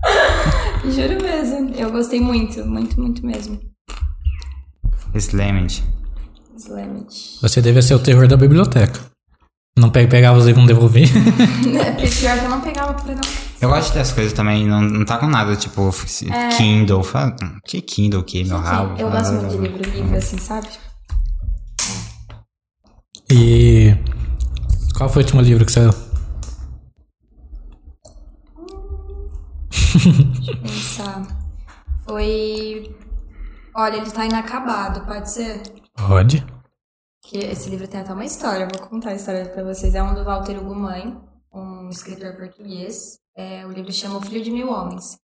S3: Juro mesmo. Eu gostei muito, muito, muito mesmo.
S1: Slammed.
S3: Slamed.
S2: Você devia ser o terror da biblioteca. Não pe- pegava os livros e não devolvia.
S3: É, pior que eu não pegava pra não.
S1: Eu gosto dessas coisas também, não, não tá com nada, tipo, se- Kindle. Fala, "Hum, que Kindle, que meu rabo.
S3: É. Eu
S1: Fala,
S3: gosto muito de
S1: "Ah,
S3: livro, livro assim, sabe?
S2: E. Qual foi o último livro que você.
S3: Pensar. Foi. Olha, ele tá inacabado, pode ser?
S2: Pode?
S3: Que esse livro tem até uma história, eu vou contar a história pra vocês. É um do Walter Hugo Mãe, um escritor português. É, o livro chama O Filho de Mil Homens.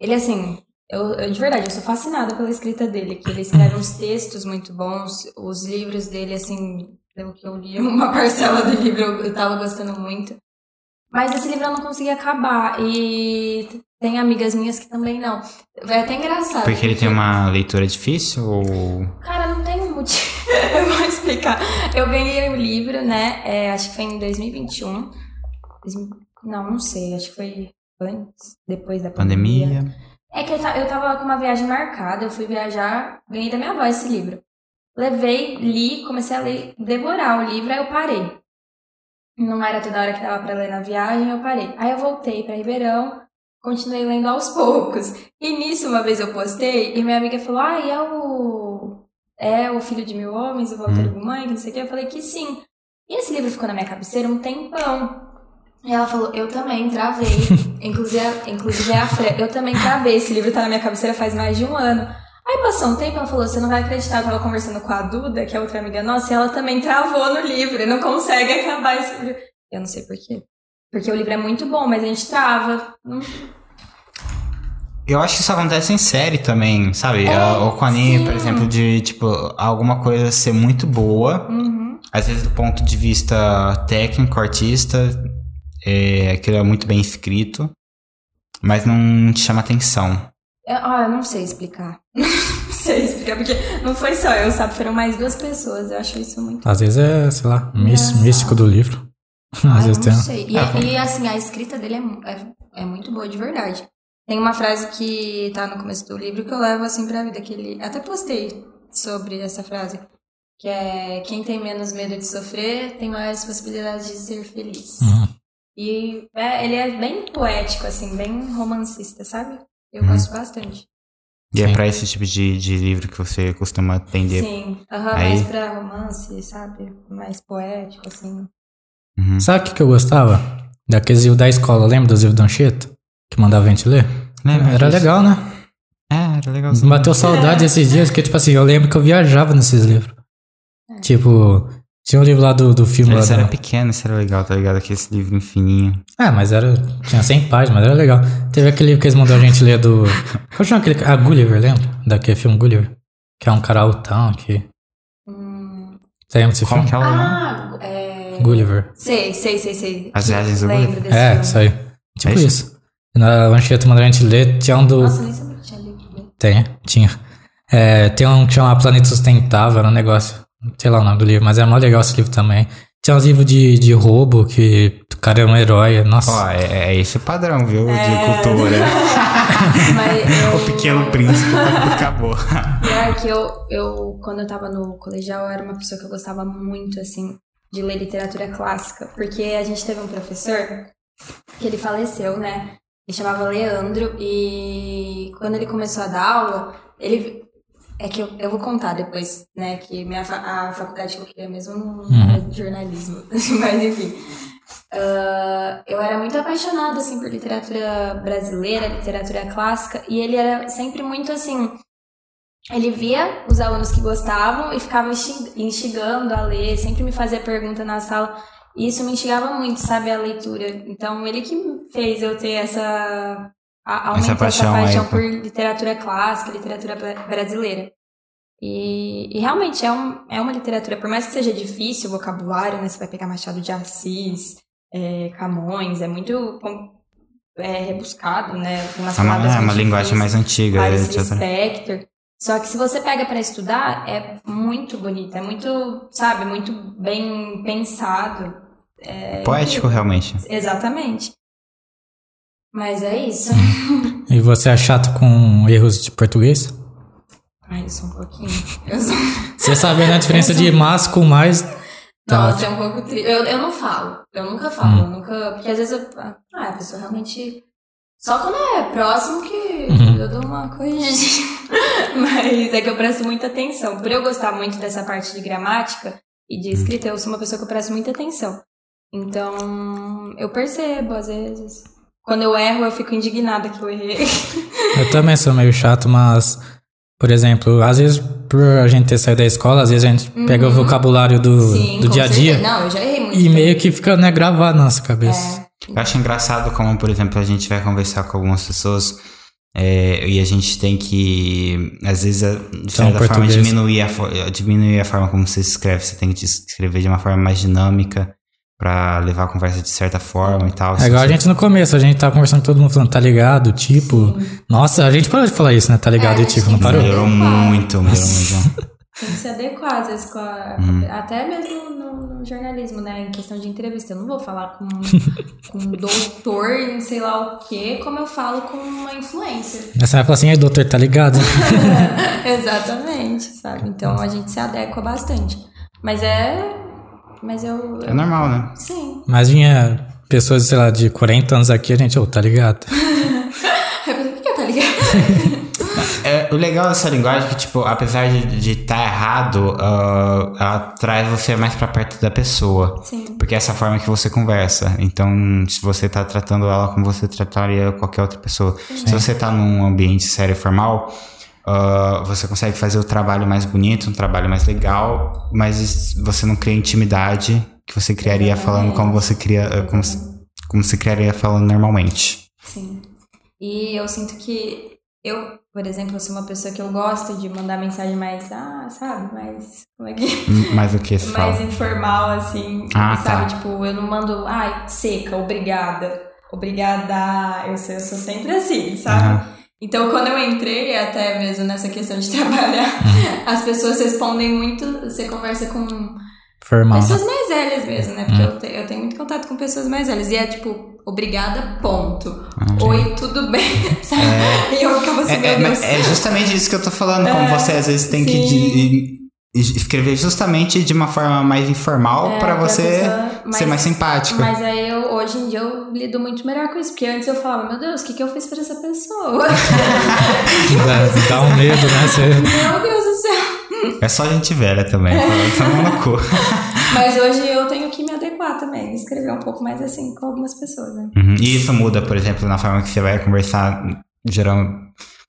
S3: Ele, assim, eu, eu, de verdade, eu sou fascinada pela escrita dele, que ele escreve uns textos muito bons. Os livros dele, assim, pelo que eu li, uma parcela do livro eu, eu tava gostando muito. Mas esse livro eu não consegui acabar. E tem amigas minhas que também não. Vai até engraçado.
S1: Porque ele tem uma leitura difícil ou.
S3: Cara, não tem um motivo. eu vou explicar. Eu ganhei o livro, né? É, acho que foi em 2021. Dois- Não, não sei. Acho que foi antes, depois da pandemia.
S1: Pandemia.
S3: É que eu, ta- eu tava com uma viagem marcada, eu fui viajar, ganhei da minha avó esse livro. Levei, li, comecei a ler, devorar o livro, aí eu parei. Não era toda hora que dava pra ler na viagem, eu parei. Aí eu voltei pra Ribeirão, continuei lendo aos poucos. E nisso, uma vez eu postei, e minha amiga falou, ah, e é o... É o Filho de Mil Homens, o Volta
S1: Hum.
S3: do Mãe, que não sei o que. Eu falei que sim. E esse livro ficou na minha cabeceira um tempão. E ela falou, eu também travei. inclusive, a- inclusive é a Fran, eu também travei. Esse livro tá na minha cabeceira faz mais de um ano. Aí passou um tempo, ela falou, você não vai acreditar, eu tava conversando com a Duda, que é outra amiga nossa, e ela também travou no livro, e não consegue acabar esse livro. Eu não sei por quê. Porque o livro é muito bom, mas a gente trava. Não
S1: Eu acho que isso acontece em série também, sabe? Ah,
S3: É,
S1: ou com anime,
S3: sim.
S1: por exemplo, de tipo, alguma coisa ser muito boa,
S3: Uhum.
S1: às vezes do ponto de vista técnico, artista, é, aquilo é muito bem escrito, mas não te chama atenção.
S3: Eu, ah, eu não sei explicar. não sei explicar, porque não foi só eu, sabe? Foram mais duas pessoas. Eu acho isso muito.
S2: Às vezes é, sei lá, mís-
S3: Engraçado.
S2: místico do livro. Às
S3: Ah, eu
S2: vezes tem. um.
S3: não sei. E,
S1: Ah,
S3: e, assim, a escrita dele é, mu- é, é muito boa, de verdade. Tem uma frase que tá no começo do livro que eu levo assim pra vida, que ele. Até postei sobre essa frase. Que é quem tem menos medo de sofrer tem maiores possibilidades de ser feliz.
S2: Uhum.
S3: E é, ele é bem poético, assim, bem romancista, sabe? Eu
S1: Hum.
S3: gosto bastante.
S1: E é
S2: Sim.
S1: pra esse tipo de, de livro que você costuma atender.
S3: Sim. Aham,
S1: Aí-
S3: mais pra romance, sabe? Mais poético, assim.
S1: Uhum.
S2: Sabe o que, que eu gostava? Daqueles livros da escola, lembra dos livros do Anchieta? Que mandava a gente ler?
S1: Lembra
S2: Era
S1: disso?
S2: legal, né?
S1: É, era legalzinho.
S2: Bateu saudade esses dias, porque, tipo assim, eu lembro que eu viajava nesses livros.
S3: É.
S2: Tipo, tinha um livro lá do, do filme lá.
S1: Esse era
S2: do-
S1: pequeno, isso era legal, tá ligado? Aquele livro fininho.
S2: É, mas era. Tinha 100 páginas, era legal. Teve aquele livro que eles mandaram a gente ler do. Qual chama aquele. Ah, Gulliver, lembra? Daquele filme Gulliver. Que é um cara altão que.
S3: Hum.
S2: Você lembra desse
S1: Como
S2: filme?
S1: que é o nome?
S3: Ah, é.
S2: Gulliver.
S3: Sei, sei, sei, sei.
S1: As viagens do
S3: Lembro
S1: Gulliver.
S3: desse
S2: É,
S3: filme.
S2: isso aí. Tipo
S1: É isso?
S2: isso. Na Anchieta mandaram a gente ler, tinha um do.
S3: Nossa, nem sabia que tinha né? livro.
S2: Tem, tinha. É, tem um que chama Planeta Sustentável, era um negócio. Sei lá o nome do livro, mas é mó legal esse livro também. Tinha uns livros de, de roubo, que o cara é um herói. Nossa.
S1: Ó, é, é esse o padrão, viu? De
S3: É.
S1: cultura.
S3: Mas
S1: É O Pequeno Príncipe acabou.
S3: Pior é que eu, eu, quando eu tava no colegial, eu era uma pessoa que eu gostava muito, assim, de ler literatura clássica. Porque a gente teve um professor que ele faleceu, né? Ele chamava Leandro e quando ele começou a dar aula, ele... É que eu, eu vou contar depois, né? Que minha fa- a faculdade que eu queria mesmo não era
S1: Uhum.
S3: de jornalismo. Mas enfim. Ah, eu era muito apaixonada, assim, por literatura brasileira, literatura clássica. E ele era sempre muito, assim... Ele via os alunos que gostavam e ficava insti- instigando a ler, sempre me fazia pergunta na sala. E isso me instigava muito, sabe, a leitura. Então, ele que fez eu ter essa. A, aumentar essa
S1: paixão
S3: paixão,
S1: aí, pô.
S3: por literatura clássica, literatura bra- brasileira. E, e realmente é, um, é uma literatura, por mais que seja difícil o vocabulário, né? Você vai pegar Machado de Assis, é, Camões, é muito com- é, rebuscado, né? Tem umas
S1: É uma,
S3: palavras
S1: é uma
S3: muito
S1: linguagem
S3: difíceis.
S1: mais antiga. é,
S3: Clarice
S1: etc.
S3: Lispector. Só que se você pega pra estudar, é muito bonito, é muito, sabe, muito bem pensado. É
S1: Poético,
S3: incrível.
S1: realmente.
S3: Exatamente. Mas é isso.
S2: E você é chato com erros de português?
S3: Ai, eu sou um pouquinho. Eu sou...
S2: Você sabe né, a diferença de mas com mais. Tá. Hum.
S3: Nossa, é um pouco triste. Eu, eu não falo. Eu nunca falo. Eu nunca. Porque às vezes eu. Ah, a pessoa realmente. Só quando é próximo que
S2: Uhum.
S3: eu dou uma corrigida. Mas é que eu presto muita atenção. Por eu gostar muito dessa parte de gramática e
S2: Hum.
S3: de escrita, eu sou uma pessoa que eu presto muita atenção. Então, eu percebo às vezes. Quando eu erro, eu fico indignada que eu errei.
S2: Eu também sou meio chato, mas, por exemplo, às vezes por a gente ter saído da escola, às vezes a gente pega o vocabulário do, do
S3: Uhum. com
S2: dia a
S3: certeza.
S2: dia
S3: Não, então. eu já errei muito.
S2: e meio que fica né, gravado na nossa cabeça.
S1: Eu acho engraçado como, por exemplo, a gente vai conversar com algumas pessoas é, e a gente tem que, às vezes, a- de
S2: Então,
S1: certa forma,
S2: português.
S1: eh, diminuir a, fo- diminuir a forma como você escreve. Você tem que te escrever de uma forma mais dinâmica, pra levar a conversa de certa forma e tal.
S2: É igual a gente no começo, a gente tava conversando com todo mundo falando, tá ligado, tipo. Nossa, a gente parou de falar isso, né? Tá ligado,
S3: É,
S2: e tipo, não
S3: gente,
S2: parou?
S1: Melhorou muito, melhorou muito.
S3: Tem que se adequar, às vezes, com a- até mesmo no, no jornalismo, né? Em questão de entrevista. Eu não vou falar com, com um doutor em sei lá o quê, como eu falo com uma influencer.
S2: Aí Você vai falar assim, aí, doutor, tá ligado?
S3: Exatamente, sabe? Então a gente se adequa bastante. Mas é. Mas eu.
S1: É normal, né?
S3: Sim.
S2: Mas vinha pessoas, sei lá, de 40 anos aqui, a gente, ô, tá ligado?
S3: Aí eu falei, por que tá ligado?
S1: É, o legal dessa linguagem é que, tipo, apesar de estar errado, ah, ela traz você mais pra perto da pessoa.
S3: Sim.
S1: Porque é essa forma que você conversa. Então, se você tá tratando ela como você trataria qualquer outra pessoa. Se você tá num ambiente sério e formal, ah, você consegue fazer o trabalho mais bonito, um trabalho mais legal, mas você não cria intimidade que você criaria falando como você cria. ah, Como, se- como você criaria falando normalmente.
S3: Sim. E eu sinto que eu, por exemplo, eu sou uma pessoa que eu gosto de mandar mensagem mais, ah, sabe, mais. Como é que.
S1: Mais do que se fala.
S3: mais informal, assim.
S1: Ah,
S3: sabe?
S1: tá.
S3: Tipo, eu não mando, ai, seca, obrigada. Obrigada. Eu, sou- eu sou sempre assim, sabe? Então, quando eu entrei, até mesmo nessa questão de trabalhar,
S1: Uhum.
S3: as pessoas respondem muito. Você conversa com
S2: Formal. né?
S3: pessoas mais velhas mesmo, né?
S1: Uhum.
S3: Porque eu, te- eu tenho muito contato com pessoas mais velhas. E é tipo, obrigada, ponto. Oi, tudo bem, sabe? E eu ficava assim,
S1: Ah, É,
S3: meu
S1: é, mas
S3: Deus. É,
S1: é justamente isso que eu tô falando, como você às vezes tem que de- e- escrever justamente de uma forma mais informal pra
S3: É, pra
S1: você
S3: pessoa
S1: ser mais simpático.
S3: Mas aí eu, hoje em dia eu lido muito melhor com isso, porque antes eu falava, meu Deus, o que, que eu fiz pra essa pessoa?
S2: Dá, dá um medo, né? Você-
S3: meu Deus do céu.
S1: É só gente velha também, tá no cu.
S3: Mas hoje eu tenho que me adequar também, escrever um pouco mais assim com algumas pessoas, né?
S1: Uhum. E isso muda, por exemplo, na forma que você vai conversar. Geral,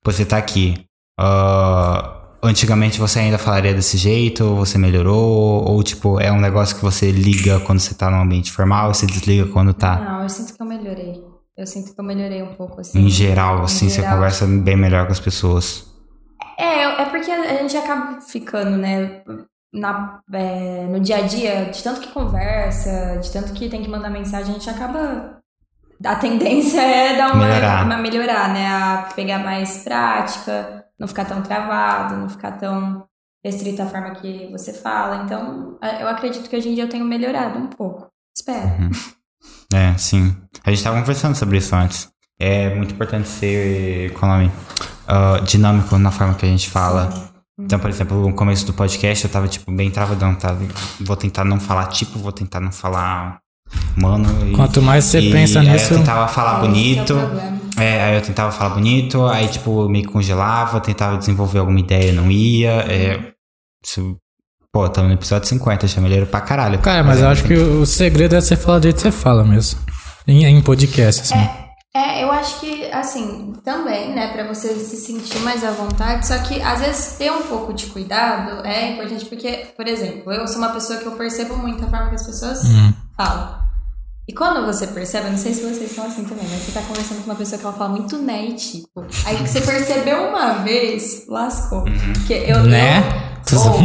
S1: você tá aqui. Ah, antigamente você ainda falaria desse jeito, ou você melhorou, ou tipo, é um negócio que você liga quando você tá num ambiente formal, você desliga quando tá.
S3: Não, eu sinto que eu melhorei. Eu sinto que eu melhorei um pouco, assim.
S1: Em geral,
S3: Em
S1: assim, você
S3: geral.
S1: conversa bem melhor com as pessoas.
S3: É, eu- é porque a gente acaba ficando, né? Na, é, no dia a dia, de tanto que conversa, de tanto que tem que mandar mensagem, a gente acaba. A tendência é dar uma
S1: Melhorar.
S3: uma melhorar, né? A pegar mais prática, não ficar tão travado, não ficar tão restrito à forma que você fala. Então, a- eu acredito que hoje em dia eu tenho melhorado um pouco. Espero.
S1: É, sim. A gente tava conversando sobre isso antes. É muito importante ser, qual o nome? Ah, dinâmico na forma que a gente fala.
S3: Uhum.
S1: Então, por exemplo, no começo do podcast eu tava, tipo, bem travadão, tá? Vou tentar não falar tipo, vou tentar não falar mano. E,
S2: Quanto mais você
S1: e é
S2: pensa
S1: aí
S2: nisso.
S1: Eu tentava falar
S3: Esse
S1: bonito.
S3: é o problema.
S1: É, aí eu tentava falar bonito, aí, tipo, eu me congelava, tentava desenvolver alguma ideia, não ia. É, isso- pô, tamo no episódio 50, chamelheiro pra caralho.
S2: Cara, mas
S1: é,
S2: eu acho que o o segredo é você falar do jeito que você fala mesmo. Em, em podcast, assim.
S3: É, eu acho que, assim, também, né, pra você se sentir mais à vontade, só que às vezes ter um pouco de cuidado é importante, porque, por exemplo, eu sou uma pessoa que eu percebo muito a forma que as pessoas falam. E quando você percebe, eu não sei se vocês são assim também, mas você tá conversando com uma pessoa que ela fala muito né e tipo. Aí que você percebeu uma vez, lascou. Porque É, eu.
S2: Né?
S3: eu- ou-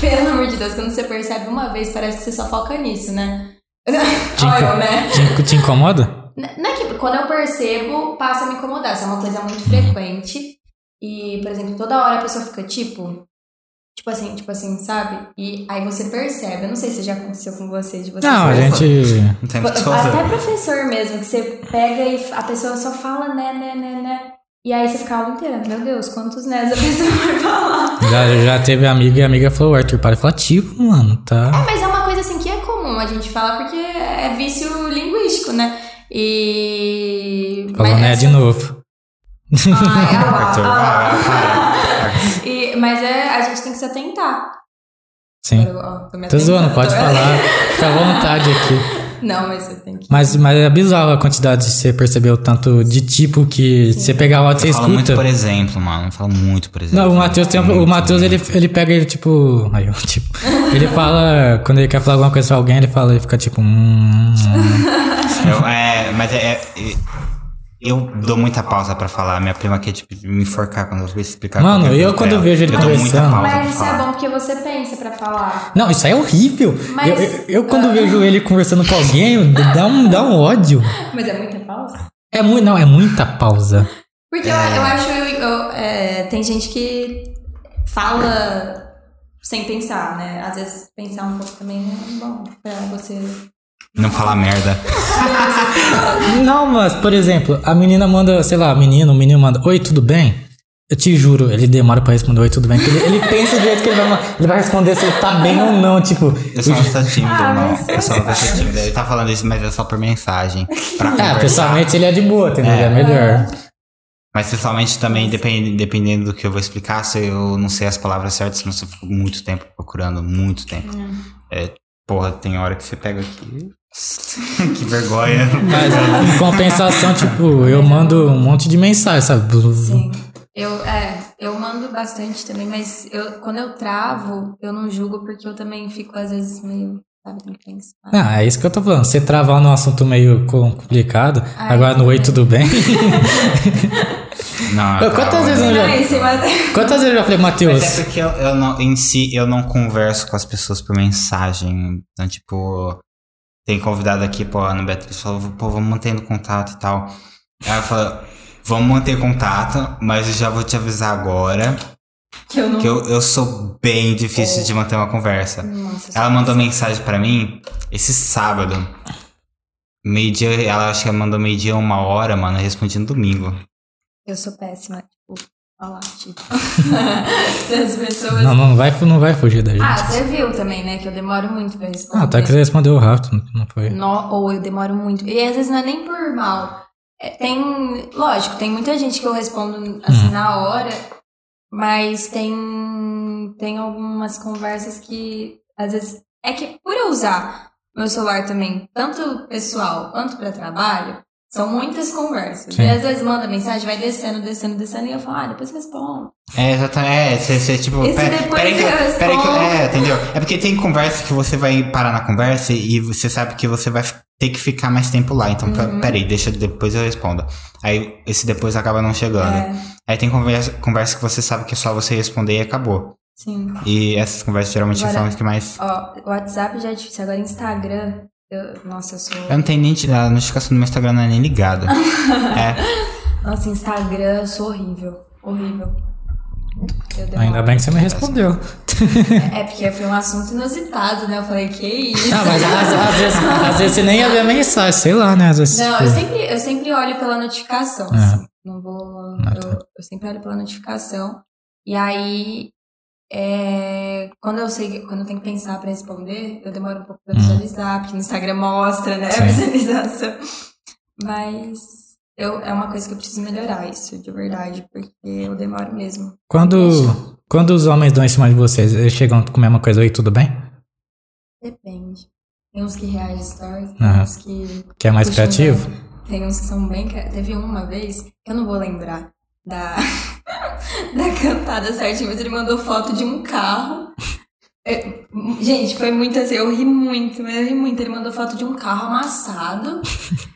S3: pelo amor de Deus, quando você percebe uma vez, parece que você só foca nisso, né? Olha, eu, né?
S2: Te, te incomoda?
S3: N- Não é que quando eu percebo, passa a me incomodar. Isso é uma coisa muito frequente. E, por exemplo, toda hora a pessoa fica tipo. Tipo assim, tipo assim, sabe? E aí você percebe. Eu não sei se já aconteceu com vocês, de vocês.
S2: Não, a
S3: mas-
S2: gente.
S1: Não tem o que fazer.
S3: Tipo, Até professor mesmo, que você pega e f- a pessoa só fala né, né, né, né. E aí você fica a aula inteira, meu Deus, quantos nés a pessoa vai falar?
S2: Já, já teve amiga e a amiga falou, Arthur, para de falar tipo, mano, tá?
S3: Mas é uma coisa assim que é comum a gente falar, porque é vício linguístico, né? E.
S2: Falou,
S3: mas
S2: né,
S3: é
S2: de novo.
S3: Ah, é lá,
S1: Arthur,
S3: ah lá.
S1: ah,
S3: E- mas é, a gente tem que se atentar.
S2: Sim.
S3: Eu, ó, tô me
S2: Tô
S3: atentando,
S2: zoando, pode
S3: tô-
S2: falar. Fica à vontade aqui.
S3: Não, mas eu tenho que.
S2: Mas, mas é bizarro a quantidade de você perceber o tanto de tipo que você pegar o áudio você
S1: Eu falo muito
S2: escuta.
S1: por exemplo, mano. Eu falo muito por exemplo.
S2: Não, o Matheus tem. um- O
S1: Muito,
S2: Matheus, ele, ele pega ele, tipo. Aí, eu, tipo. Ele fala. Quando ele quer falar alguma coisa pra alguém, ele fala, ele fica tipo. Hum, hum, hum.
S1: Eu- é, mas é, é- Eu dou muita pausa pra falar. Minha prima quer tipo, me enforcar quando eu vou explicar.
S2: Mano,
S1: qualquer
S2: eu
S1: coisa pra
S2: quando
S1: ela.
S2: vejo ele
S1: eu dou muita
S2: conversando-
S1: pausa pra
S3: Mas isso é
S1: falar.
S3: bom porque você pensa pra falar.
S2: Não, isso aí é horrível.
S3: Mas-
S2: Eu, eu- eu quando vejo ele conversando com alguém, eu- dá um, dá um ódio.
S3: Mas é muita pausa.
S2: É muito, não, é muita pausa.
S3: Porque eu, eu acho. eu- eu- é, tem gente que fala sem pensar, né? Às vezes pensar um pouco também é bom pra você.
S2: Uhum.
S1: Não falar merda.
S2: Não, mas, por exemplo, a menina manda, sei lá, a menina, o menino manda, oi, tudo bem? Eu te juro, ele demora pra responder oi, tudo bem. porque Ele, ele pensa do jeito que ele vai, mandar. ele vai responder se ele tá bem ou não, tipo.
S1: Eu sou uma pessoa tímida,
S3: Ah,
S1: irmão.
S3: mas
S1: Eu sou uma pessoa tímida. Ele tá falando isso, mas é só por mensagem. Pra
S2: Ah,
S1: conversar.
S2: pessoalmente ele é de boa, entendeu?
S1: É.
S2: É, melhor.
S1: Mas pessoalmente também, depende- dependendo do que eu vou explicar, se eu não sei as palavras certas, senão eu fico muito tempo procurando, muito tempo. É, porra, tem hora que você pega aqui. que vergonha.
S2: Mas né? em compensação, tipo, eu mando um monte de mensagem, sabe?
S3: Sim. Eu, é, eu mando bastante também, mas eu, quando eu travo, eu não julgo porque eu também fico às vezes meio. Sabe, tem que pensar.
S2: Ah, é isso que eu tô falando. Você travar num assunto meio com- complicado,
S3: Ah,
S2: agora no oi tudo bem.
S1: Não,
S2: Eu- quantas
S1: tá,
S2: vezes
S1: olha.
S2: eu já-
S3: Não, esse, mas-
S2: Quantas vezes eu já falei, Matheus?
S1: Mas é porque eu, eu não, em si eu não converso com as pessoas por mensagem. Então, tipo, tem convidado aqui, pô, a Ana Beatriz falou, pô, vamos mantendo contato e tal. Aí ela fala, vamos manter contato, mas eu já vou te avisar agora
S3: que eu não.
S1: que eu, eu sou bem difícil de manter uma conversa.
S3: Nossa,
S1: Ela mandou mensagem pra mim esse sábado. Meio-dia, ela acho que ela mandou meio-dia uma hora, mano, eu respondi no domingo.
S3: eu sou péssima. Tipo, falar, tipo. Essas pessoas.
S2: Não, não vai, não vai fugir da gente.
S3: Ah,
S2: Ah,
S3: você viu também, né? Que eu demoro muito pra responder.
S2: tá que você respondeu rápido, não foi?
S3: No- ou eu demoro muito. E às vezes não é nem por mal. É, tem. Lógico, tem muita gente que eu respondo assim na hora, mas tem. Tem algumas conversas que às vezes. É que por eu usar meu celular também, tanto pessoal quanto pra trabalho, são muitas conversas.
S2: Sim.
S3: E às vezes manda mensagem, vai descendo, descendo, descendo, e eu falo, ah, depois eu respondo.
S1: É, exatamente. É, você, você, tipo,
S3: Esse
S1: pera-
S3: depois
S1: peraí que
S3: eu
S1: eu- peraí que eu-
S3: respondo.
S1: É, entendeu? É porque tem conversa que você vai parar na conversa e você sabe que você vai fi- ter que ficar mais tempo lá. Então, pe-
S3: Uhum.
S1: peraí, deixa depois eu respondo. Aí esse depois acaba não chegando.
S3: É,
S1: Aí tem conversa, conversa que você sabe que é só você responder e acabou.
S3: sim.
S1: E essas conversas geralmente
S3: Agora-
S1: são as que mais.
S3: Ó, WhatsApp já é difícil. Agora Instagram. eu- nossa, eu sou.
S1: Eu não tenho nem. A notificação do meu Instagram não é nem ligada. é.
S3: Nossa, Instagram, eu sou horrível. Horrível. Eu demoro.
S2: Ainda bem que você me respondeu.
S3: É porque foi um assunto inusitado, né? Eu falei, que isso?
S2: Ah, mas às, às vezes, às vezes você nem ia ver a mensagem, sei lá, né? Às vezes,
S3: Não,
S2: tipo,
S3: eu sempre, eu sempre olho pela notificação.
S2: É.
S3: assim. Não vou.
S2: Ah, tá.
S3: eu, eu sempre olho pela notificação. E aí. é, quando eu sei que- quando eu tenho que pensar pra responder, eu demoro um pouco pra visualizar, porque no Instagram mostra, né?
S2: Hum. Sim.
S3: A visualização. Mas eu, é uma coisa que eu preciso melhorar isso, de verdade, porque eu demoro mesmo.
S2: quando, quando os homens dão em cima de vocês, eles chegam com a mesma coisa, oi, tudo bem?
S3: Depende. Tem uns que reagem stories, tem
S2: Aham.
S3: uns que.
S2: Que é mais
S3: puxam
S2: criativo?
S3: da- Tem uns que são bem. cri- Teve uma vez, que eu não vou lembrar da, da cantada certinha, mas ele mandou foto de um carro. É, gente, foi muito assim, eu ri muito, mas eu ri muito. Ele mandou foto de um carro amassado.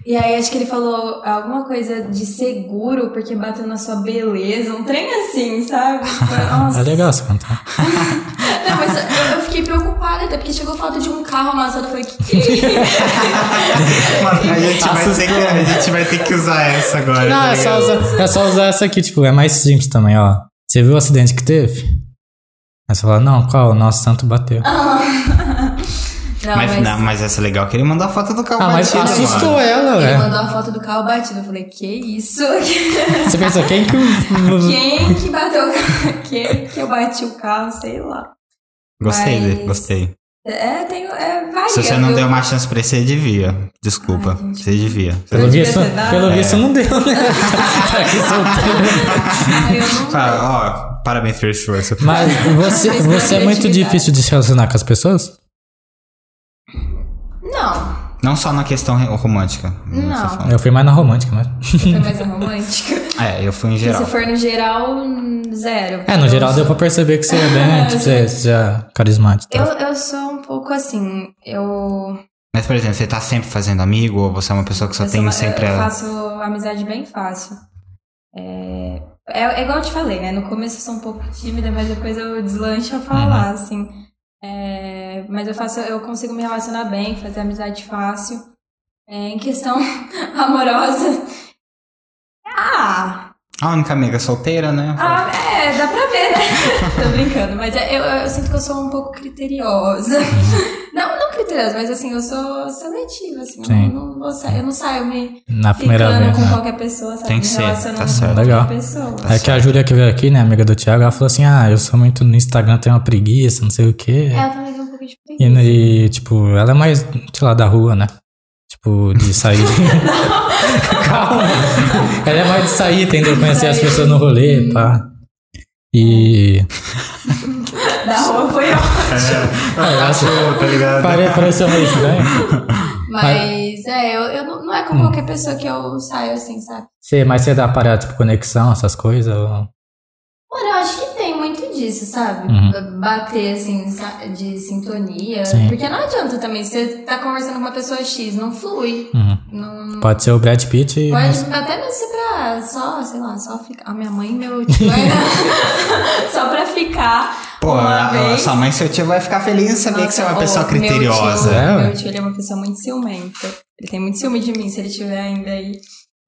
S3: e aí acho que ele falou alguma coisa de seguro, porque bateu na sua beleza, um trem assim, sabe? Foi-
S2: É
S3: Nossa.
S2: legal você contar.
S3: Não, mas eu, eu fiquei preocupada, até porque chegou foto de um carro amassado. Eu falei, que que é isso?
S1: Mano, a gente, vai ter que, a gente vai ter que usar essa agora.
S2: Não,
S1: tá
S2: é só,
S1: ligado?
S2: usar, é só usar essa aqui, tipo, é mais simples também, ó. Você viu o acidente que teve? Aí você fala, não, qual? O nosso santo bateu.
S3: Não,
S1: Mas,
S3: mas,
S1: não, mas essa é legal que ele mandou a foto do carro
S2: Ah, mas
S1: batido, mano.
S2: assustou ela,
S1: é.
S3: ele
S2: velho.
S3: mandou a foto do carro batido. Eu falei, que isso?
S2: Você pensa, quem que.
S3: Quem que bateu o carro? Quem que eu bati o carro? Sei lá.
S1: Gostei, dele,
S3: Mas-
S1: gostei.
S3: É, tem. É, varia,
S1: Se você não
S3: viu?
S1: deu uma chance pra ele, você devia. Desculpa,
S3: Ai, gente.
S1: você devia.
S2: Pelo
S3: Não devia
S2: visto,
S3: ter dado.
S2: pelo visto não deu, né? Tá aqui solteiro.
S3: Ah, eu não.
S1: Ah, ó, parabéns pelo esforço.
S2: Mas você,
S3: Mas
S2: você é
S3: pela
S2: muito
S3: criatividade.
S2: difícil de se relacionar com as pessoas?
S3: Não,
S1: Não só na questão re- romântica.
S3: Não.
S1: Você falou.
S2: Eu fui mais na romântica, mas.
S3: foi mais romântica.
S1: É, eu fui em
S3: Se
S1: geral.
S3: for no geral, hum, zero.
S2: É, no geral deu pra perceber que você é bem. Tipo, você, você é carismático.
S3: Eu,
S2: tá?
S3: eu sou um pouco assim. Eu.
S1: Mas, por exemplo, você tá sempre fazendo amigo ou você é uma pessoa que só
S3: eu
S1: tem
S3: sou-
S1: sempre
S3: Eu
S1: a-
S3: faço amizade bem fácil. É, é, é igual eu te falei, né? No começo eu sou um pouco tímida, mas depois eu deslancho a falar,
S1: Uhum.
S3: assim. É, mas eu faço, eu consigo me relacionar bem, fazer amizade fácil. É, em questão amorosa. Ah,
S1: A única amiga solteira, né?
S3: ah, é, dá pra ver, né? Tô brincando, mas é, eu, eu sinto que eu sou um pouco criteriosa.
S1: Uhum.
S3: Não, não criteriosa, mas assim, eu sou seletiva, assim.
S2: Sim.
S3: Eu, não vou sa- eu não saio me
S2: Na primeira
S3: ficando
S2: vez.
S3: com
S2: né?
S3: qualquer pessoa, sabe?
S1: Tem que
S3: me
S1: ser,
S3: relacionando
S1: tá
S3: com
S1: certo.
S3: qualquer
S2: Legal.
S3: pessoa.
S1: Tá
S2: É que a Júlia que veio aqui, né, amiga do Thiago, ela falou assim: ah, eu sou muito no Instagram, tenho uma preguiça, não sei o quê.
S3: É, eu também tenho um pouco de
S2: E,
S3: preguiça.
S2: e, tipo, ela é mais, sei lá, da rua, né? Tipo, de sair. Calma! Ela é mais de sair, entendeu? Conhecer as
S3: Sair.
S2: pessoas no rolê, pá. E.
S3: Da rua foi ótimo.
S1: Ah, eu acho, tá ligado?
S2: Pare- Pareceu meio estranho.
S3: Mas é, eu, eu não, não é com
S2: Hum.
S3: qualquer pessoa que eu saio assim, sabe?
S2: Você, mas você dá para, tipo, conexão, essas coisas? ou-
S3: Mano, eu acho que tem muito disso, sabe?
S2: Uhum.
S3: Bater, assim, sa- de sintonia.
S2: Sim.
S3: Porque não adianta também, você tá conversando com uma pessoa X, não flui.
S2: Uhum.
S3: Não,
S2: Pode ser o Brad Pitt. e-
S3: pode até mesmo ser pra só, sei lá, só ficar. A minha mãe e meu tio era só pra ficar.
S1: Pô,
S3: uma
S1: a- a
S3: vez.
S1: sua mãe e seu tio vai ficar feliz em saber que você é uma
S3: Nossa,
S1: pessoa
S3: ô,
S1: criteriosa.
S3: Meu
S2: É,
S3: tio,
S2: ué.
S3: meu tio, ele é uma pessoa muito ciumenta. Ele tem muito ciúme de mim, se ele tiver ainda aí.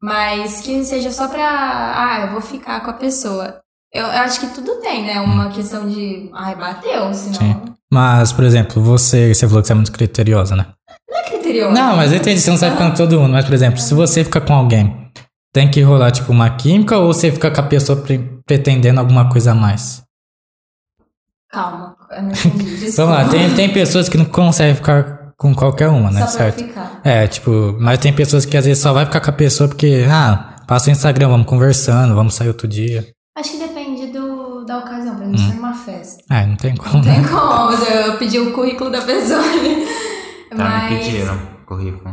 S3: Mas que seja só pra. Ah, eu vou ficar com a pessoa. Eu, eu acho que tudo tem, né? Uma questão de. Ai, bateu, senão.
S2: Sim. Mas, por exemplo, você, você falou que você é muito criteriosa, né?
S3: Não é criterioso.
S2: Não, mas eu entendi, você não sai ficando com todo mundo. Mas, por exemplo, se você fica com alguém, tem que rolar, tipo, uma química ou você fica com a pessoa pre- pretendendo alguma coisa a mais?
S3: Calma, eu não entendi.
S2: Vamos
S3: Desculpa.
S2: lá, tem, tem pessoas que não conseguem ficar com qualquer uma, né?
S3: Só pra eu
S2: certo?
S3: ficar.
S2: É, tipo, mas tem pessoas que às vezes só vai ficar com a pessoa porque, ah, passa o Instagram, vamos conversando, vamos sair outro dia.
S3: Acho que depende do, da ocasião, por exemplo, se for numa festa.
S2: Ah, não tem como,
S3: Não tem
S2: né?
S3: como, mas eu pedi o currículo da pessoa ali.
S1: Tá, me
S3: mas
S1: pediram currículo.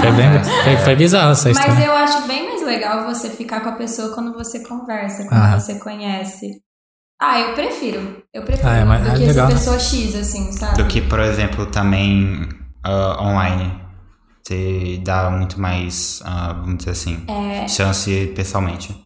S2: Foi, bem, foi, foi bizarro essa
S3: mas
S2: história.
S3: eu acho bem mais legal você ficar com a pessoa quando você conversa, quando
S2: Aham.
S3: você conhece. Ah, eu prefiro. Eu prefiro
S2: Ah, é, mas
S3: do
S2: é
S3: que
S2: legal,
S3: essa
S2: né?
S3: pessoa X, assim, sabe?
S1: Do que, por exemplo, também ah, online. Você dá muito mais, ah, vamos dizer assim, chance pessoalmente.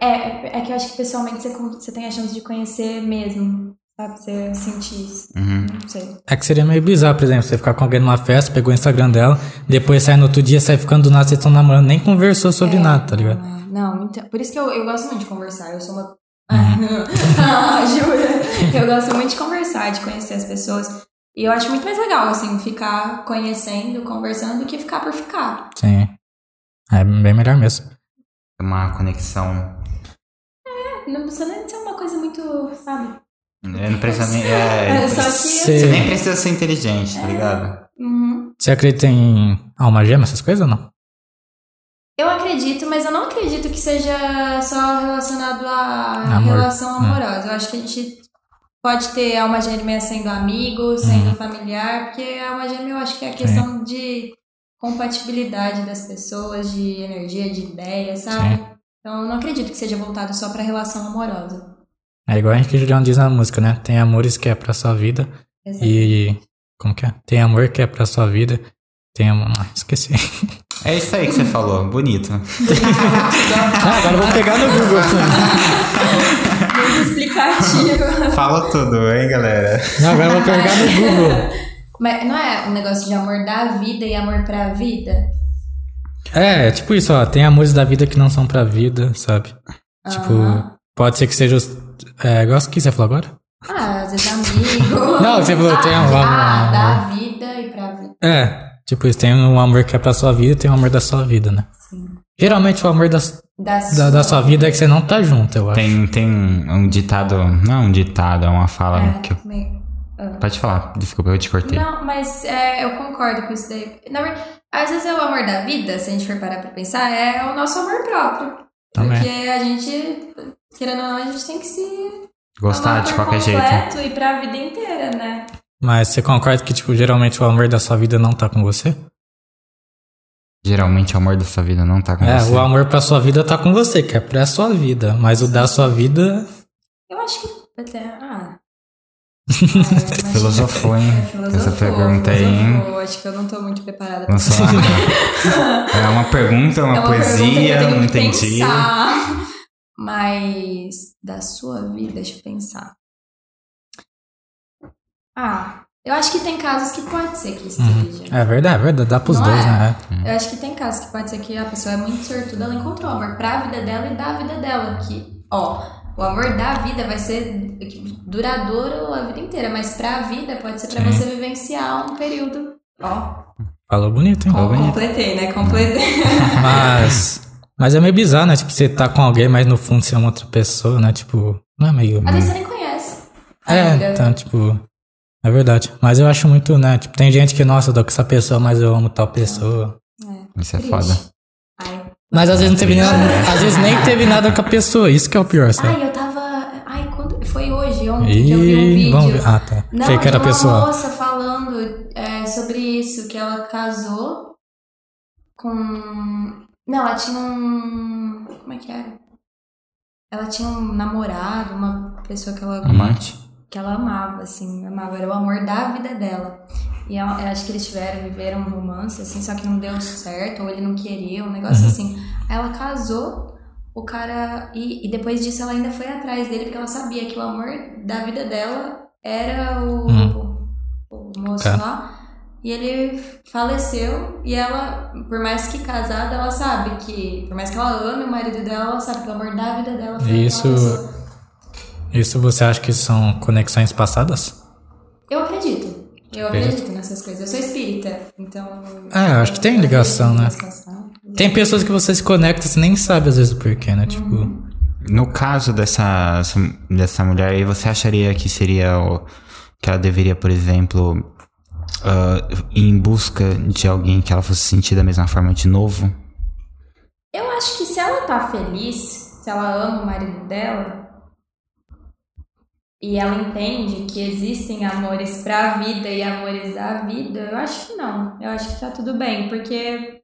S3: É, é que eu acho que pessoalmente você, con- você tem a chance de conhecer mesmo, sabe? Você sentir isso.
S1: Uhum.
S3: Não sei.
S2: É que seria meio bizarro, por exemplo, você ficar com alguém numa festa, pegou o Instagram dela, depois sai no outro dia, sai ficando do nada, vocês estão namorando, nem conversou sobre nada, tá ligado?
S3: Ah, Não, então, por isso que eu, eu gosto muito de conversar. Eu sou uma.
S2: Uhum.
S3: ah, jura? Eu gosto muito de conversar, de conhecer as pessoas. E eu acho muito mais legal, assim, ficar conhecendo, conversando, do que ficar por ficar.
S2: Sim. É bem melhor mesmo.
S1: É Uma conexão.
S3: Não precisa nem ser uma coisa muito, sabe?
S1: É, Não precisa nem. É,
S3: É,
S1: não
S3: só
S1: precisa-
S3: que.
S1: Você
S2: Você,
S1: nem precisa ser inteligente,
S3: É.
S1: tá ligado?
S3: Uhum.
S2: você acredita em alma gema, essas coisas ou não?
S3: Eu acredito, mas eu não acredito que seja só relacionado à
S2: Amor.
S3: relação
S2: Hum.
S3: amorosa. Eu acho que a gente pode ter alma gêmea sendo amigo,
S2: Uhum.
S3: sendo familiar, porque a alma gêmea eu acho que é a questão de compatibilidade das pessoas, de energia, de ideia, sabe? Então eu não acredito que seja voltado só pra relação amorosa.
S2: É igual a gente que o Julião diz na música, né? Tem amores que é pra sua vida
S3: Exato.
S2: e. Como que é? Tem amor que é pra sua vida. Tem amor. Ah, esqueci.
S1: É isso aí que você falou, bonito.
S2: Ah, agora eu vou pegar no Google.
S3: Muito explicativo.
S1: Fala tudo, hein, galera?
S2: Não, agora eu vou pegar no Google.
S3: mas não é um negócio de amor da vida e amor pra vida?
S2: É, é tipo isso, ó. Tem amores da vida que não são pra vida, sabe? Tipo,
S3: Aham.
S2: pode ser que seja os. É, igual o que você falou agora?
S3: Ah, às vezes amigo.
S2: Não, você falou, tem um-
S3: Ah,
S1: né?
S3: da vida e pra vida.
S2: É. Tipo, isso, tem um amor que é pra sua vida e tem um amor da sua vida, né?
S3: Sim.
S2: Geralmente o amor das,
S3: Da,
S2: da, da sua vida é que você não tá junto, eu acho.
S1: Tem, tem um, um ditado. Não é um ditado, é uma fala
S3: É,
S1: que eu.
S3: meio-
S1: Pode falar, desculpa, eu te cortei.
S3: Não, mas é, eu concordo com isso daí. Na verdade, às vezes é o amor da vida, se a gente for parar pra pensar, é o nosso amor próprio.
S2: Também.
S3: Porque a gente, querendo ou não, a gente tem que se
S1: Gostar
S3: amar
S1: de
S3: por
S1: qualquer jeito. né?
S3: completo e pra vida inteira, né?
S2: Mas você concorda que, tipo, geralmente o amor da sua vida não tá com você?
S1: Geralmente o amor da sua vida não tá com
S2: É,
S1: você.
S2: o amor pra sua vida tá com você, que é pra sua vida. Mas o da sua vida.
S3: Eu acho que até. Ah, Imagina.
S1: Filosofou, hein?
S3: Filosofou,
S1: Essa pergunta aí, hein?
S3: filosofou. Acho que eu não tô muito preparada pra
S1: Lançou uma- é uma pergunta, uma,
S3: É uma pergunta que eu
S1: poesia,
S3: tenho
S1: um
S3: que
S1: entendido.
S3: pensar. Mas da sua vida, deixa eu pensar. Ah, eu acho que tem casos que pode ser que
S1: Uhum.
S3: esteja.
S2: É verdade, é verdade. Dá pros
S3: Não
S2: dois,
S3: é?
S2: né?
S3: Eu acho que tem casos que pode ser que a pessoa é muito sortuda, ela encontrou o amor pra vida dela e da vida dela. Que, ó, o amor da vida vai ser duradouro a vida inteira, mas pra vida pode ser pra
S2: Sim.
S3: você vivenciar um período. Ó,
S2: Falou bonito, hein?
S3: ó,
S1: Tá bonito. Uhum.
S3: completei, né? Completei.
S2: Mas. Mas é meio bizarro, né? Tipo, você tá com alguém, mas no fundo você é uma outra pessoa, né? Tipo, não é meio.
S3: Até você nem conhece.
S2: É,
S3: ainda.
S1: tá.
S2: então, tipo. É verdade. Mas eu acho muito, né? Tipo, tem gente que, nossa, eu tô com essa pessoa, mas eu amo tal pessoa.
S3: É,
S1: Isso é
S3: triste.
S1: foda.
S3: Ai,
S2: Mas às vezes não teve nada. Às vezes nem teve nada com a pessoa. Isso que é o pior, sabe?
S3: Ai, eu tava. Ai, quando. Foi hoje, ontem, que eu vi um
S2: E
S3: vídeo.
S2: vamos ver. Ah, tá.
S3: Não,
S2: Achei que era a
S3: de uma
S2: pessoa.
S3: moça falando é, sobre isso, que ela casou com. Não, ela tinha um. Como é que era? Ela tinha um namorado, uma pessoa que
S2: Um
S3: ela,
S1: Amante?
S3: que ela amava, assim, amava, era o amor da vida dela. E ela- eu acho que eles tiveram, viveram um romance, assim, só que não deu certo, ou ele não queria, um negócio
S2: Uhum.
S3: assim. Aí ela casou, o cara. E, e depois disso ela ainda foi atrás dele, porque ela sabia que o amor da vida dela era o,
S2: Uhum.
S3: o moço
S2: Cara.
S3: lá. E ele faleceu, e ela, por mais que casada, ela sabe que, por mais que ela ame o marido dela, ela sabe que o amor da vida dela foi aquela
S2: Isso-
S3: pessoa.
S2: Isso você acha que são conexões passadas?
S3: Eu acredito. Eu
S2: Acredita?
S3: acredito nessas coisas. Eu sou espírita, então.
S2: Ah, eu acho que tem ligação, né?
S3: Ligação.
S2: Tem pessoas que você se conecta e você nem sabe às vezes o porquê, né? Tipo.
S1: No caso dessa, essa- dessa mulher aí, você acharia que seria o, que ela deveria, por exemplo, ah, ir em busca de alguém que ela fosse sentir da mesma forma de novo?
S3: Eu acho que se ela tá feliz, se ela ama o marido dela, e ela entende que existem amores pra vida e amores da vida, eu acho que não. Eu acho que tá tudo bem, porque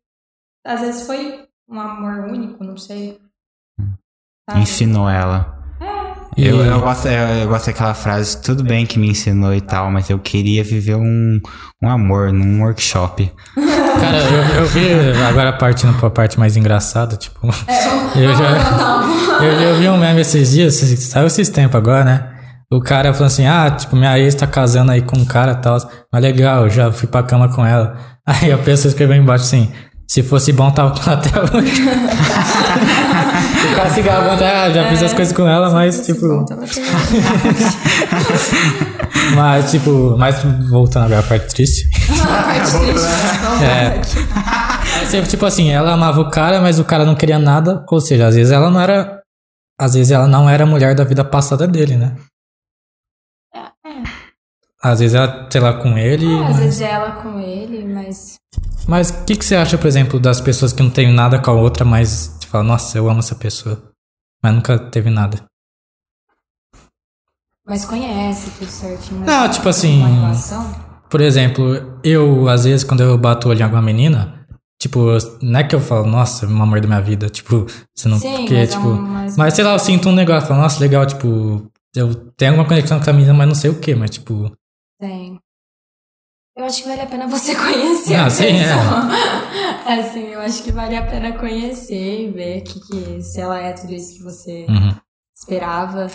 S3: às vezes foi um amor único, não sei. Tá? Sabe?
S1: Ensinou ela.
S2: E-
S1: Eu, eu, gosto, eu, eu gosto daquela frase, tudo bem que me ensinou e tal, mas eu queria viver um, um amor num workshop.
S2: Cara, eu, eu vi. Agora partindo pra parte mais engraçada, tipo.
S3: É, vamos,
S2: Eu
S3: eu
S2: já- Eu, eu vi um meme esses dias, esses- saiu esses tempos agora, né? O cara falou assim, ah, tipo, minha ex tá casando aí com um cara e tal. Mas legal, eu já fui pra cama com ela. Aí a pessoa escreveu embaixo assim, se fosse bom, tava com ela até hoje. o cara se gabando, ah, já fiz as coisas com ela, mas tipo.
S3: tá
S2: Mas, tipo, mas voltando agora à parte triste.
S3: tá
S2: É. Aí você, tipo assim, ela amava o cara, mas o cara não queria nada. Ou seja, às vezes ela não era. Às vezes ela não era a mulher da vida passada dele, né? Às vezes ela, sei lá, com ele.
S3: É, Às vezes é ela com ele, mas
S2: Mas o que, que você acha, por exemplo, das pessoas que não tem nada com a outra, mas você fala, nossa, eu amo essa pessoa. Mas nunca teve nada.
S3: Mas conhece tudo certinho. né?
S2: Não, tipo assim-
S3: Uma relação.
S2: Por exemplo, eu, às vezes, quando eu bato o olho em alguma menina, tipo, não é que eu falo, nossa, o amor da minha vida, tipo, você não.
S3: Sim,
S2: porque,
S3: mas é
S2: tipo.
S3: um- mas-
S2: Mas sei lá, eu sinto um negócio, falo, nossa, legal, tipo, eu tenho alguma conexão com a menina, mas não sei o que, mas tipo.
S3: Tem. Eu acho que vale a pena você conhecer
S2: Ah,
S3: a
S2: sim,
S3: pessoa. Assim, eu acho que vale a pena conhecer e ver que, que- se ela é tudo isso que você
S2: Uhum.
S3: esperava.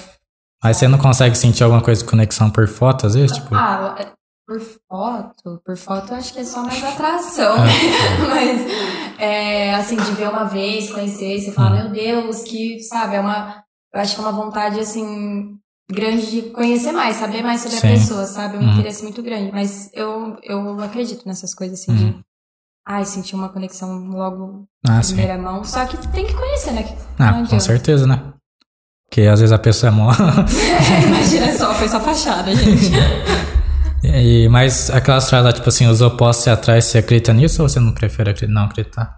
S2: Mas você não consegue sentir alguma coisa de conexão por foto, às vezes, tipo.
S3: Ah, é- por foto, por foto eu acho que é só mais atração.
S2: Ah,
S3: Mas, é, assim, de ver uma vez, conhecer, você fala,
S2: Hum.
S3: meu Deus, que, sabe, é uma. Eu acho que é uma vontade, assim, grande de conhecer mais, saber mais sobre
S2: Sim.
S3: a pessoa, sabe? Um
S2: Uhum.
S3: interesse muito grande. Mas eu, eu acredito nessas coisas, assim, de. Ai, sentir uma conexão logo
S2: Uhum. Ah,
S3: na
S2: sim.
S3: primeira mão. Só que tem que conhecer, né? Que não
S2: Ah, com
S3: adianta.
S2: certeza, né? Porque às vezes a pessoa é mó.
S3: Imagina só, foi só fachada, gente.
S2: e, mas aquelas frases lá, tipo assim, os opostos se atraem, você acredita nisso ou você não prefere acre- não acreditar?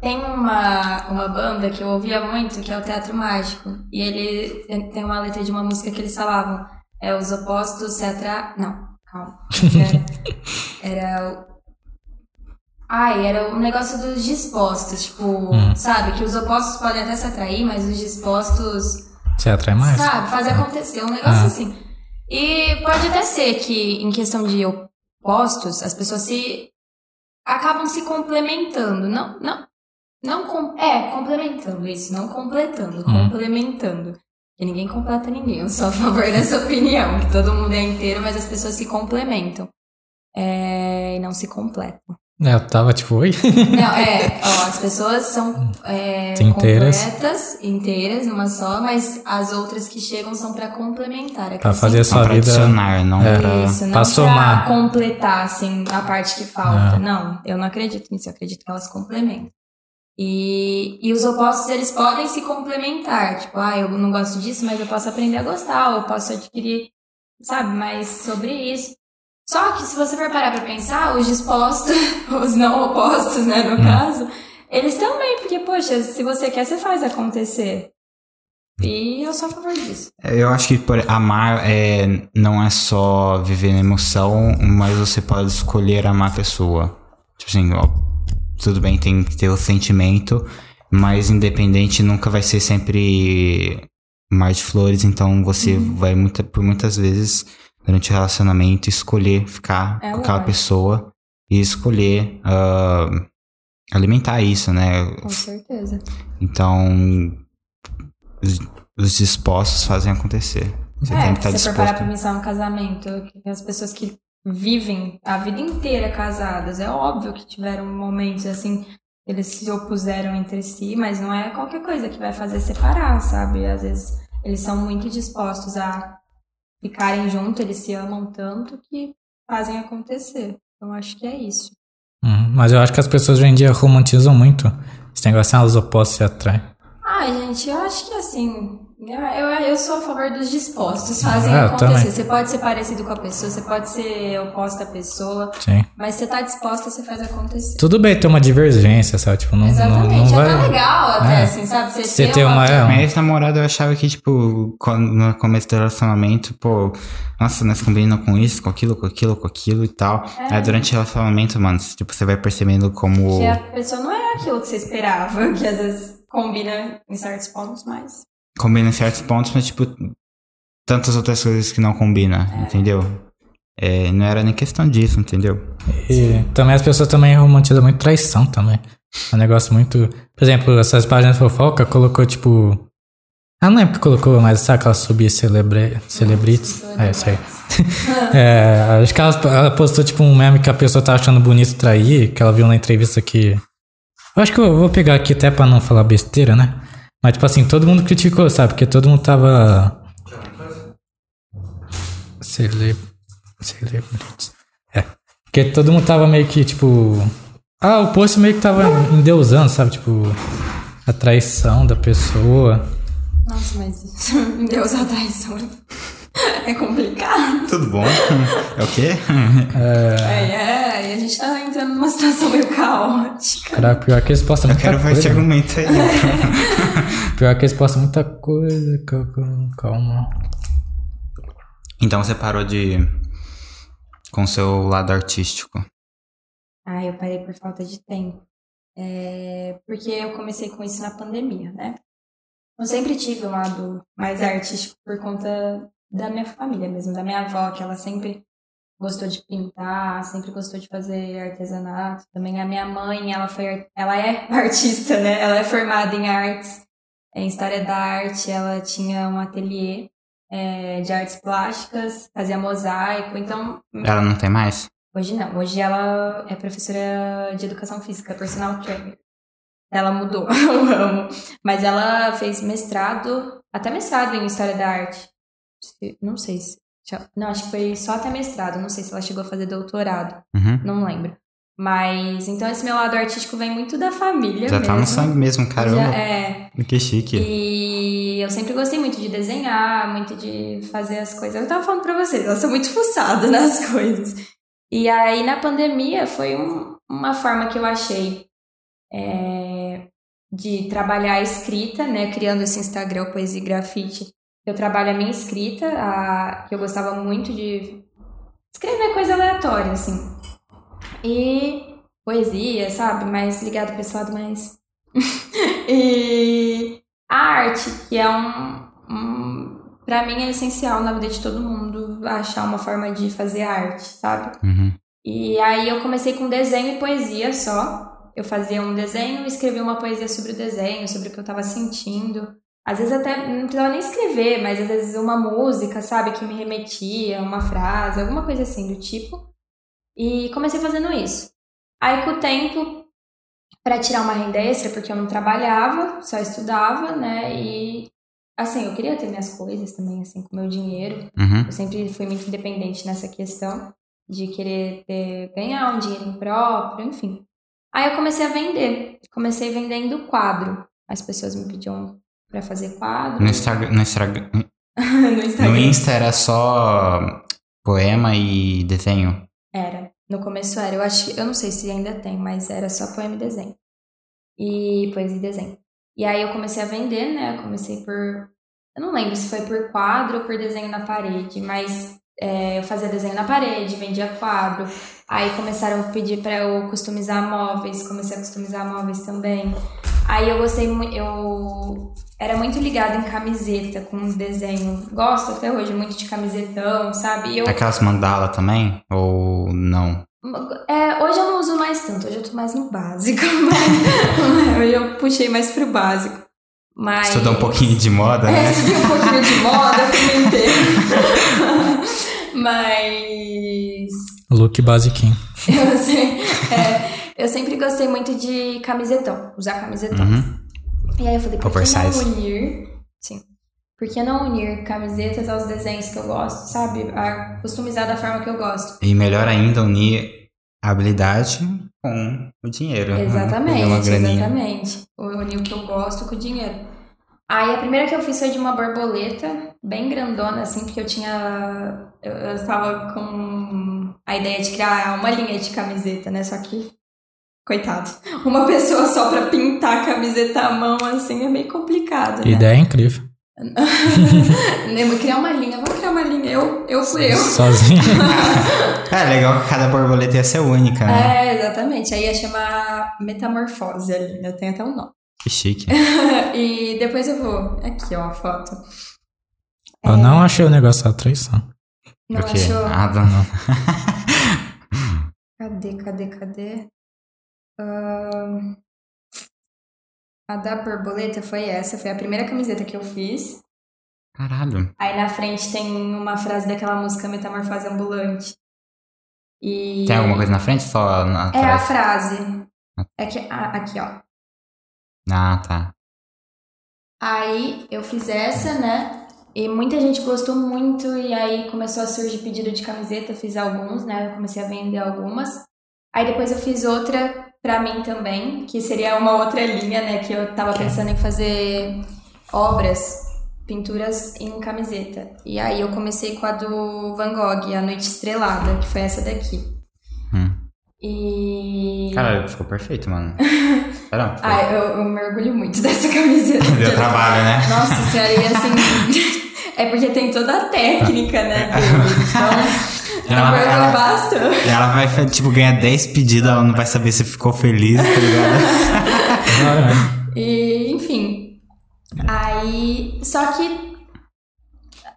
S3: Tem uma, uma banda que eu ouvia muito, que é o Teatro Mágico. E ele tem- tem uma letra de uma música que eles falavam. É os opostos se atra... Não, calma. Era, era o... Ai, era um negócio dos dispostos. Tipo, sabe? Que os opostos podem até se atrair, mas os dispostos...
S2: Você atrai mais? Ah.
S3: Sabe? Fazer acontecer. Um é negócio assim. E pode até ser que, em questão de opostos, as pessoas se acabam se complementando. Não, não, não com, é, complementando isso, não completando,
S2: Hum.
S3: complementando. E ninguém completa ninguém, eu sou a favor dessa opinião, que todo mundo é inteiro, mas as pessoas se complementam. É, e não se completam.
S2: É, eu tava tipo, oi?
S3: Não, é, ó, as pessoas são é,
S2: São inteiras.
S3: completas, inteiras, numa só, mas as outras que chegam são pra complementar. é
S2: pra fazer a
S3: acrescentar.
S1: Só
S2: sua
S1: pra
S2: vida.
S1: adicionar, não
S2: É.
S1: pra...
S3: Isso, não
S2: pra
S3: pra
S2: somar.
S3: completar, assim, a parte que falta.
S2: Ah.
S3: Não, eu não acredito nisso, eu acredito que elas complementam. E, e os opostos, eles podem se complementar. Tipo, ah, eu não gosto disso, mas eu posso aprender a gostar, ou eu posso adquirir, sabe, mais sobre isso. Só que se você for parar pra pensar, os dispostos, os não opostos, né, no
S2: Hum.
S3: caso, eles também, porque, poxa, se você quer, você faz acontecer. E eu sou a favor disso.
S1: É, Eu acho que por- amar é, não é só viver na emoção, mas você pode escolher amar a pessoa. Tipo assim, ó, tudo bem, tem que ter o sentimento, mas independente nunca vai ser sempre mar de flores, então você vai muita, por muitas vezes durante o relacionamento escolher ficar
S3: É
S1: com aquela
S3: lógico.
S1: pessoa e escolher ah, alimentar isso, né?
S3: Com certeza.
S1: Então, os, os dispostos fazem acontecer. Você
S3: é,
S1: tem que estar
S3: se você for parar pra
S1: disposto.
S3: pensar um casamento, que as pessoas que vivem a vida inteira casadas, é óbvio que tiveram momentos assim, eles se opuseram entre si, mas não é qualquer coisa que vai fazer separar, sabe? Às vezes eles são muito dispostos a ficarem junto, eles se amam tanto que fazem acontecer. Então acho que é isso.
S2: Uhum, Mas eu acho que as pessoas hoje em dia romantizam muito. Esse negócio assim, os opostos se atraem.
S3: Ai, gente, eu acho que assim. Eu, eu, eu sou a favor dos dispostos, fazem
S1: É,
S2: Ah, eu
S3: acontecer.
S2: também.
S3: Você pode ser parecido com a pessoa, você pode ser oposta à pessoa,
S2: Sim.
S3: mas você tá disposta, você faz acontecer.
S2: Tudo bem ter uma divergência, sabe? Tipo, não, não, não
S3: Exatamente, é até
S2: vai.
S3: legal até,
S2: É.
S3: assim, sabe? Você,
S2: Você
S3: ter
S2: ter uma. é,
S1: Minha
S2: um-
S1: ex-namorada, eu achava que, tipo, quando, no começo do relacionamento, pô, nossa, nós combinamos com isso, com aquilo, com aquilo, com aquilo e tal.
S3: É.
S1: Aí
S2: tipo-
S1: durante o relacionamento, mano, tipo, você vai percebendo como.
S3: Que a pessoa não é aquilo que você esperava, que às vezes combina em certos pontos, mas.
S1: combina em certos pontos, mas, tipo, tantas outras coisas que não combina, entendeu? É, não era nem questão disso, entendeu?
S2: E também as pessoas também romantizam muito traição também. É um negócio muito. Por exemplo, essas páginas de fofoca colocou tipo. Ah, não lembro que colocou, mas sabe que ela subia celebre... celebrites? É, isso aí. É, acho que ela, ela postou tipo um meme que a pessoa tá achando bonito trair, que ela viu na entrevista que. Eu acho que eu vou pegar aqui até pra não falar besteira, né? Mas tipo assim, todo mundo criticou, sabe? Porque todo mundo tava. Cele... Celebrities. É. Porque todo mundo tava meio que, tipo. Ah, o post meio que tava endeusando, sabe? Tipo, a traição da pessoa.
S3: Nossa, mas isso- Deus a traição. É complicado.
S1: Tudo bom? é o quê?
S3: É, é, e a gente tá entrando numa situação meio caótica.
S2: Caraca, pior é que eles postam
S1: Eu
S2: muita
S1: quero ver esse
S2: coisa.
S1: argumento aí.
S2: Pior é que eles postam muita coisa. cal- cal- Calma.
S1: Então você parou de. com seu lado artístico.
S3: Ah, eu parei por falta de tempo. É, porque eu comecei com isso na pandemia, né? Eu sempre tive um lado mais artístico por conta da minha família mesmo, da minha avó, que ela sempre gostou de pintar, sempre gostou de fazer artesanato. Também a minha mãe, ela foi, ar- ela é artista, né? Ela é formada em artes, é em história da arte. Ela tinha um ateliê, é, de artes plásticas, fazia mosaico. Então,
S1: Ela não tem mais?
S3: Hoje não. Hoje ela é professora de educação física, personal trainer. Ela mudou o ramo. Mas ela fez mestrado, até mestrado em História da Arte. Se- Não sei se. se- Não, acho que foi só até mestrado. Não sei se ela chegou a fazer doutorado.
S1: Uhum.
S3: Não lembro. Mas, então esse meu lado artístico vem muito da família
S1: Já
S3: mesmo.
S1: tá no sangue mesmo, caramba.
S3: Já, é,
S1: Que chique.
S3: e eu sempre gostei muito de desenhar, muito de fazer as coisas. Eu tava falando pra vocês, eu sou muito fuçada nas coisas. E aí, na pandemia, foi um- uma forma que eu achei é, de trabalhar a escrita, né? Criando esse Instagram, Poesia e Grafite. Eu trabalho a minha escrita, a- que eu gostava muito de escrever coisa aleatória, assim. E poesia, sabe? Mais ligado pra esse lado mais... e a arte, que é um, um- para mim é essencial na vida de todo mundo achar uma forma de fazer arte, sabe?
S1: Uhum.
S3: E aí eu comecei com desenho e poesia só. Eu fazia um desenho, escrevia uma poesia sobre o desenho, sobre o que eu tava sentindo. Às vezes até não precisava nem escrever, mas às vezes uma música, sabe, que me remetia, uma frase, alguma coisa assim do tipo. E comecei fazendo isso. Aí com o tempo, para tirar uma renda extra, porque eu não trabalhava, só estudava, né? E assim, eu queria ter minhas coisas também, assim, com meu dinheiro.
S1: Uhum.
S3: Eu sempre fui muito independente nessa questão de querer ter- ganhar um dinheirinho próprio, enfim. Aí eu comecei a vender. Comecei vendendo quadro. As pessoas me pediam pra fazer quadro
S1: No Instagram, no Instagram,
S3: no
S1: no
S3: Instagram.
S1: Insta era só poema e desenho.
S3: Era. No começo era. Eu acho que- eu não sei se ainda tem, mas era só poema e desenho. E poesia e desenho. E aí eu comecei a vender, né? Eu comecei por. Eu não lembro se foi por quadro ou por desenho na parede, mas é, eu fazia desenho na parede, vendia quadro. Aí começaram a pedir pra eu customizar móveis, comecei a customizar móveis também. Aí eu gostei muito. Eu era muito ligada em camiseta com desenho. Gosto até hoje muito de camisetão, sabe? E eu
S1: Aquelas mandala também? Ou não?
S3: é, hoje eu não uso mais tanto, hoje eu tô mais no básico. mas- hoje eu puxei mais pro básico. Mas.
S1: Estudar um pouquinho de moda,
S3: É,
S1: né?
S3: estudei um pouquinho de moda, comentei. Mas.
S2: Look basiquinho.
S3: Eu, sei- é, eu sempre gostei muito de camisetão, usar camisetão.
S1: Uhum.
S3: E aí eu falei, por que
S1: Oversize.
S3: não unir? Sim. Por que não unir camisetas aos desenhos que eu gosto, sabe? A customizar da forma que eu gosto.
S1: E melhor ainda, unir a habilidade com o dinheiro. né? Fazer
S3: Exatamente,
S1: uma graninha.
S3: exatamente. Eu uni o que eu gosto com o dinheiro. Aí a primeira que eu fiz foi de uma borboleta, bem grandona, assim, porque eu tinha. Eu, eu tava com a ideia de criar uma linha de camiseta, né? Só que, coitado, uma pessoa só pra pintar a camiseta à mão, assim, é meio complicado, né?
S2: Ideia é incrível.
S3: Eu vou criar uma linha, vou criar uma linha, eu, eu fui eu.
S2: Sozinho.
S1: É legal que cada borboleta ia ser única, né?
S3: É, exatamente. Aí ia chamar metamorfose a linha, tem até um nome.
S1: Que chique.
S3: E depois eu vou. Aqui, ó, a foto.
S2: Eu não achei o negócio da traição.
S3: Não é
S1: Por quê?
S3: achou?
S1: Ah, não. não.
S3: Cadê, cadê, cadê? Ahn, A da borboleta foi essa, foi a primeira camiseta que eu fiz.
S1: Caralho.
S3: Aí na frente tem uma frase daquela música Metamorfose Ambulante. E.
S1: Tem alguma coisa na frente? Só na-
S3: É a
S1: atrás?
S3: frase. É que, ah, aqui, ó.
S1: Ah, tá.
S3: Aí eu fiz essa, né? E muita gente gostou muito, e aí começou a surgir pedido de camiseta, eu fiz alguns, né? Eu comecei a vender algumas. Aí depois eu fiz outra pra mim também, que seria uma outra linha, né? Que eu tava pensando em fazer obras, pinturas em camiseta. E aí eu comecei com a do Van Gogh, A Noite Estrelada, que foi essa daqui.
S1: Hum.
S3: E.
S1: Caralho, ficou perfeito, mano. Caramba. ficou-
S3: Ai, eu, eu me orgulho muito dessa camiseta.
S1: Deu trabalho, né?
S3: Nossa senhora, e assim. É porque tem toda a técnica, né? dele. Então,
S1: Ela-
S3: ela,
S1: ela-
S3: basta.
S1: E Ela vai, tipo, ganhar 10 pedidos, ela não vai saber se ficou feliz, tá ligado? né?
S3: E, enfim. Aí. Só que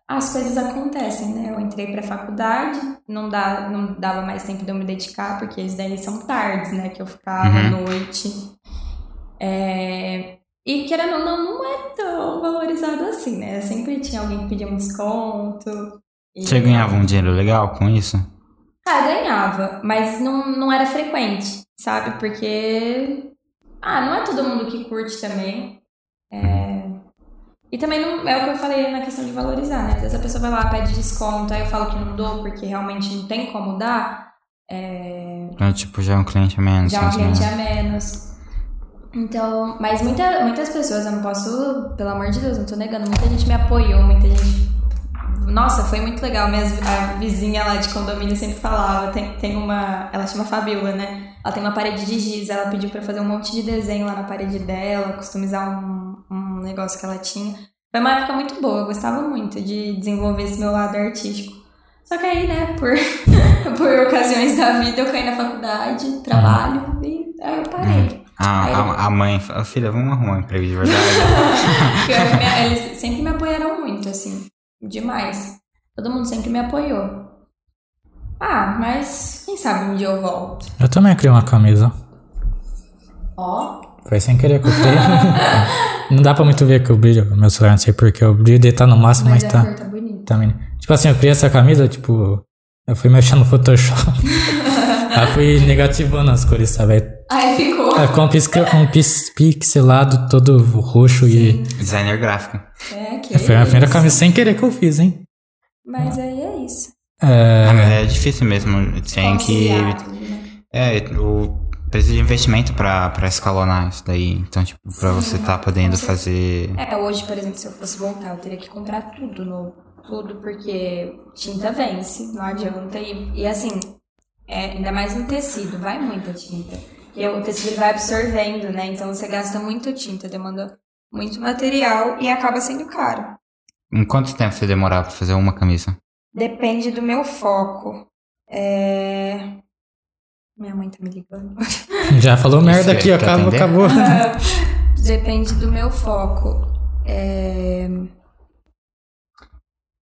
S3: as coisas acontecem, né? Eu entrei pra faculdade, não, dá, não dava mais tempo de eu me dedicar, porque eles daí são tardes, né? Que eu ficava à
S1: Uhum.
S3: noite. É, E que era não, não, não é tão valorizado assim, né? Sempre tinha alguém que pedia um desconto. e-
S1: Você ganhava um dinheiro legal com isso?
S3: Ah, ganhava, mas não, não era frequente, sabe? Porque. Ah, não é todo mundo que curte também. É, E também não é o que eu falei na questão de valorizar, né? Às vezes a pessoa vai lá, pede desconto, aí eu falo que não dou porque realmente não tem como dar. É,
S1: Então, tipo, já é um cliente a menos.
S3: Já um
S1: mais ou menos.
S3: cliente a menos. Então, mas muita, muitas pessoas, eu não posso, pelo amor de Deus, não tô negando, muita gente me apoiou, muita gente. Nossa, foi muito legal. Minha vizinha lá de condomínio sempre falava, tem, tem uma. Ela chama Fabiola, né? Ela tem uma parede de giz, ela pediu pra fazer um monte de desenho lá na parede dela, customizar um, um negócio que ela tinha. Foi uma época muito boa, eu gostava muito de desenvolver esse meu lado artístico. Só que aí, né, por, por ocasiões da vida, eu caí na faculdade, trabalho, e aí eu parei.
S1: A, Ah, a, a mãe fala, filha, vamos arrumar um emprego de verdade.
S3: Porque eu- minha- eles sempre me apoiaram muito, assim. demais. Todo mundo sempre me apoiou. Ah, mas quem sabe um dia eu volto.
S2: Eu também criei uma camisa.
S3: Ó,
S2: Foi sem querer que eu criei. não dá pra muito ver que eu brilho meu celular, não sei porque o brilho dele tá no máximo, mas,
S3: mas a
S2: tá.
S3: cor tá bonita.
S2: Também. Tipo assim, eu criei essa camisa, tipo, eu fui mexendo no Photoshop. Aí fui negativando as cores, sabe? Aí
S3: Aí ficou.
S2: Aí ficou um, pisca, um pis- pixelado todo roxo e.
S1: Designer gráfico.
S3: É, que
S2: Foi a primeira
S3: isso.
S2: camisa sem querer que eu fiz, hein?
S3: Mas aí é isso.
S1: Ah, mas É, difícil mesmo. Tem que.
S3: Conciliar tudo, né?
S1: É, o. Precisa de investimento pra, pra escalonar isso daí. Então, tipo, pra você tá podendo fazer.
S3: É, hoje, por exemplo, se eu fosse voltar, eu teria que comprar tudo novo. Tudo, porque tinta vence, não adianta. E, e assim, é, ainda mais no tecido, vai muita tinta. E o tecido ele vai absorvendo, né? Então você gasta muito tinta, demanda muito material e acaba sendo caro.
S1: Em quanto tempo você demorar pra fazer uma camisa?
S3: Depende do meu foco. É... Minha mãe tá me ligando.
S2: Já falou
S1: Isso
S2: merda
S1: aí, tá
S2: aqui, ó,
S1: quer
S2: acabou,
S1: atender?
S2: acabou.
S3: Depende do meu foco. É,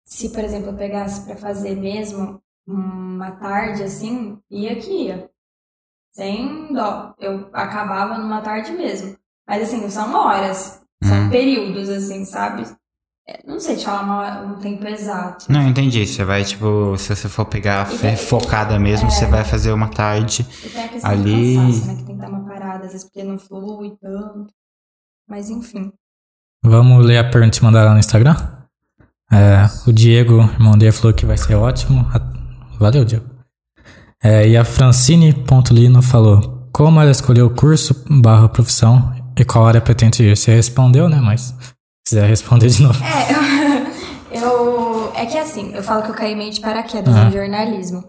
S3: Se, por exemplo, eu pegasse pra fazer mesmo uma tarde assim, ia que ia. Sem dó. Eu acabava numa tarde mesmo. Mas assim, são horas. São
S1: Uhum.
S3: períodos, assim, sabe? É, Não sei te falar uma hora- um tempo exato.
S1: Não, eu entendi. Você vai, tipo, se você for pegar
S3: E
S1: fe-
S3: daí-
S1: focada mesmo, você vai fazer uma tarde.
S3: E tem a questão
S1: Ali-
S3: do cansaço, né? Que tem que dar uma parada, às vezes porque não flui tanto. Mas enfim.
S2: Vamos ler a pergunta que mandaram lá no Instagram? É, o Diego, irmão dele, falou que vai ser ótimo. A- Valeu, Diego. É, e a Francine.lino falou: Como ela escolheu o curso barra profissão e qual área pretende ir? Você respondeu, né? Mas se quiser responder de novo.
S3: É, eu, eu- É que assim, eu falo que eu caí meio de paraquedas
S2: Ah.
S3: no jornalismo.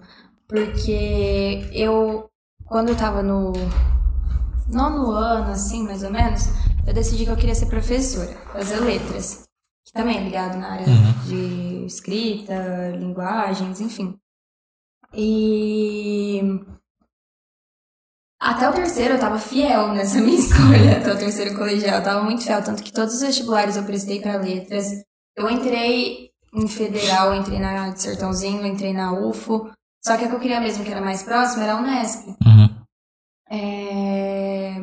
S3: Porque eu. Quando eu tava no nono ano, assim, mais ou menos, eu decidi que eu queria ser professora, fazer letras. Que também é ligado na área de escrita, linguagens, enfim. E. Até o terceiro eu tava fiel nessa minha escolha, até o terceiro colegial. Eu tava muito fiel, tanto que todos os vestibulares eu prestei pra letras. Eu entrei em federal, eu entrei na de Sertãozinho, eu entrei na UFO. Só que a que eu queria mesmo, que era mais próxima, era a Unesp.
S2: Uhum.
S3: É...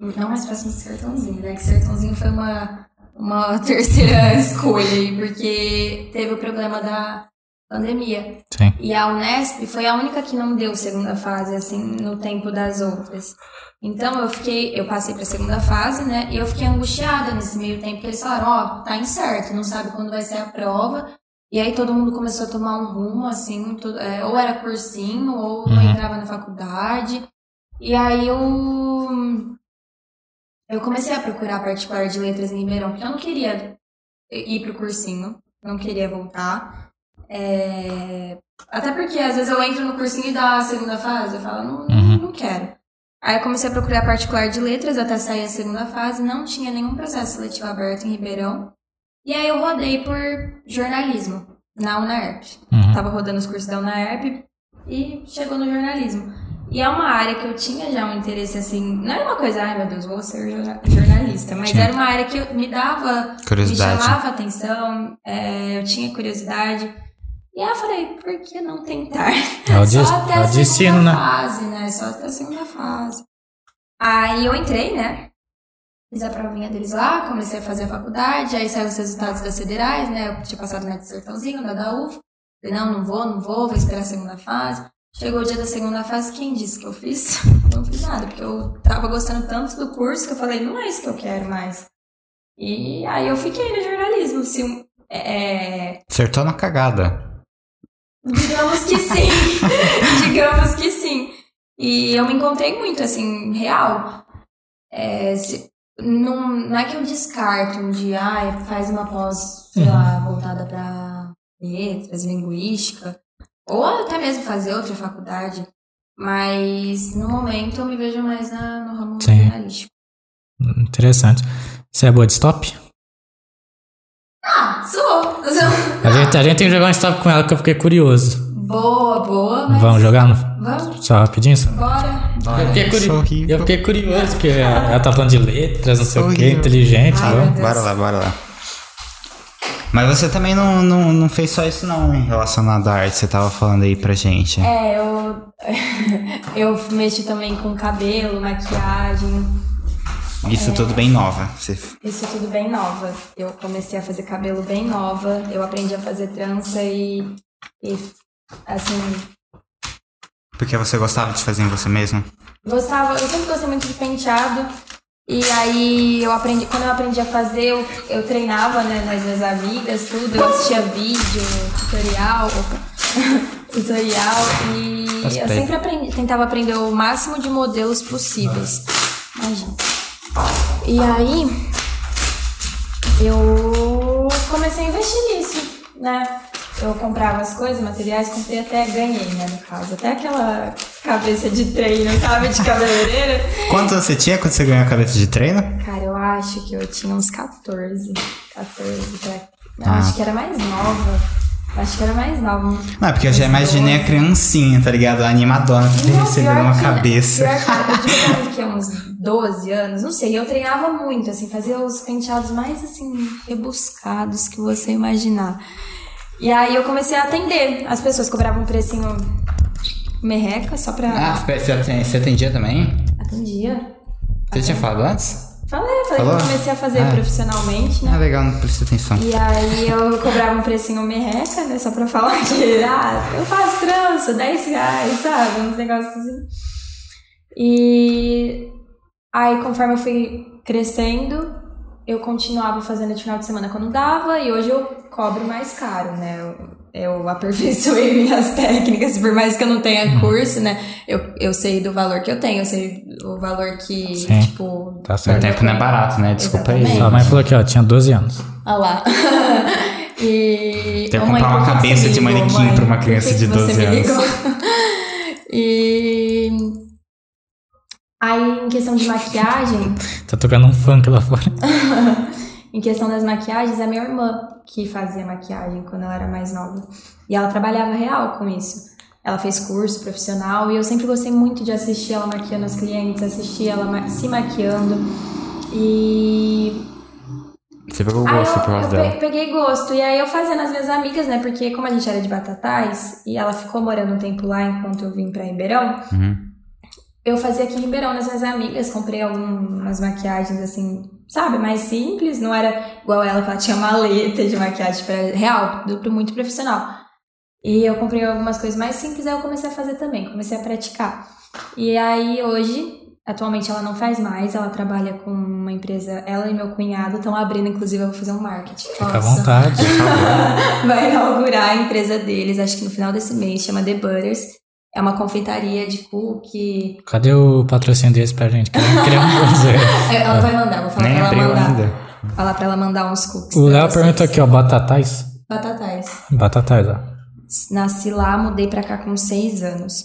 S3: Não mais próximo do Sertãozinho, né? Que Sertãozinho foi uma, uma terceira escolha aí, porque teve o problema da pandemia.
S2: Sim.
S3: E a Unesp foi a única que não deu segunda fase, assim, no tempo das outras. Então eu fiquei, eu passei pra segunda fase, né? E eu fiquei angustiada nesse meio tempo, porque eles falaram, ó, tá incerto, não sabe quando vai ser a prova. E aí todo mundo começou a tomar um rumo, assim, tudo- é, ou era cursinho, ou eu
S2: Uhum.
S3: entrava na faculdade. E aí eu. Eu comecei a procurar particular de letras em Ribeirão, porque eu não queria ir pro cursinho, não queria voltar. É, Até porque às vezes eu entro no cursinho e dá a segunda fase, eu falo, não, não-
S2: Uhum.
S3: não quero. Aí eu comecei a procurar particular de letras até sair a segunda fase, não tinha nenhum processo seletivo aberto em Ribeirão. E aí eu rodei por jornalismo, na UNAERP
S2: Uhum.
S3: tava rodando os cursos da UNAERP e chegou no jornalismo. E é uma área que eu tinha já um interesse assim, não era uma coisa, ai meu Deus, vou ser jorna- jornalista, mas
S2: Sim.
S3: era uma área que eu- me dava, me
S1: Curiosidade.
S3: chamava atenção, é, eu tinha curiosidade. E aí eu falei, por que não tentar?
S2: É o,
S3: Tá. Só
S2: des-
S3: até
S2: é
S3: a
S2: o destino,
S3: segunda
S2: né?
S3: fase, né? Só até a segunda fase. Aí eu entrei, né? Fiz a provinha deles lá, comecei a fazer a faculdade, aí saíram os resultados das federais, né? Eu tinha passado na de Sertãozinho, na da UF. Falei, não, não vou, não vou, vou esperar a segunda fase. Chegou o dia da segunda fase, quem disse que eu fiz? Não fiz nada, porque eu tava gostando tanto do curso que eu falei, não é isso que eu quero mais. E aí eu fiquei no jornalismo, assim, é,
S1: Acertou na cagada.
S3: Digamos que sim. Digamos que sim. E eu me encontrei muito, assim, real. É, se- não, não é que eu descarto um dia, ah, faz uma pós, sei lá,
S2: Uhum.
S3: voltada pra letras, linguística. Ou até mesmo fazer outra faculdade. Mas no momento eu me vejo mais na, no ramo
S2: Sim.
S3: jornalístico.
S2: Interessante. Você é boa de stop?
S3: Ah, sou!
S2: A gente, a gente tem que jogar um stop com ela que eu fiquei curioso.
S3: Boa, boa, mas.
S2: Vamos jogar no-
S3: Vamos,
S2: só rapidinho? só?
S3: bora.
S2: Eu fiquei, curi-
S1: Sou horrível.
S2: eu fiquei curioso, porque ela tá falando de letras, não sei o quê,
S1: Horrível.
S2: inteligente.
S3: Ai,
S2: tá bom?
S3: meu Deus.
S1: Bora lá, bora lá. Mas você também não, não, não fez só isso não em relacionado à arte, você tava falando aí pra gente.
S3: É, eu. eu mexo também com cabelo, maquiagem.
S1: Isso tudo bem nova. Você...
S3: Isso tudo bem nova. Eu comecei a fazer cabelo bem nova. Eu aprendi a fazer trança e. e assim.
S1: Porque você gostava de fazer em você mesmo?
S3: Gostava, eu sempre gostei muito de penteado. E aí eu aprendi, quando eu aprendi a fazer, eu, eu treinava né, nas minhas amigas, tudo, eu assistia vídeo, tutorial, tutorial, e
S1: Faz
S3: eu
S1: bem.
S3: sempre aprendi, tentava aprender o máximo de modelos possíveis. Imagina. E aí eu comecei a investir nisso, né? Eu comprava as coisas, materiais, comprei até, ganhei, né, no caso. Até aquela cabeça de treino, sabe, de cabeleireira.
S1: Quanto você tinha quando você ganhou a cabeça de treino?
S3: Cara, eu acho que eu tinha uns 14. 14, pra... Não,
S1: Ah.
S3: acho que era mais nova. Acho que era mais nova.
S1: Não, é porque eu já imaginei a criancinha, tá ligado? A animadona que
S3: Não,
S1: recebeu
S3: pior
S1: uma
S3: que-
S1: cabeça.
S3: Pior que eu devia ter que, uns 12 anos, não sei. Eu treinava muito, assim, fazia os penteados mais, assim, rebuscados que você imaginar. E aí eu comecei a atender. As pessoas cobravam um precinho merreca só pra...
S1: Ah, você atendia, você atendia também?
S3: Atendia.
S1: Você tinha falado antes?
S3: Falei, falei
S1: Falou?
S3: que eu comecei a fazer
S1: Ah.
S3: profissionalmente, né?
S1: Ah, legal, não presta atenção.
S3: E aí eu cobrava um precinho merreca, né? Só pra falar que ah, eu faço trança, 10 reais, sabe? Uns negócios assim. E aí, conforme eu fui crescendo, eu continuava fazendo de final de semana quando dava, e hoje eu cobro mais caro, né? Eu, eu aperfeiçoei minhas técnicas, por mais que eu não tenha curso, né? Eu, eu sei do valor que eu tenho, eu sei o valor que,
S2: Sim.
S3: tipo.
S2: Tá
S1: Seu
S2: certo.
S1: tempo não é barato, né? Desculpa aí.
S3: Exatamente.
S2: Sua mãe falou que ela tinha 12 anos.
S3: Olha lá. e.
S1: Tem que
S3: Ô, mãe,
S1: comprar uma
S3: por que
S1: cabeça
S3: você me
S1: de manequim
S3: ligou, mãe?
S1: pra uma
S3: Por
S1: criança
S3: que
S1: de
S3: que você
S1: 12
S3: me
S1: anos?
S3: ligou? e. Aí, em questão de maquiagem,
S2: Tá tocando um funk lá fora.
S3: em questão das maquiagens, é minha irmã que fazia maquiagem quando ela era mais nova. E ela trabalhava real com isso. Ela fez curso profissional e eu sempre gostei muito de assistir ela maquiando os clientes, assistir ela ma- se maquiando. E
S1: Você pegou o
S3: Aí
S1: gosto
S3: Ah, eu,
S1: por causa
S3: eu
S1: dela.
S3: pe- peguei gosto. E aí eu fazia nas minhas amigas, né? Porque como a gente era de Batatais e ela ficou morando um tempo lá enquanto eu vim pra Ribeirão,
S1: Uhum.
S3: eu fazia aqui em Ribeirão nas minhas amigas, comprei algumas maquiagens assim, sabe, mais simples, não era igual ela que ela tinha maleta de maquiagem para real, do, do muito profissional. E eu comprei algumas coisas mais simples, aí eu comecei a fazer também, comecei a praticar. E aí hoje, atualmente ela não faz mais, ela trabalha com uma empresa, ela e meu cunhado estão abrindo, inclusive eu vou fazer um marketing.
S2: Fica à vontade.
S3: vai inaugurar a empresa deles, acho que no final desse mês, chama The Butters. É uma confeitaria de cookie.
S2: Cadê o patrocínio desse pra gente? Que eu não queria um coisa.
S3: É, Ela vai mandar, vou falar
S1: Nem
S3: pra ela
S1: abriu
S3: mandar.
S1: ainda.
S3: Falar pra ela mandar uns cookies.
S2: O
S3: pra
S2: Léo
S3: vocês.
S2: pergunta aqui, ó, batatais.
S3: Batatais.
S2: Batatais, ó.
S3: Nasci lá, mudei pra cá com seis anos.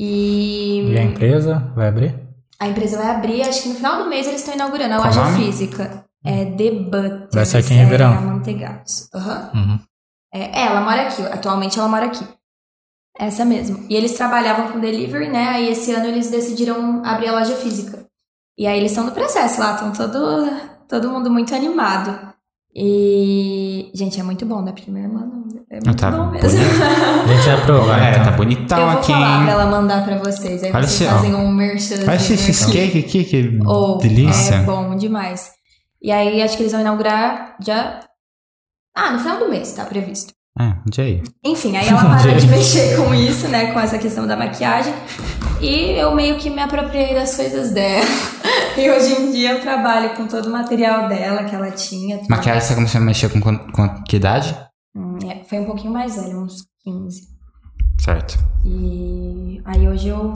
S2: E
S3: E
S2: a empresa vai abrir?
S3: a empresa vai abrir, acho que no final do mês eles estão inaugurando a
S1: Qual
S3: loja
S1: nome?
S3: física. É The Butters.
S2: Hum. Vai ser aqui em
S3: é
S2: Ribeirão.
S3: a Mantegados. Aham.
S2: Uhum.
S3: É, ela mora aqui, atualmente ela mora aqui. Essa mesmo. E eles trabalhavam com delivery, né? Aí esse ano eles decidiram abrir a loja física. E aí eles estão no processo lá, estão todo, todo mundo muito animado. E. Gente, é muito bom, né? Porque minha irmã não. É
S2: Ah,
S3: muito
S1: tá
S3: bom mesmo.
S2: A gente vai aprovar,
S1: É, tá
S2: então.
S1: bonitão
S3: Eu vou
S1: aqui,
S3: falar pra
S1: hein?
S3: ela mandar pra vocês. Aí
S1: Olha
S3: vocês
S1: esse, ó.
S3: fazem um merchan.
S1: Olha esse cheesecake aqui, que
S3: Oh,
S1: delícia.
S3: É bom demais. E aí acho que eles vão inaugurar já. Ah, no final do mês, tá previsto.
S1: Ah, onde é aí?
S3: Enfim, aí ela parou de mexer com isso, né? Com essa questão da maquiagem. E eu meio que me apropriei das coisas dela. E hoje em dia eu trabalho com todo o material dela que ela tinha. tudo.
S1: Maquiagem você começou a mexer com, quan- com que idade?
S3: Hum, é, foi um pouquinho mais velho, uns 15.
S1: Certo.
S3: E aí hoje eu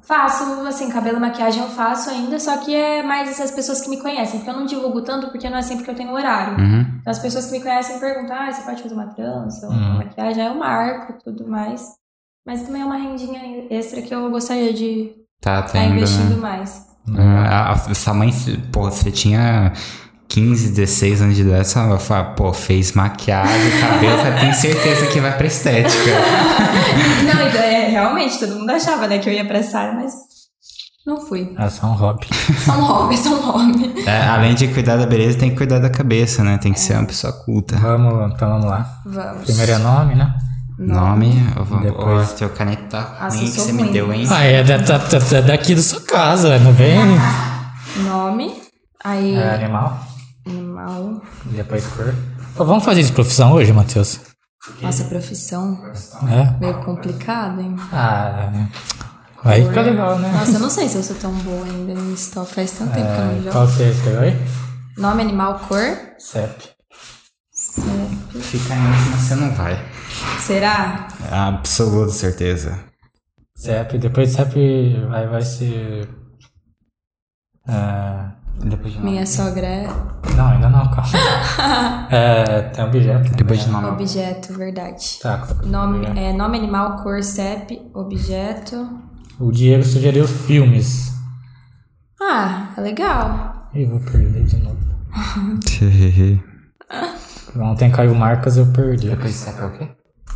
S3: faço, assim, cabelo e maquiagem eu faço ainda, só que é mais essas pessoas que me conhecem, porque eu não divulgo tanto porque não é sempre que eu tenho horário.
S1: Uhum.
S3: Então as pessoas que me conhecem perguntam, ah, você pode fazer uma trança,
S2: Uhum.
S3: uma maquiagem, aí eu marco e tudo mais. Mas também é uma rendinha extra que eu gostaria de
S1: Tá
S3: estar
S1: tendo, né?
S3: investindo mais.
S1: Ah, a- a- sua mãe, pô, você tinha 15, 16 anos de idade, você fala, pô, fez maquiagem, cabelo, você tem certeza que vai pra estética.
S3: Não, então, é, realmente, todo mundo achava, né, que eu ia pra essa área, mas Não fui.
S2: É só um hobby.
S3: Só um hobby, só um hobby.
S1: É, além de cuidar da beleza, tem que cuidar da cabeça, né? Tem que ser uma pessoa culta.
S2: Vamos, então vamos lá.
S3: Vamos.
S2: Primeiro é nome, né?
S1: Nome, eu vou,
S2: Depois.
S1: Ó, teu caneta tá
S3: Nossa,
S1: ruim
S3: eu
S1: que
S3: sou
S1: você me
S3: ruim.
S1: deu, hein?
S2: Ah, é da, da- da- da- daqui da sua casa, não vem?
S3: Nome. Aí,
S2: É animal.
S3: animal.
S2: Depois cor. Pô, vamos fazer de profissão hoje, Matheus?
S3: Nossa, profissão.
S2: É?
S3: Meio complicado, hein?
S2: Ah, aí fica legal, né?
S3: Nossa, eu não sei se eu sou tão boa ainda nisso. tal. Faz tanto tempo que eu não
S2: É, tá.
S3: jogo.
S2: qual você escreveu aí?
S3: Nome, animal, cor.
S2: CEP.
S3: Se-
S1: Fica em último, você não vai.
S3: Será?
S1: Absoluta certeza.
S2: CEP, depois CEP vai, vai ser. ah,
S1: Depois de nome.
S3: Minha sogra é
S2: não, ainda não, calma. é, tem objeto.
S1: Depois de nome.
S3: objeto, verdade.
S2: Tá, qual que é o
S3: Nome,
S2: objeto?
S3: é, nome, animal, cor, CEP, objeto.
S2: É. O Diego sugeriu filmes.
S3: Ah, é legal.
S2: Ih, vou perder de novo. Ontem caiu marcas eu perdi.
S1: Depois de sabe o quê?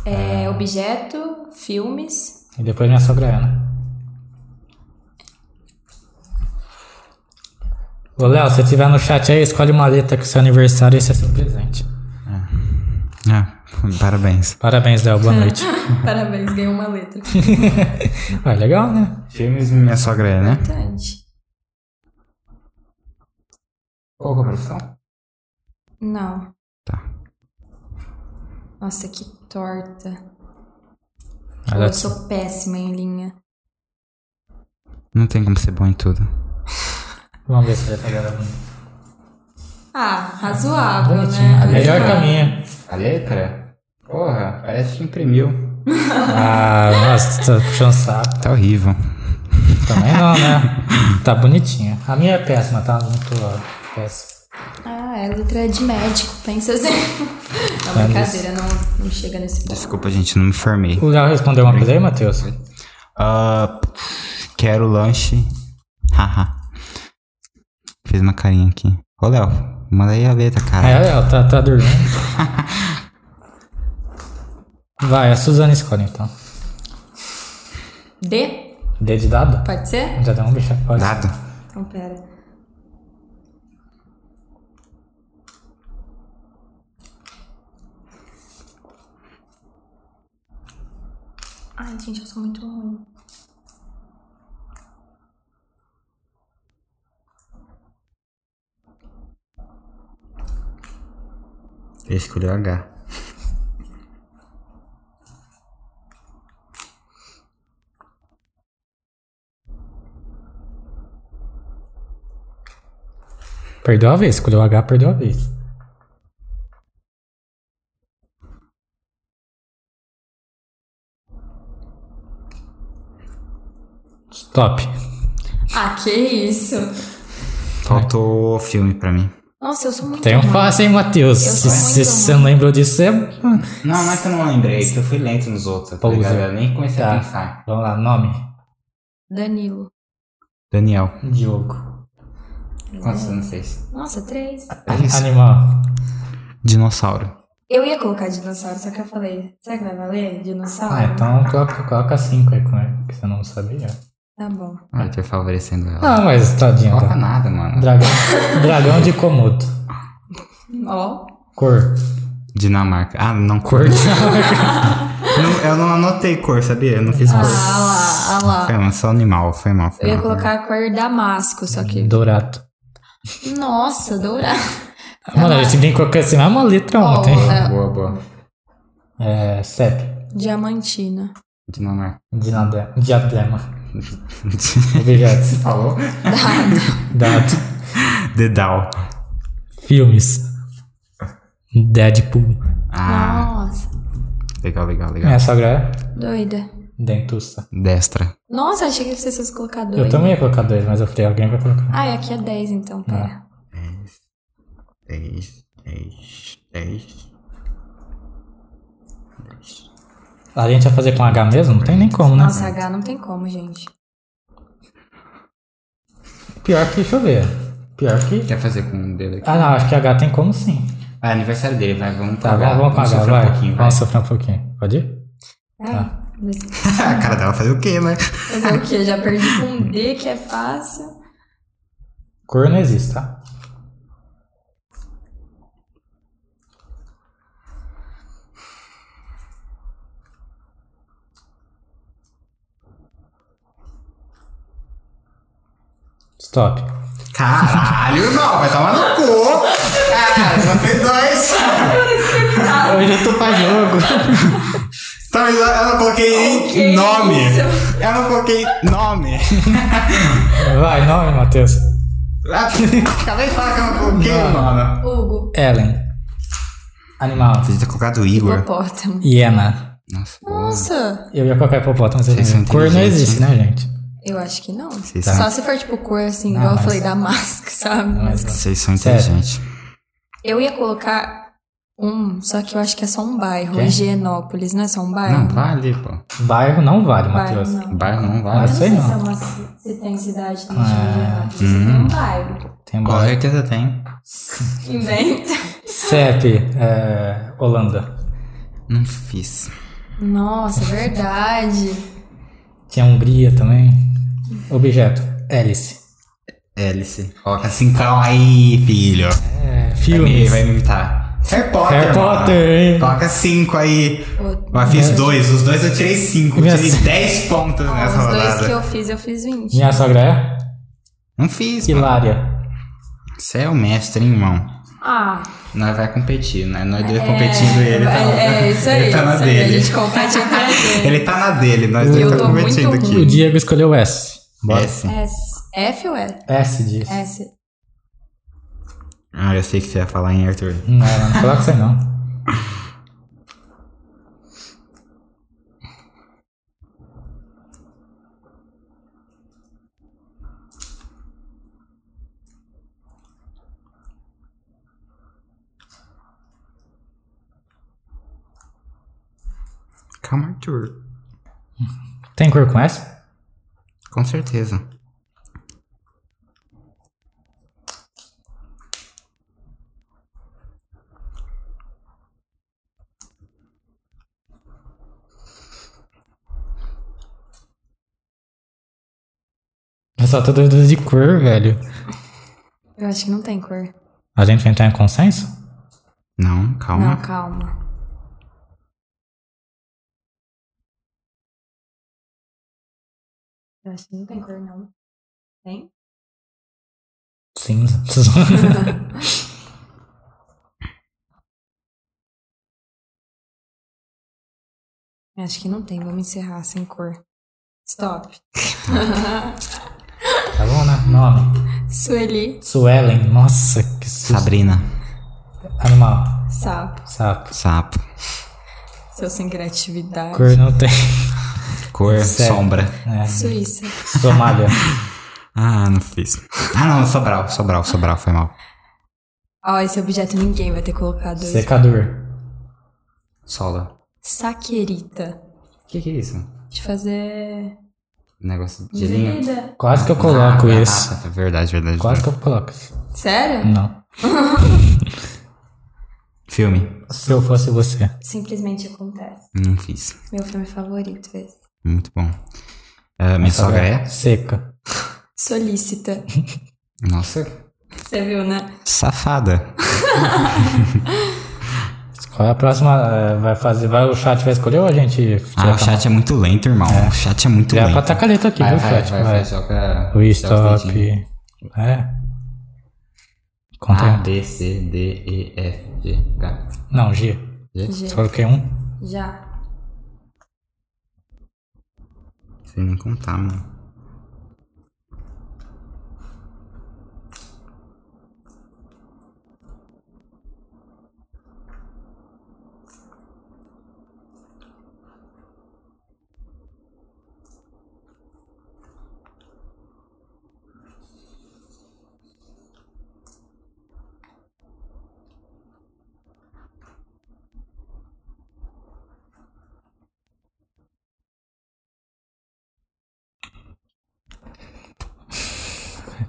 S3: É, objeto, filmes.
S2: E depois minha sogra é Ana. Ô Léo, se tiver no chat aí, escolhe uma letra que é seu aniversário e esse é seu presente.
S1: Ah, parabéns.
S2: Parabéns, Léo, boa noite.
S3: Parabéns, ganhei uma letra.
S2: ah, legal, né?
S1: Filmes minha sogra é, né?
S3: Importante.
S1: Qual que é a profissão?
S3: Não.
S1: Tá.
S3: Nossa, que torta.
S2: Ah,
S3: eu
S2: dá-
S3: sou péssima em linha.
S1: Não tem como ser bom em tudo.
S2: Vamos ver se já tá gravando.
S3: Ah, razoável,
S2: Bonitinho.
S3: né?
S2: Ah, Melhor
S3: Razoável.
S2: que a minha.
S1: A letra? Porra, parece que imprimiu.
S2: Ah, nossa, tá puxando saco.
S1: Tá horrível.
S2: Também não, né? Tá bonitinha. A minha é péssima, tá? Muito ó, péssima.
S3: Ah, é letra de médico, pensa assim. Não, brincadeira, não, não chega nesse ponto.
S1: Desculpa, gente, não me formei.
S2: O Léo respondeu uma coisa aí, Matheus?
S1: Ah, quero lanche. Haha. Fez uma carinha aqui. Ô, Léo, manda aí a letra, cara.
S2: É, Léo, tá, tá dormindo. Vai, a Suzana escolhe então.
S3: D?
S2: D de dado?
S3: Pode ser?
S2: Já deu um bicho pode.
S1: Dado?
S3: Então, pera. Ai, gente, eu sou muito ruim.
S1: Ele escolheu H.
S2: Perdeu a vez, escolheu H, perdeu a vez. Stop.
S3: Ah, que isso?
S1: Faltou o filme pra mim.
S3: Nossa, eu sou muito
S2: Tem um
S3: ruim.
S2: fácil, hein, Matheus?
S3: Eu
S2: Se
S3: sou muito
S2: se você não lembrou disso, você. Vamos
S1: Não, não é que eu não lembrei, que eu fui lento nos outros, tá
S2: Pousa.
S1: ligado? Eu nem comecei
S2: Tá.
S1: a pensar.
S2: lá, nome:
S3: Danilo.
S1: Daniel,
S2: Diogo.
S1: quantos anos fez?
S3: Nossa, três.
S1: É
S2: Animal:
S1: Dinossauro.
S3: Eu ia colocar dinossauro, só que eu falei, será que vai valer? Dinossauro?
S2: Ah, então coloca, coloca cinco aí com ele, que você não sabia.
S3: Tá bom.
S1: Olha, tô Ah, favorecendo ela.
S2: Ah, mas tadinho.
S1: Coloca
S2: Tá.
S1: nada, mano.
S2: Dragão, dragão de Komodo.
S3: Ó.
S2: Cor.
S1: Dinamarca. Ah, não, cor. Não, eu não anotei cor, sabia? Eu não fiz cor.
S3: Ah, lá, ah lá.
S1: Foi mal, só animal, foi mal.
S3: Eu
S1: Foi
S3: ia
S2: Ah.
S1: mal.
S3: colocar a cor damasco, só que.
S2: Dourado.
S3: Nossa, dourado.
S2: Mano, a gente brincou com essa mesma letra
S3: Ó,
S2: ontem.
S3: é,
S1: Boa, boa.
S2: É, CEP.
S3: diamantina.
S1: Dinamarca.
S2: Dinade- Diadema. Objeto.
S1: Falou?
S2: Dado.
S1: Dedal.
S2: Filmes. Deadpool.
S1: Ah,
S3: Nossa,
S1: legal, legal, legal.
S2: Minha sogra é
S3: doida.
S2: Dentuça.
S1: Destra.
S3: Nossa, achei que vocês fossem colocar dois.
S2: Eu também ia colocar dois, mas eu falei, alguém vai colocar.
S3: Ai, aqui é 10 então,
S2: Ah.
S3: pera.
S1: 10, 10, 10.
S2: A gente vai fazer com H mesmo? Não tem nem como, né?
S3: Nossa, H não tem como, gente.
S2: Pior que, deixa eu ver. Pior que...
S1: Quer fazer com um dedo aqui?
S2: Ah, não, acho que H tem como sim.
S1: Ah, aniversário dele, vai, vamos
S2: Tá,
S1: pagar.
S2: vamos, vamos com H,
S1: sofrer
S2: vai.
S1: Um pouquinho, vai.
S2: vamos sofrer um pouquinho. Pode ir?
S3: Ai,
S1: a cara dela fazer o quê, né?
S3: Fazer o quê? Já perdi com um D que é fácil.
S2: Cor não existe, tá? Stop.
S1: Caralho, não, vai tomar no cu! Ah, só tem dois!
S2: Hoje eu tô pra jogo.
S1: Tá, mas eu eu não coloquei
S3: Ok,
S1: nome!
S3: isso.
S1: Eu não coloquei nome!
S2: Vai, nome, Matheus.
S1: Ah, Acabei de falar que eu não coloquei o nome.
S3: Hugo.
S2: Ellen. Animal.
S1: Podia ter colocado Igor.
S3: Hipopótamo.
S2: Hiena.
S1: Nossa, boa.
S3: Nossa,
S2: Eu ia colocar hipopótamo. Vocês
S1: Vocês
S2: viram.
S1: são
S2: Cor não
S1: inteligentes,
S2: existe, né, gente?
S3: eu acho que não.
S1: Vocês
S3: Só se for tipo cor assim, igual eu
S2: mas- é.
S3: falei da máscara, sabe?
S2: Mas não.
S1: Vocês são
S2: Sério.
S1: inteligentes.
S3: Eu ia colocar um, só que eu acho que é só um bairro.
S2: Quê?
S3: Higienópolis, não é só um bairro?
S1: Não, vale, pô.
S2: Bairro não vale,
S3: Bairro
S2: é Matheus.
S3: não.
S1: Bairro não
S3: Eu
S2: Ah,
S1: vale.
S2: sei
S3: não.
S2: não.
S3: Se, é uma, ci- se tem cidade, tem
S2: Ah,
S3: Higienópolis, tem um bairro.
S2: Tem
S1: Com
S2: bairro.
S1: certeza tem.
S3: Inventa.
S2: CEP, é, Holanda.
S1: Não fiz.
S3: Nossa, verdade.
S2: Tinha Hungria também. Objeto, hélice.
S1: Hélice. Coloca assim, calma aí, filho.
S2: É,
S1: Ele
S2: filmes.
S1: vai me imitar. Harry Potter.
S2: Harry
S1: mano.
S2: Potter, hein?
S1: Coloca 5 aí.
S3: O-
S1: Mas fiz dois, os dois eu tirei 5.
S2: Minha
S1: Tirei
S2: so-
S1: 10 pontos
S3: Ah,
S1: nessa
S3: os dois
S1: rodada.
S3: que eu fiz, eu fiz 20.
S2: Minha sogra é?
S1: Não fiz, mano.
S2: Hilária.
S1: Você é o mestre, hein, irmão.
S3: Ah,
S1: Nós vai competir, né? Nós dois competindo ele. tá-
S3: é, é isso aí.
S1: Ele tá na
S3: isso aí,
S1: dele.
S3: A gente compete a cara dele.
S1: Ele tá na dele, nós dois
S3: Eu
S1: tá
S3: tô muito
S1: competindo
S2: O
S1: aqui. É
S3: ruim.
S2: Diego escolheu S. Bora.
S1: S.
S3: S. F ou é?
S2: S disso.
S3: S.
S1: Ah, eu sei que você ia falar em Arthur.
S2: Não, ela não coloca isso aí não.
S1: Calma, Arthur.
S2: Tem cor com S?
S1: Com certeza.
S2: Eu só tô dúvida de cor, velho.
S3: Eu acho que não tem cor.
S2: A gente vai entrar em consenso?
S1: Não, calma.
S3: Não, calma. Eu acho que não tem cor, não. Tem?
S2: Cinza.
S3: Eu acho que não tem. Vamos encerrar sem cor. Stop.
S2: tá bom, né? Nome.
S3: Sueli,
S2: Suelen. Nossa, que susto.
S1: Sabrina.
S2: Animal.
S3: sapo.
S2: Sapo.
S1: Sapo.
S3: Seu sem criatividade.
S2: Cor não tem. É,
S1: Cor,
S2: Certo.
S1: sombra.
S3: Suíça.
S2: Somália.
S1: Ah, não fiz. Ah, não, Sobral, Sobral, Sobral, foi mal.
S3: Ó, esse objeto ninguém vai ter colocado. hoje.
S2: Secador.
S1: Sola.
S3: Saquerita.
S1: O que, que é isso?
S3: De fazer.
S1: Negócio de gelinho?
S3: bebida.
S2: Quase que eu coloco
S1: Ah,
S2: isso.
S1: ah, verdade, verdade.
S2: Quase
S1: verdade.
S2: que eu coloco.
S3: Sério?
S2: Não.
S1: Filme.
S2: Se eu fosse você.
S3: Simplesmente acontece.
S1: Não fiz.
S3: Meu filme favorito esse.
S1: Muito bom. Ah, minha sogra é?
S2: Seca.
S3: Solícita.
S1: Nossa.
S3: Você viu, né?
S1: Safada.
S2: Qual é a próxima? eh, Vai fazer. Vai, o chat vai escolher ou a gente.
S1: Ah, o chat é muito lento, irmão. O chat é muito
S2: tá Já
S1: lento.
S2: pra tacaleta aqui, viu, chat?
S1: joga.
S2: O
S1: joga os
S2: stop.
S1: dedinhos.
S2: É.
S1: A,
S2: Conta. aí.
S1: B, C, D, E, F, G, H.
S2: Não, G.
S1: G?
S3: G.
S2: Coloquei um.
S3: Já.
S1: Sem nem contar, mano.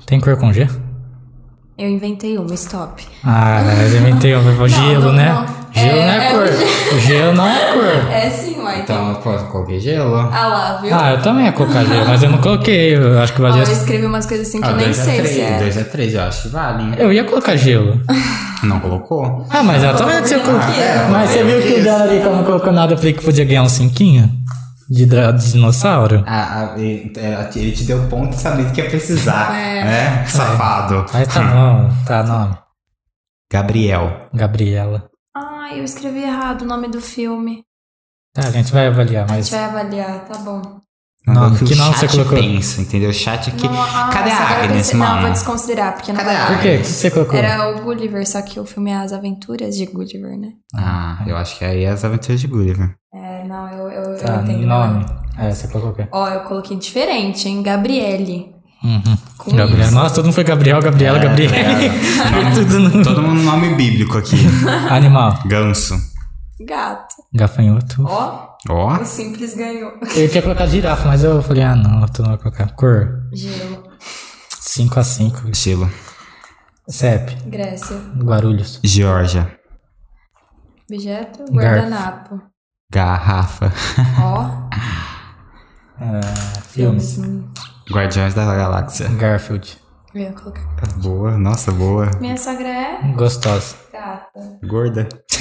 S2: Tem cor com G?
S3: Eu inventei uma, stop.
S2: Ah, mas eu inventei o gelo,
S3: não,
S2: né?
S3: não.
S2: Gelo
S3: É-
S2: não é,
S3: é
S2: cor. Gelo não é cor.
S3: É sim, uai. lá, então.
S1: Então eu posso coloquei gelo.
S3: Ah lá, viu?
S2: Ah, eu também ia colocar gelo, mas eu não coloquei. Eu acho que
S3: Ó,
S2: valia.
S3: eu escrevi umas coisas assim que
S1: Ah,
S3: eu nem
S1: 2 a
S3: sei se é.
S1: 3, 2 a 3, eu acho que vale, hein?
S2: Eu ia colocar gelo.
S1: Não colocou?
S2: Ah, mas ela também tinha colocado.
S3: Ah,
S2: Mas você viu que o dela ali, como não colocou nada, eu falei que podia ganhar um cinquinho de, dra- de dinossauro.
S1: Ah, ah, e- é, ele te deu ponto sabendo que ia precisar,
S3: É.
S1: né? Safado.
S2: Mas tá bom, tá nome.
S1: Gabriel.
S2: Gabriela.
S3: Ai, Ah, eu escrevi errado o nome do filme.
S2: Tá, a gente vai avaliar,
S3: A
S2: mas.
S3: gente vai avaliar, tá bom.
S2: Não,
S1: Um o
S2: que
S1: o
S2: não
S1: chat
S2: você colocou?
S1: pensa, entendeu? O chat aqui...
S3: Não, ah,
S1: Cadê
S3: essa
S1: a
S3: agora eu
S1: Agnes,
S3: pensei- Não,
S1: mano?
S3: vou desconsiderar, porque não
S1: Cadê
S3: vai.
S1: a
S2: Por quê? O que você colocou?
S3: Era o Gulliver, só que o filme é As Aventuras de Gulliver, né?
S1: Ah, eu acho que aí é as aventuras de Gulliver.
S3: É, não, eu, eu,
S2: Tá,
S3: eu entendo.
S2: nome. É, você colocou o quê?
S3: Ó, eu coloquei diferente, hein? Gabriele.
S2: Uhum.
S3: Com
S2: Gabriela.
S3: isso.
S2: Nossa, todo mundo foi Gabriel, É, Gabriela, Gabriele. Tudo no...
S1: Todo mundo nome bíblico aqui.
S2: Animal.
S1: Ganso.
S3: Gato.
S2: Gafanhoto.
S3: Ó,
S1: Ó.
S3: o simples ganhou.
S2: Eu queria colocar girafa, mas eu falei, ah não, tu não vai colocar. Cor.
S3: Gelo.
S2: 5x5.
S1: Estilo.
S2: CEP.
S3: Grécia.
S2: Guarulhos.
S1: Georgia.
S3: Objeto. Guardanapo.
S1: Garrafa.
S3: Ó,
S2: Ah, filmes.
S3: filmes. hum.
S1: Guardiões da Galáxia.
S2: Garfield.
S3: Eu ia colocar.
S1: Boa, nossa, boa.
S3: Minha sogra é
S2: Gostosa.
S3: gata.
S1: Gorda.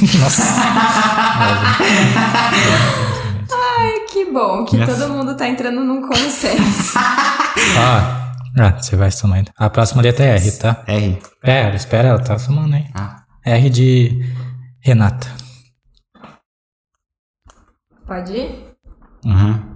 S3: Ai, que bom que
S1: Minha-
S3: todo mundo tá entrando num consenso.
S2: Ah, ah, você vai somando. A próxima letra é R, tá?
S1: R.
S2: Pera, espera, ela tá somando, hein?
S1: Ah.
S2: R de Renata.
S3: Pode ir?
S1: Uhum.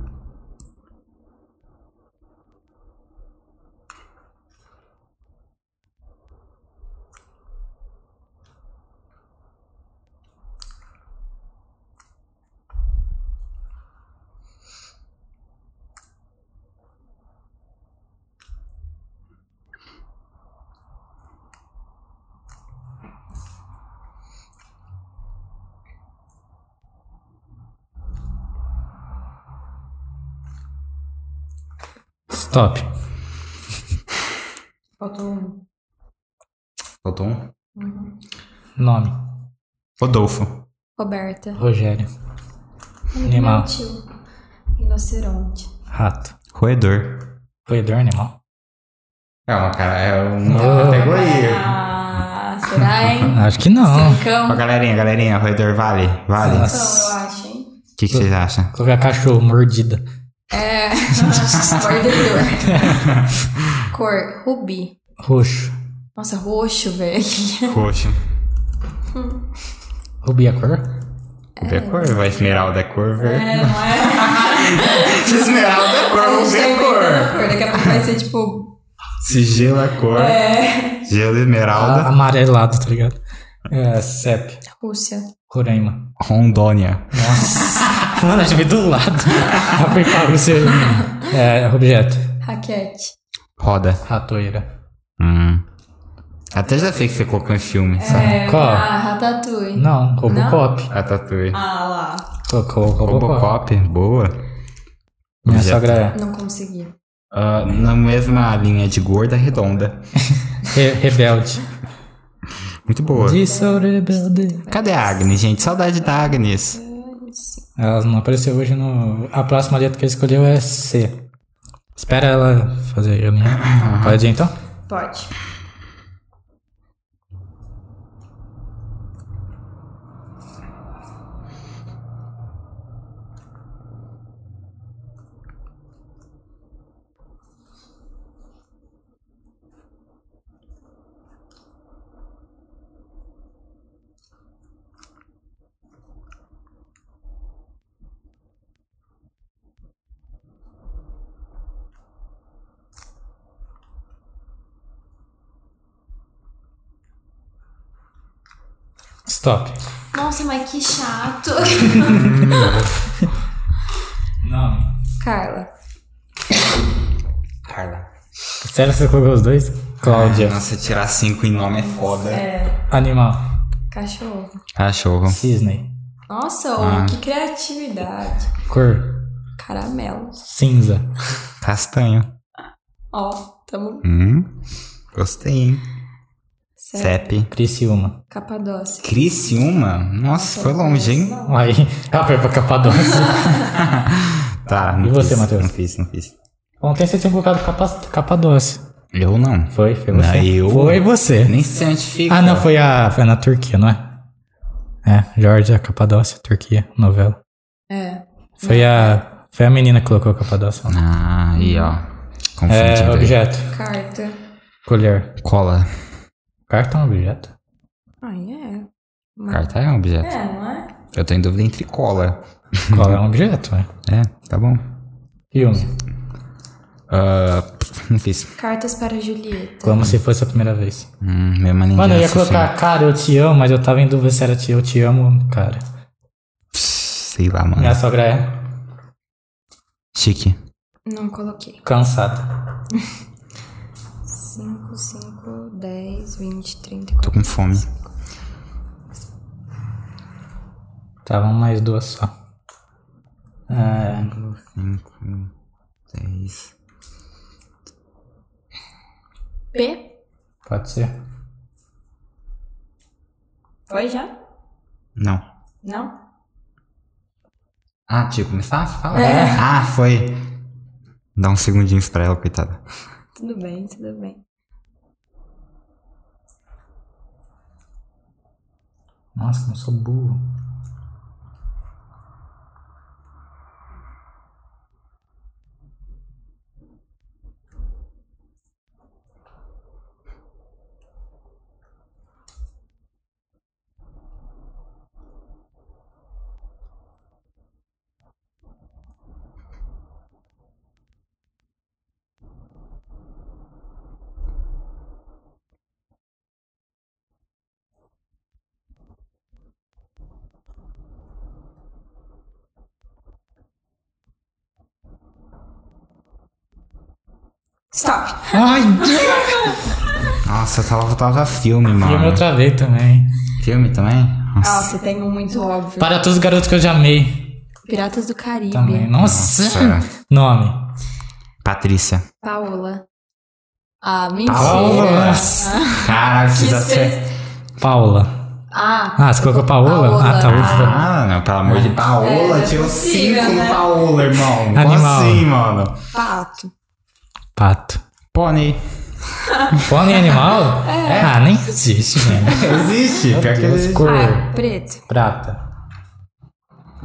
S2: Stop.
S3: Faltou um.
S1: Faltou um.
S3: Uhum.
S2: Nome.
S1: Rodolfo.
S3: Roberta.
S2: Rogério.
S3: Amigo
S2: Animal.
S3: meu tio. Rinoceronte.
S2: Rato.
S1: Roedor.
S2: Roedor animal.
S1: É uma cara, é uma
S2: Oh.
S1: categoria.
S3: Ah, será, hein?
S2: Acho que não.
S1: Ó,
S3: Cincão.
S1: galerinha, galerinha, roedor vale? Vale?
S2: Nossa.
S1: O
S3: Então, eu acho, hein?
S1: que que vocês acham?
S2: Colocar cachorro, mordida.
S3: É. Mordedor. Cor, rubi.
S2: Roxo.
S3: Nossa, roxo, velho.
S1: Roxo.
S2: Rubi a cor?
S1: Rubi é cor, vai esmeralda é cor, verde.
S3: É, não é?
S1: Esmeralda é cor,
S3: A gente
S1: rubi
S3: tá
S1: é
S3: inventando
S1: cor.
S3: cor. Daqui a pouco vai ser tipo.
S1: Sigilo é cor,
S3: É.
S1: gelo esmeralda.
S2: A- Amarelado, tá ligado? É, CEP.
S3: Rússia.
S2: Roraima.
S1: Rondônia.
S2: Nossa. Mano, acho que veio do lado. Já foi pra você. É, objeto.
S3: Raquete.
S1: Roda.
S2: Ratoeira.
S1: Hum. Até já sei que você colocou em filme, sabe?
S3: É,
S2: Qual?
S3: Ah, Ratatouille.
S2: Não, Robocop.
S1: A tatuí.
S3: Ah lá.
S2: Colocou Robocop.
S1: Robocop, boa.
S2: Minha
S1: Objeto.
S2: sogra é
S3: Não consegui.
S1: Ah, na mesma linha de gorda redonda.
S2: re- rebelde.
S1: Muito boa.
S2: De sou rebelde.
S1: Cadê a Agnes, gente? Saudade da Agnes.
S2: Ela não apareceu hoje no. A próxima letra que ela escolheu é C. Espera ela fazer a minha. Pode ir então?
S3: Pode.
S2: Stop.
S3: Nossa, mas que chato.
S2: Não.
S3: Carla.
S1: Carla.
S2: Sério que você colocou os dois? Cláudia.
S1: Nossa, tirar cinco em nome é foda.
S3: É.
S2: Animal.
S3: Cachorro.
S1: Cachorro.
S2: Cisne.
S3: Nossa, ô,
S2: Ah.
S3: que criatividade.
S2: Cor.
S3: Caramelo.
S2: Cinza.
S1: Castanho.
S3: Ó, tamo.
S1: Hum. Gostei, hein?
S3: É.
S1: CEP.
S2: Criciúma.
S3: Capadócia.
S1: Criciúma? Nossa, foi longe, hein?
S2: Aí, ah, foi pra Capadócia.
S1: Tá, não
S2: E você,
S1: fiz,
S2: Matheus?
S1: Não fiz, não fiz.
S2: Ontem você tinha colocado capa, Capadócia.
S1: Eu não.
S2: Foi, foi você.
S1: Não, eu-
S2: Foi você.
S1: Nem sei onde fica.
S2: Ah, não, foi, a, foi na Turquia, não é? É, Georgia, Capadócia, Turquia, novela.
S3: É.
S2: Foi a, foi a menina que colocou Capadócia.
S1: é. Ah, aí, ó.
S2: É,
S1: Confundido. aí.
S2: objeto,
S3: Carta.
S2: colher.
S1: Cola.
S2: Carta é um objeto?
S1: Uhum.
S3: Ai, é. Uma-
S1: Carta é um objeto.
S3: É, não é?
S1: Eu tô em dúvida entre cola.
S2: Qual é um objeto, né?
S1: É, tá bom.
S2: Filme.
S1: Ah, pff, não fiz.
S3: Cartas para Julieta.
S1: Uhum.
S2: Como se fosse a primeira vez.
S1: Hum, minha mãe nem
S2: Mano, eu ia
S1: disse,
S2: colocar, cara, eu te amo, mas eu tava em dúvida se era te, eu te amo, cara.
S1: assim, Sei lá, mano.
S2: Minha sogra é
S1: Chique.
S3: Não coloquei.
S2: cansada.
S3: 5, 5, 10, 20, 30,
S1: Tô
S3: 40.
S1: com fome.
S2: Estavam mais duas só. É,
S1: 5, 10.
S3: P?
S2: pode ser.
S3: Foi já?
S1: Não.
S3: Não?
S1: Ah, tinha que começar a falar?
S3: É.
S1: Ah, foi. Dá uns segundinhos pra ela, coitada.
S3: Tudo bem, tudo bem.
S2: Nossa, como eu sou burro.
S3: Stop!
S2: Ai,
S1: Nossa, tava, tava é filme,
S2: e eu me
S1: mano.
S2: travei também.
S1: Filme também? Nossa.
S3: Nossa, tem um muito óbvio.
S2: Para todos os garotos que eu já amei
S3: Piratas do Caribe.
S2: também. Nossa!
S1: Nossa.
S2: Nome.
S1: Patrícia.
S3: Paola. Ah, mentira.
S1: Paola! né? Ah. Caralho,
S3: Que
S1: fiz acertar.
S3: espe-
S2: Paola.
S3: Ah,
S2: Ah, você colocou Paola?
S3: Paola.
S2: Ah, tá. ufa.
S1: Ah, não, pelo amor de Paola,
S3: É,
S1: tinha os
S3: possível,
S1: cinco
S3: né?
S1: no Paola, irmão. Como
S2: Animal.
S1: assim, mano?
S3: pato.
S2: Pato.
S1: Pônei.
S2: Fome animal? Ah, nem existe, né?
S1: Existe, pior que
S2: Deus,
S1: existe.
S2: cor.
S3: Ah, preto.
S2: Prata.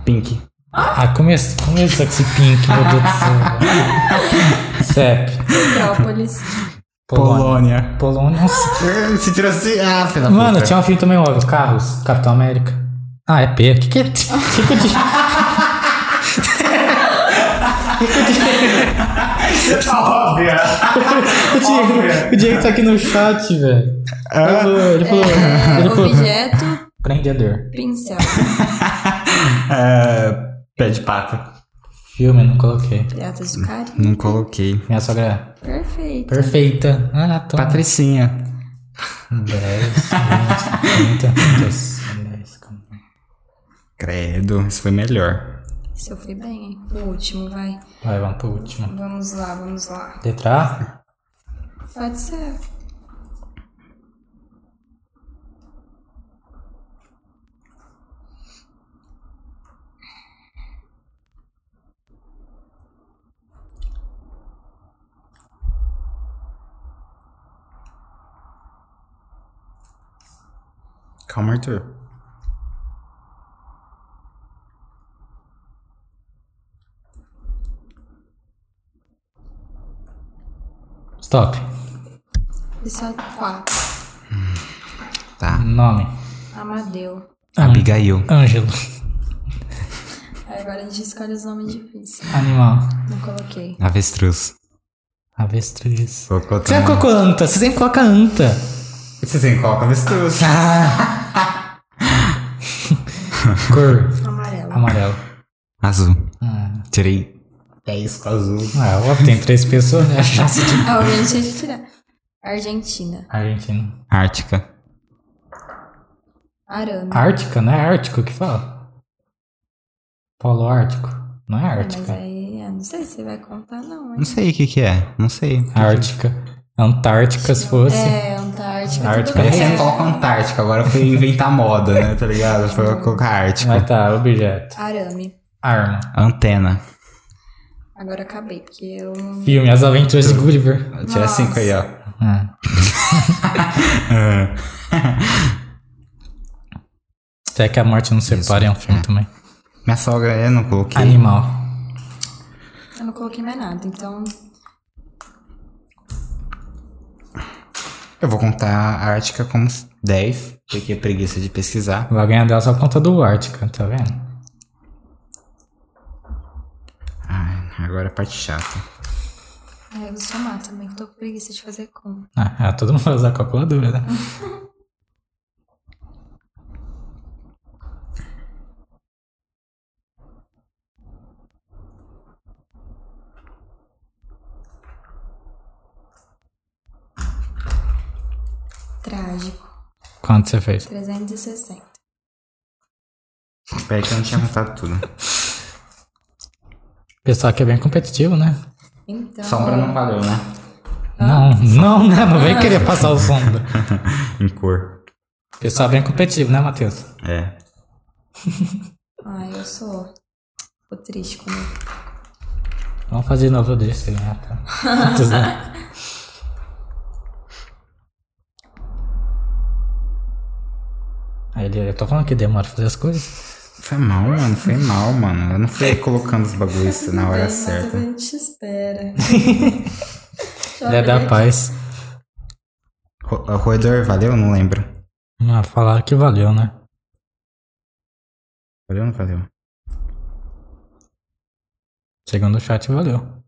S1: Pink.
S2: Ah, começa começa com esse pink, meu Deus do céu. CEP.
S3: Petrópolis.
S2: Polônia.
S1: Polônia.
S2: Polônia. Nossa.
S1: Eh, Se tirou assim. Ah, filha da
S2: Mano,
S1: puta.
S2: tinha um filme também óbvio. Carros. Capitão América. Ah, é P. O que que é? O que que eu disse? um-
S1: Óbvia.
S2: O Diego, o Diego tá aqui no chat, velho. Ele falou- Ele falou.
S3: É,
S2: Ele falou.
S3: objeto.
S2: Prendedor.
S3: Pincel.
S1: É, pé de pato.
S2: Filme, não coloquei.
S3: Piratas do Caribe.
S1: Não coloquei.
S2: Minha sogra é
S3: Perfeito.
S2: perfeita. Ah, tô.
S1: Patricinha.
S2: 10, 20, 30, 10,
S1: Credo, isso foi melhor.
S3: Isso eu fui bem, hein? O último, vai.
S2: Vai, vamos pro último.
S3: Vamos lá, vamos lá.
S2: Letra A?
S3: Pode ser.
S1: Calma, Arthur.
S2: Stop.
S3: E só é quatro.
S1: Tá.
S2: Nome.
S3: Amadeu.
S1: Abigail.
S2: Ângelo.
S3: Agora a gente escolhe os nomes difíceis.
S2: Animal.
S3: Não coloquei.
S1: Avestruz. é
S2: Avestruz.
S1: Colocou
S2: Você sempre colocou anta. Você sempre coloca anta.
S1: Você sempre coloca é avestruz. Ah!
S2: Cor.
S3: Amarelo.
S2: Amarelo.
S1: Azul.
S2: Ah,
S1: Tirei 10 com azul.
S2: ah, óbvio, tem três pessoas, né?
S3: Alguém tinha que tirar. é Argentina.
S2: Argentina.
S1: Ártica.
S3: Arame.
S2: Ártica, não é Ártico que fala? Polo Ártico. Não é
S3: Ah, Mas
S2: Ártica.
S3: aí, eu não sei se vai contar, não, hein?
S1: Não sei o que que é. Não sei.
S2: Ártica. Antártica, se fosse.
S3: É, Antártica.
S2: Ártica. é
S3: tudo
S1: Aí você
S3: bem.
S1: coloca Antártica, agora foi inventar moda, né? Tá ligado? Foi colocar Ártica.
S2: Mas tá, objeto.
S3: Arame.
S2: Arma.
S1: Antena.
S3: Agora acabei, porque eu.
S2: Filme, As Aventuras de Gulliver.
S1: Tira
S3: Nossa.
S1: cinco aí, ó.
S2: Hum. Até que a morte nos separe é um filme também.
S1: Minha sogra, eu não coloquei.
S2: Animal.
S3: Eu não coloquei mais nada, então.
S1: Eu vou contar a Ártica como 10, porque é preguiça de pesquisar.
S2: Vai ganhar dela só por conta do Ártica, tá vendo?
S1: Ai, agora é a parte chata.
S3: É, eu vou somar também, que eu tô com preguiça de fazer conta.
S2: Ah, ah, todo mundo vai usar a calculadora, né?
S3: Trágico.
S2: Quanto você fez?
S3: 360.
S1: Peraí que eu não tinha contado tudo.
S2: O pessoal aqui é bem competitivo, né?
S3: Então.
S1: Sombra não valeu, né?
S2: Não, não, né? Não vem querer passar o fundo.
S1: Em cor.
S2: O pessoal é bem competitivo, né, Matheus?
S1: É.
S3: Ai, eu sou. Tô triste comigo.
S2: Vamos fazer de novo desse, né? Tá. Matheus, né? Aí ele, eu tô falando que demora pra fazer as coisas.
S1: Foi mal, mano. Foi mal, mano. Eu não fui colocando os bagulhos na hora
S3: Mas A
S1: certa.
S3: gente te espera.
S2: Ele é da paz.
S1: Ro- o Roedor, valeu? Não lembro.
S2: Ah, falaram que valeu, né?
S1: Valeu ou não valeu?
S2: Segundo o chat, valeu.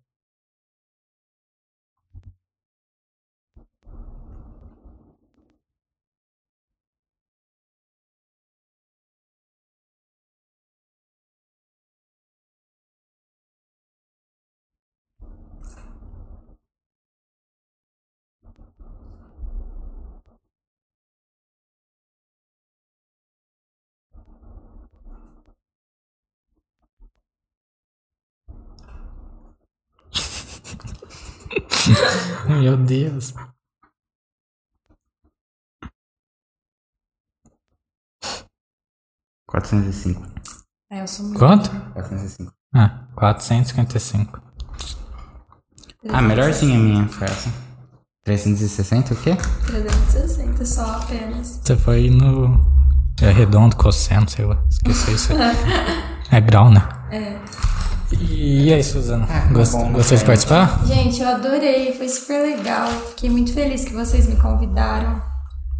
S2: Meu Deus.
S1: quatrocentos e cinco
S3: Ai, eu sou muito.
S2: Quanto?
S1: 405.
S2: Ah, 455.
S1: Ah, melhorzinha a minha foi essa. 360 o quê?
S3: 360 só apenas.
S2: Você foi no. É redondo, cosseno, sei lá. Esqueci isso. é grau, né? É. Ah, tá E aí, Suzana? Gost-
S1: bom,
S2: gostou de
S1: cara.
S2: participar?
S3: Gente, eu adorei, foi super legal. Fiquei muito feliz que vocês me convidaram.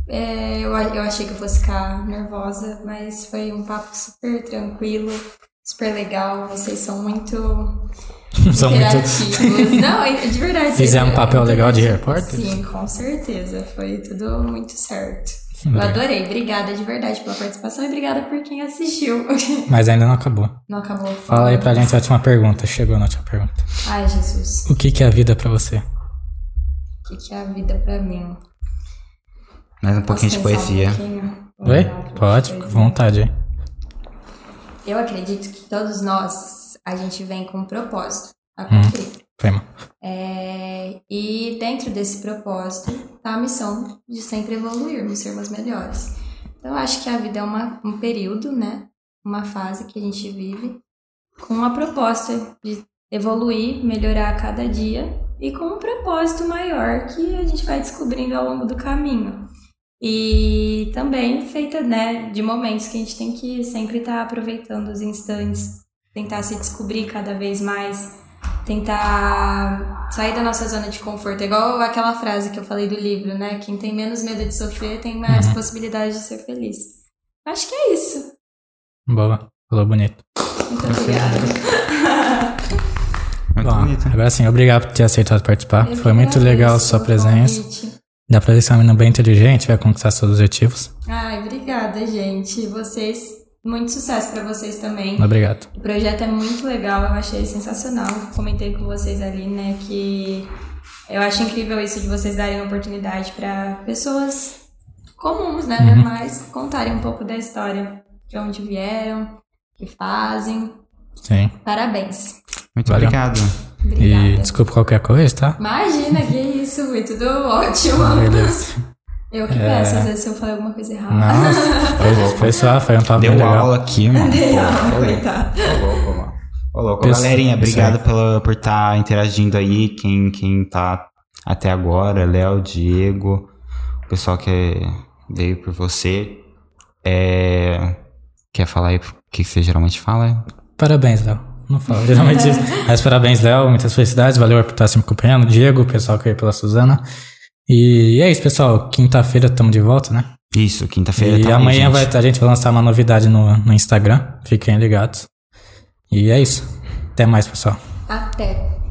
S3: É, eu, a- eu achei que eu fosse ficar nervosa, mas foi um papo super tranquilo, super legal. Vocês são muito
S2: São muito.
S3: interativos. Não, é de verdade. vocês
S2: Fizeram um
S3: são
S2: papel
S3: muito
S2: legal de
S3: interativos.
S2: repórter?
S3: Sim, com certeza. Foi tudo muito certo. Eu adorei. Obrigada de verdade pela participação e obrigada por quem assistiu.
S2: Mas ainda não acabou.
S3: Não acabou.
S2: Fala aí pra gente a última pergunta. Chegou na última pergunta.
S3: Ai, Jesus.
S2: O que, que é a vida pra você?
S3: O que, que é a vida pra mim?
S1: Mais um pouquinho
S3: Posso
S1: de
S3: pensar um
S1: poesia.
S3: pouquinho? Vou
S2: Oi?
S3: dar um pouquinho
S2: Pode,
S3: de
S2: fica à
S3: poesia.
S2: vontade aí.
S3: Eu acredito que todos nós, a gente vem com um propósito a
S2: Uhum.
S3: cumprir.
S2: Foi mal.
S3: É, e dentro desse propósito tá a missão de sempre evoluirmos, sermos melhores. Então, eu acho que a vida é uma, um período, né? Uma fase que a gente vive com a proposta de evoluir, melhorar a cada dia e com um propósito maior que a gente vai descobrindo ao longo do caminho. E também feita, né, de momentos que a gente tem que sempre estar aproveitando os instantes, tentar se descobrir cada vez mais, tentar sair da nossa zona de conforto. É igual aquela frase que eu falei do livro, né? Quem tem menos medo de sofrer tem mais
S2: Uhum.
S3: possibilidade de ser feliz. Acho que é isso.
S2: Boa. Falou bonito.
S3: Muito obrigada.
S1: Muito
S2: Bom,
S1: bonito.
S2: agora sim, obrigado por ter aceitado participar. Foi muito
S3: Obrigada
S2: legal a
S3: pelo
S2: sua presença.
S3: convite.
S2: Dá pra ver que você é uma menina bem inteligente, vai conquistar seus objetivos.
S3: Ai, obrigada, gente. Vocês, muito sucesso pra vocês também.
S2: Obrigado.
S3: O projeto é muito legal, eu achei sensacional. Comentei com vocês ali, né, que eu acho incrível isso de vocês darem oportunidade pra pessoas comuns, né,
S2: Uhum.
S3: normais, contarem um pouco da história, de onde vieram, o que fazem.
S2: Sim.
S3: Parabéns.
S1: Muito
S2: Valeu.
S1: obrigado.
S3: Obrigada.
S2: E desculpa qualquer coisa, tá?
S3: Imagina, que isso, foi tudo ótimo.
S2: Beleza. É.
S3: Eu que peço, às vezes, se eu falei alguma coisa errada.
S1: Nossa, foi louco.
S2: Foi só, foi um papo
S1: Deu
S2: bem
S1: uma
S2: legal.
S1: aula aqui, mano.
S3: Dei aula,
S1: Pô, ô louco.
S3: coitado.
S1: Ô louco, mano. Ô louco.
S2: Pessoal,
S1: Galerinha,
S2: isso
S1: obrigado pela, por estar interagindo aí. Quem, quem tá até agora, Léo, Diego, o pessoal que veio por você. É, quer falar aí o que que você geralmente fala?
S2: Parabéns, Léo. Não falo geralmente isso. Mas parabéns, Léo. Muitas felicidades. Valeu por estar sempre acompanhando. Diego, o pessoal que veio pela Suzana. E é isso, pessoal. Quinta-feira estamos de volta, né?
S1: Isso, quinta-feira
S2: E
S1: tá aí,
S2: amanhã
S1: gente.
S2: vai, a gente vai lançar uma novidade no, no Instagram. Fiquem ligados. E é isso. Até mais, pessoal.
S3: Até.